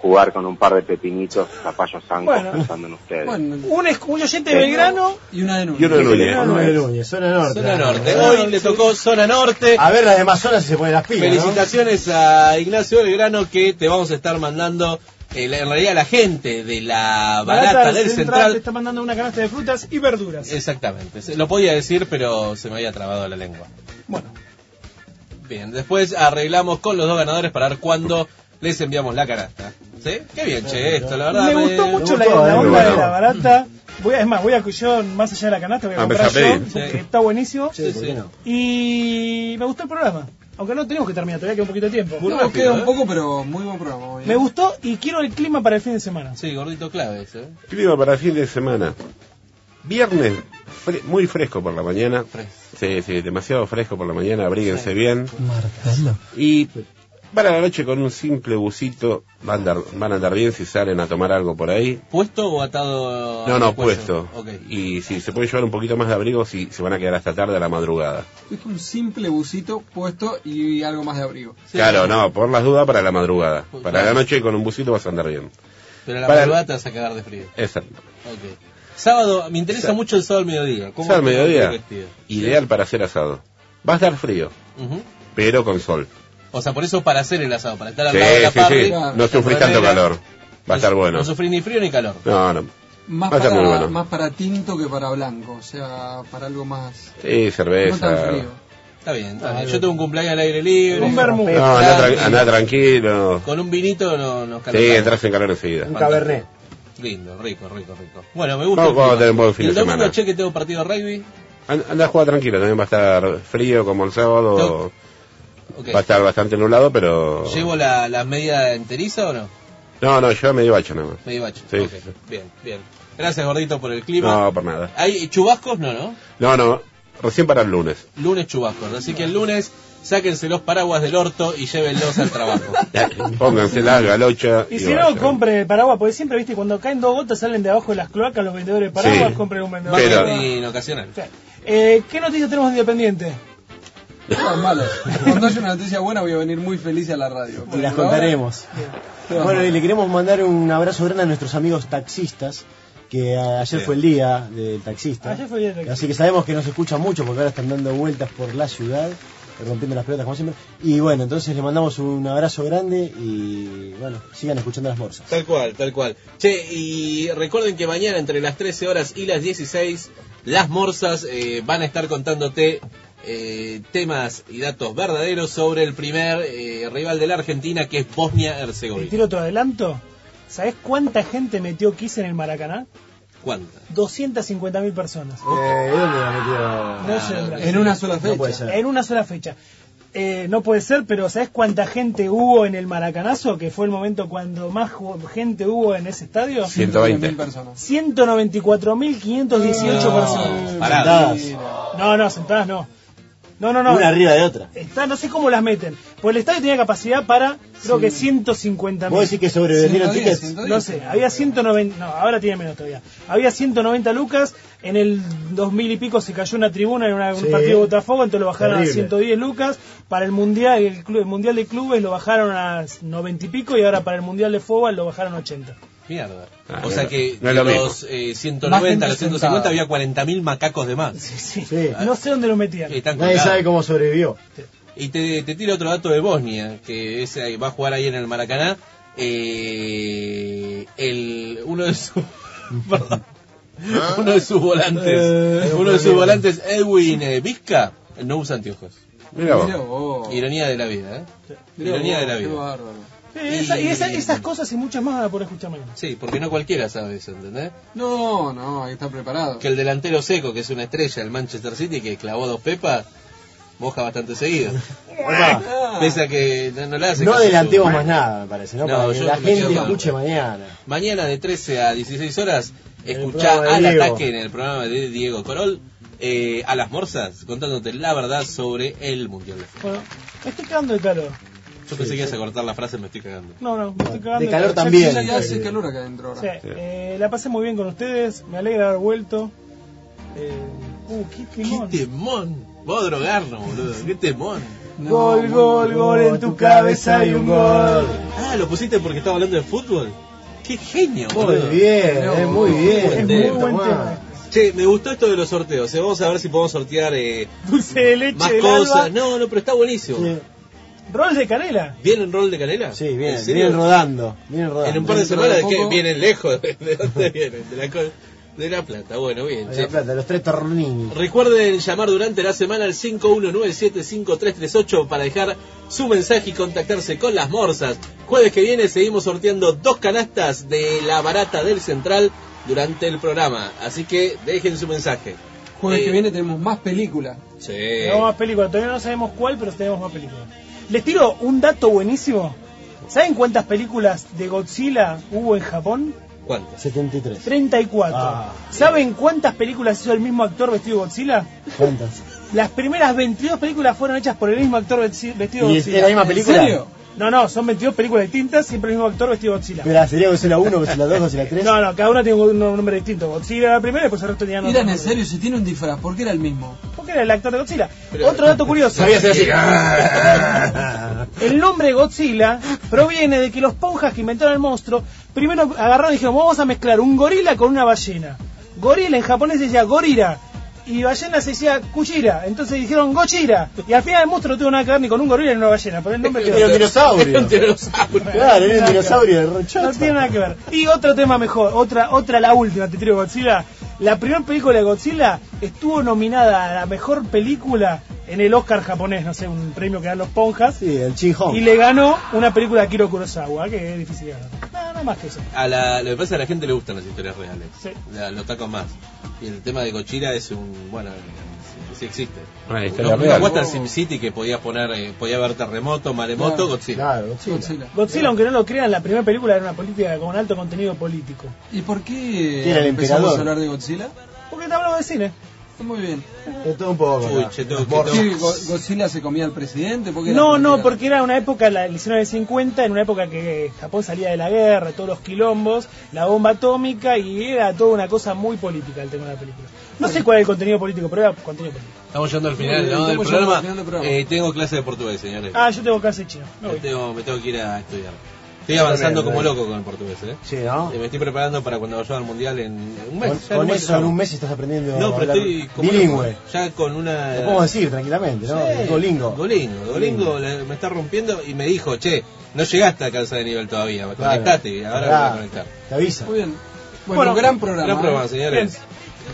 jugar con un par de pepinitos, zapallos zancos, Bueno. pensando en ustedes. bueno. Un, esc- un oyente de Belgrano. Y una de Y uno de Núñez. Zona de Núñez, zona norte. Zona Norte. Hoy le tocó Zona Norte. A ver, las demás zonas si se ponen las pilas. ¿no? Felicitaciones a Ignacio Belgrano que te vamos a estar mandando, eh, la- en realidad la gente de la barata, del te Central. está mandando una canasta de frutas y verduras. Exactamente, Se- lo podía decir pero se me había trabado la lengua. Bueno. Bien, después arreglamos con los dos ganadores para ver cuándo les enviamos la canasta. ¿Sí? Qué bien, che, esto, la verdad. me gustó mucho la, eh, la onda de la barata. Voy a- es más, voy a yo, más allá de la canasta, voy a Ah, comprar empezá a yo, pedir. porque Sí. está buenísimo. Sí, ¿por qué no? Y me gustó el programa. Aunque no tenemos que terminar, todavía queda un poquito de tiempo. Muy rápido, queda un poco, pero muy buen programa. hoy, ¿eh? Me gustó y quiero el clima para el fin de semana. Sí, gordito clave ese. Clima para fin de semana. Viernes, fre- muy fresco por la mañana. Sí, sí, demasiado fresco por la mañana, abríguense bien. Y para la noche con un simple busito van a, andar, van a andar bien si salen a tomar algo por ahí. ¿Puesto o atado? No, al no, cuello? puesto. Ok. Y si se puede llevar un poquito más de abrigo, si se van a quedar hasta tarde a la madrugada. Es un simple busito puesto y algo más de abrigo. Claro, no, por las dudas para la madrugada. Para la noche con un busito vas a andar bien. Pero a la Para- madrugada te vas a quedar de frío. Exacto. Ok. Sábado, me interesa mucho el sábado al mediodía. ¿Cómo Sábado al te vas a mediodía. vestir? Ideal para hacer asado. Va a estar frío, Ujú. pero con sol. O sea, por eso para hacer el asado, para estar al Sí, lado de la sí, parrilla, sí. con No la sufrís tanto remera. calor. Va a estar bueno. No sufrís ni frío ni calor. No, no. Más, Va a estar para, muy bueno. más para tinto que para blanco, o sea, para algo más... Sí, cerveza. No tan frío. Está bien, está bien. Yo tengo un cumpleaños al aire libre. Un vermú. No, andá, tran- andá tranquilo. Con un vinito no- nos Sí, calentamos. entras en calor enseguida. Un cabernet. Lindo, rico, rico, rico. Bueno, me gusta. Vamos, vamos el a clima. tener un buen fin Y el de domingo, semana. che, que tengo partido de rugby. An- Andá a jugar tranquilo, también va a estar frío como el sábado. Ok. Va a estar bastante nublado, pero. ¿Llevo la, la media enteriza o no? No, no, yo medio bacho nada más. Medio bacho. Sí, Ok, sí, sí. Bien, bien. Gracias, gordito, por el clima. No, por nada. ¿Hay chubascos? No, ¿no? No, no, recién para el lunes. Lunes chubascos. Así que el lunes sáquense los paraguas del orto y llévenlos al trabajo. Pónganse la galocha. Y y si vayan. no, compre paraguas, porque siempre, viste, cuando caen dos gotas salen de abajo de las cloacas los vendedores de paraguas, Sí, compre un vendedor de pero- paraguas. En ocasional. Eh, ¿Qué noticias tenemos de Independiente? No, malo. Cuando haya una noticia buena voy a venir muy feliz a la radio. Y Por las ahora, contaremos. Bien. Bueno, y le queremos mandar un abrazo grande a nuestros amigos taxistas, que a- ayer Bien. fue el día del taxista. Ayer fue el día del taxista. Así que sabemos que nos escuchan mucho porque ahora están dando vueltas por la ciudad, rompiendo las pelotas como siempre. Y bueno, entonces le mandamos un abrazo grande y bueno, sigan escuchando las morsas. Tal cual, tal cual. Che, y recuerden que mañana entre las 13 horas y las 16, las morsas eh, van a estar contándote eh, temas y datos verdaderos sobre el primer eh, rival de la Argentina, que es Te Bosnia-Herzegovina. tiro otro adelanto. ¿Sabés cuánta gente metió Kiss en el Maracaná? ¿Cuánta? 250.000 personas. Ah, No sé, Andrés. En una sola fecha. En una sola fecha. Eh, no puede ser, pero ¿sabes cuánta gente hubo en el Maracanazo? Que fue el momento cuando más ju- gente hubo en ese estadio. 120. 194.518 No, personas. paradas. No, no, sentadas no. No, no, no. Una arriba de otra. Está, no sé cómo las meten. Pues el estadio tenía capacidad para, creo que 150 mil. ¿Vos decís que sobrevendieron 110, tickets? 110. No sé, había 190, no, ahora tiene menos todavía. Había 190 lucas, en el 2000 y pico se cayó una tribuna en una- un Sí. partido de Botafogo, entonces lo bajaron Terrible. a 110 lucas. Para el mundial, el, club, el mundial de clubes lo bajaron a 90 y pico y ahora para el mundial de fútbol lo bajaron a 80. Mierda. Ah, o no, sea que no es de lo mismo. los eh, Más 190 gente a los 150 sentada. había 40.000 macacos de más. Sí. No sé dónde lo metían. Eh, están Nadie colgados. sabe cómo sobrevivió. Y te, te tiro otro dato de Bosnia, que es, ahí, va a jugar ahí en el Maracaná. Eh, el, uno de sus. perdón. ¿Ah? uno de sus Eh, volantes. uno de sus volantes, Edwin eh, Vizca, no usa anteojos. Mirá vos. Ironía de la vida, ¿eh? Mirá Ironía vos, de la qué vida. bárbaro. Sí, esa- y esa- Y- esas cosas y muchas más van a poder escuchar mañana. Sí, porque no cualquiera sabe eso, ¿entendés? No, no, hay que estar preparado. Que el delantero seco, que es una estrella del Manchester City, que clavó dos pepas, moja bastante seguido. Pese a que no, no le hace No caso a su- adelantemos más nada, me parece, ¿no? No, Para que yo la me quedo gente con- escuche mañana. Mañana de 13 a 16 horas, escuchá programa de al Diego. ataque en el programa de Diego Corol, eh, a las morsas, contándote la verdad sobre el Mundial de Fútbol. Bueno, me estoy cagando de calor. Yo pensé que ibas a cortar la frase, me estoy cagando. No, no, me estoy cagando de calor Ya- también. ya- ya hace calor acá adentro ahora. Sí, eh, la pasé muy bien con ustedes, me alegra haber vuelto. Eh, uh, qué temón. ¡Qué temón! Vos a drogarnos, boludo. ¡Qué temón! Gol, gol, gol, en tu cabeza hay un gol. Ah, lo pusiste porque estaba hablando de fútbol. ¡Qué genio, Muy boludo! bien, No, eh, muy bien. buen Es muy tema. buen tema. Che, me gustó esto de los sorteos. eh, Vamos a ver si podemos sortear eh, Dulce de leche más del cosas. alba. No, no, pero está buenísimo. Rol de canela. ¿Viene en rol de canela? Sí, bien, ¿En serio? vienen rodando, vienen rodando. En un par de Dentro semanas, de ¿de qué? poco- Vienen lejos. ¿De dónde vienen? De la, co- de la Plata. Bueno, bien. De che. La Plata, los tres tornini. Recuerden llamar durante la semana al 51975338 para dejar su mensaje y contactarse con las morsas. Jueves que viene seguimos sorteando dos canastas de la barata del Central durante el programa. Así que dejen su mensaje. Eh, Jueves que viene tenemos más películas. Sí. Tenemos más películas, todavía Eh, no sabemos cuál, pero tenemos más películas. Les tiro un dato buenísimo. ¿Saben cuántas películas de Godzilla hubo en Japón? ¿Cuántas? 73. 34. Ah. ¿Saben cuántas películas hizo el mismo actor vestido de Godzilla? ¿Cuántas? Las primeras 22 películas fueron hechas por el mismo actor vesti- vestido de ¿Y Godzilla. es la misma película? ¿En serio? No, no, son 22 películas distintas, siempre el mismo actor vestido de Godzilla. Mira, sería Godzilla 1, Godzilla 2, Godzilla 3. No, no, cada una tiene un, un nombre distinto. Godzilla era la primera y después el resto tenían Mira, otro en nombre. serio, si tiene un disfraz, ¿por qué era el mismo? Porque era el actor de Godzilla. Otro dato curioso. Sabía ser así. El nombre Godzilla proviene de que los ponjas que inventaron el monstruo primero agarraron y dijeron, vamos a mezclar un gorila con una ballena. Gorila en japonés se decía gorira y ballena se decía kuchira. Entonces dijeron gochira. Y al final el monstruo no tuvo nada que ver ni con un gorila ni una ballena. Pero el nombre quedó. Era un dinosaurio. Era un dinosaurio. Claro, era un dinosaurio de No rechazo. tiene nada que ver. Y otro tema mejor, otra, otra la última, te tiro Godzilla. La primera película de Godzilla estuvo nominada a la mejor película en el Oscar japonés, no sé, un premio que dan los ponjas. Sí, el Chinjón. Y le ganó una película de Akira Kurosawa, que es difícil de ganar. Nada, nada más que eso. A la, lo que pasa es que a la gente le gustan las historias reales. Sí. La- lo tacan más. Y el tema de Gochira es un. Bueno, sí, sí existe. Una No, historia no real. cuesta el SimCity que podía poner, eh, podía haber terremoto, maremoto, Godzilla. Godzilla. Godzilla, aunque no lo crean, la primera película era una política con alto contenido político. ¿Y por qué Era el empezamos emperador. a hablar de Godzilla? Porque te hablamos de cine. Muy bien. De todo un poco. Uy, ¿no? che, tengo que- ¿Por tengo- qué Go- Godzilla se comía al presidente? ¿Por qué era No, el no, presidente? porque era una época, la del 1950, en una época que eh, Japón salía de la guerra, todos los quilombos, la bomba atómica y era toda una cosa muy política el tema de la película. No sé cuál es el contenido político, pero era contenido político. Estamos yendo al final Estamos ¿no? del yendo programa. al final del programa. Eh, tengo clase de portugués, señores. Ah, yo tengo clase de chino. Me Me voy. tengo, me tengo que ir a estudiar. Estoy avanzando Está como bien, loco con el portugués, ¿eh? Sí, ¿no? Eh, Me estoy preparando para cuando vaya al mundial en un mes. Con, ya en con un mes eso en estamos. un mes estás aprendiendo No, a pero hablar estoy como bilingüe. loco, ya con una. Lo podemos decir tranquilamente, ¿no? Sí. Golingo. Golingo, Golingo le- me está rompiendo y me dijo, che, no llegaste a calza de nivel todavía, Claro. conectate y ahora me voy a Claro. conectar. Te avisa. Muy bien. Bueno, Bueno, gran programa. Gran programa, ¿eh? señores.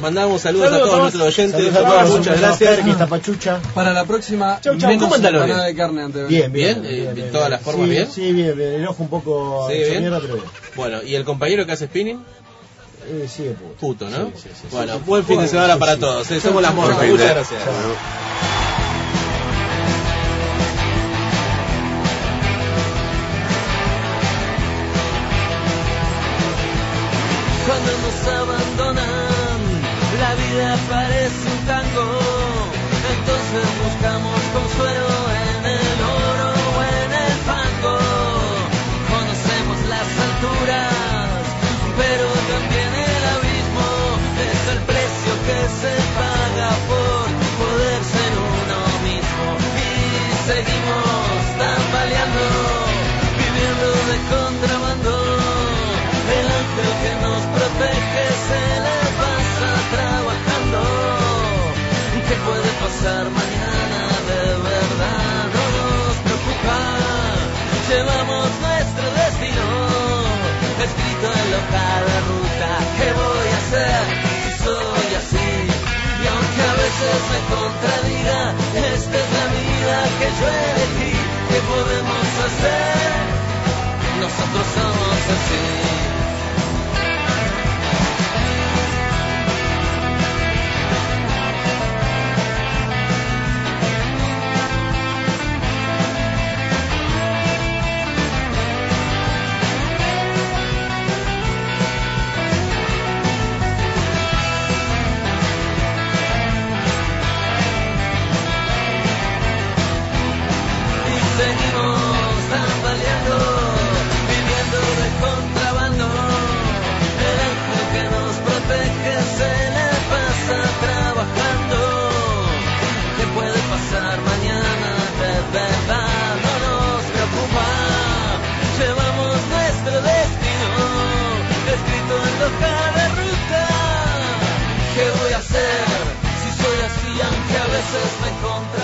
Mandamos saludos, Saludos a a todos todos. nuestros oyentes, Saludos a todos los muchas amigos de gracias. Ferki, Tapachucha. Para la próxima, Chau, chau. menos ¿Cómo andan los empanada bien? de carne antes de venir. Bien, Bien, bien. eh, de todas las formas, Sí, bien. Sí, bien, bien. El ojo un poco Sí, hecho bien. mierda, pero bien. Bueno, y el compañero que hace spinning, Eh, sí, de puta. puto, ¿no? Sí, sí, sí, sí. bueno, buen fin de semana para todos. eh. Somos las Buen monas, fin de- muchas gracias. Bueno. Cuando nos abandonan, la vida parece un tango. Entonces buscamos consuelo en el oro o en el fango. Conocemos las alturas, pero también el abismo. Es el precio que se paga por poder ser uno mismo. Y seguimos tambaleando, viviendo de contrabando. El ángel que nos protege se la pasa trabajando. ¿Qué puede pasar mañana? De verdad no nos preocupa. Llevamos nuestro destino escrito en la hoja de ruta. ¿Qué voy a hacer si soy así? Y aunque a veces me contradiga, esta es la vida que yo elegí. ¿Qué podemos hacer? Nosotros somos así. y seguimos tambaleando, viviendo de contrabando. El ángel que nos protege se le pasa trabajando. ¿Qué puede pasar mañana? De verdad no nos preocupa. Llevamos nuestro destino escrito en hoja de ruta. ¿Qué voy a hacer si soy así aunque a veces me contra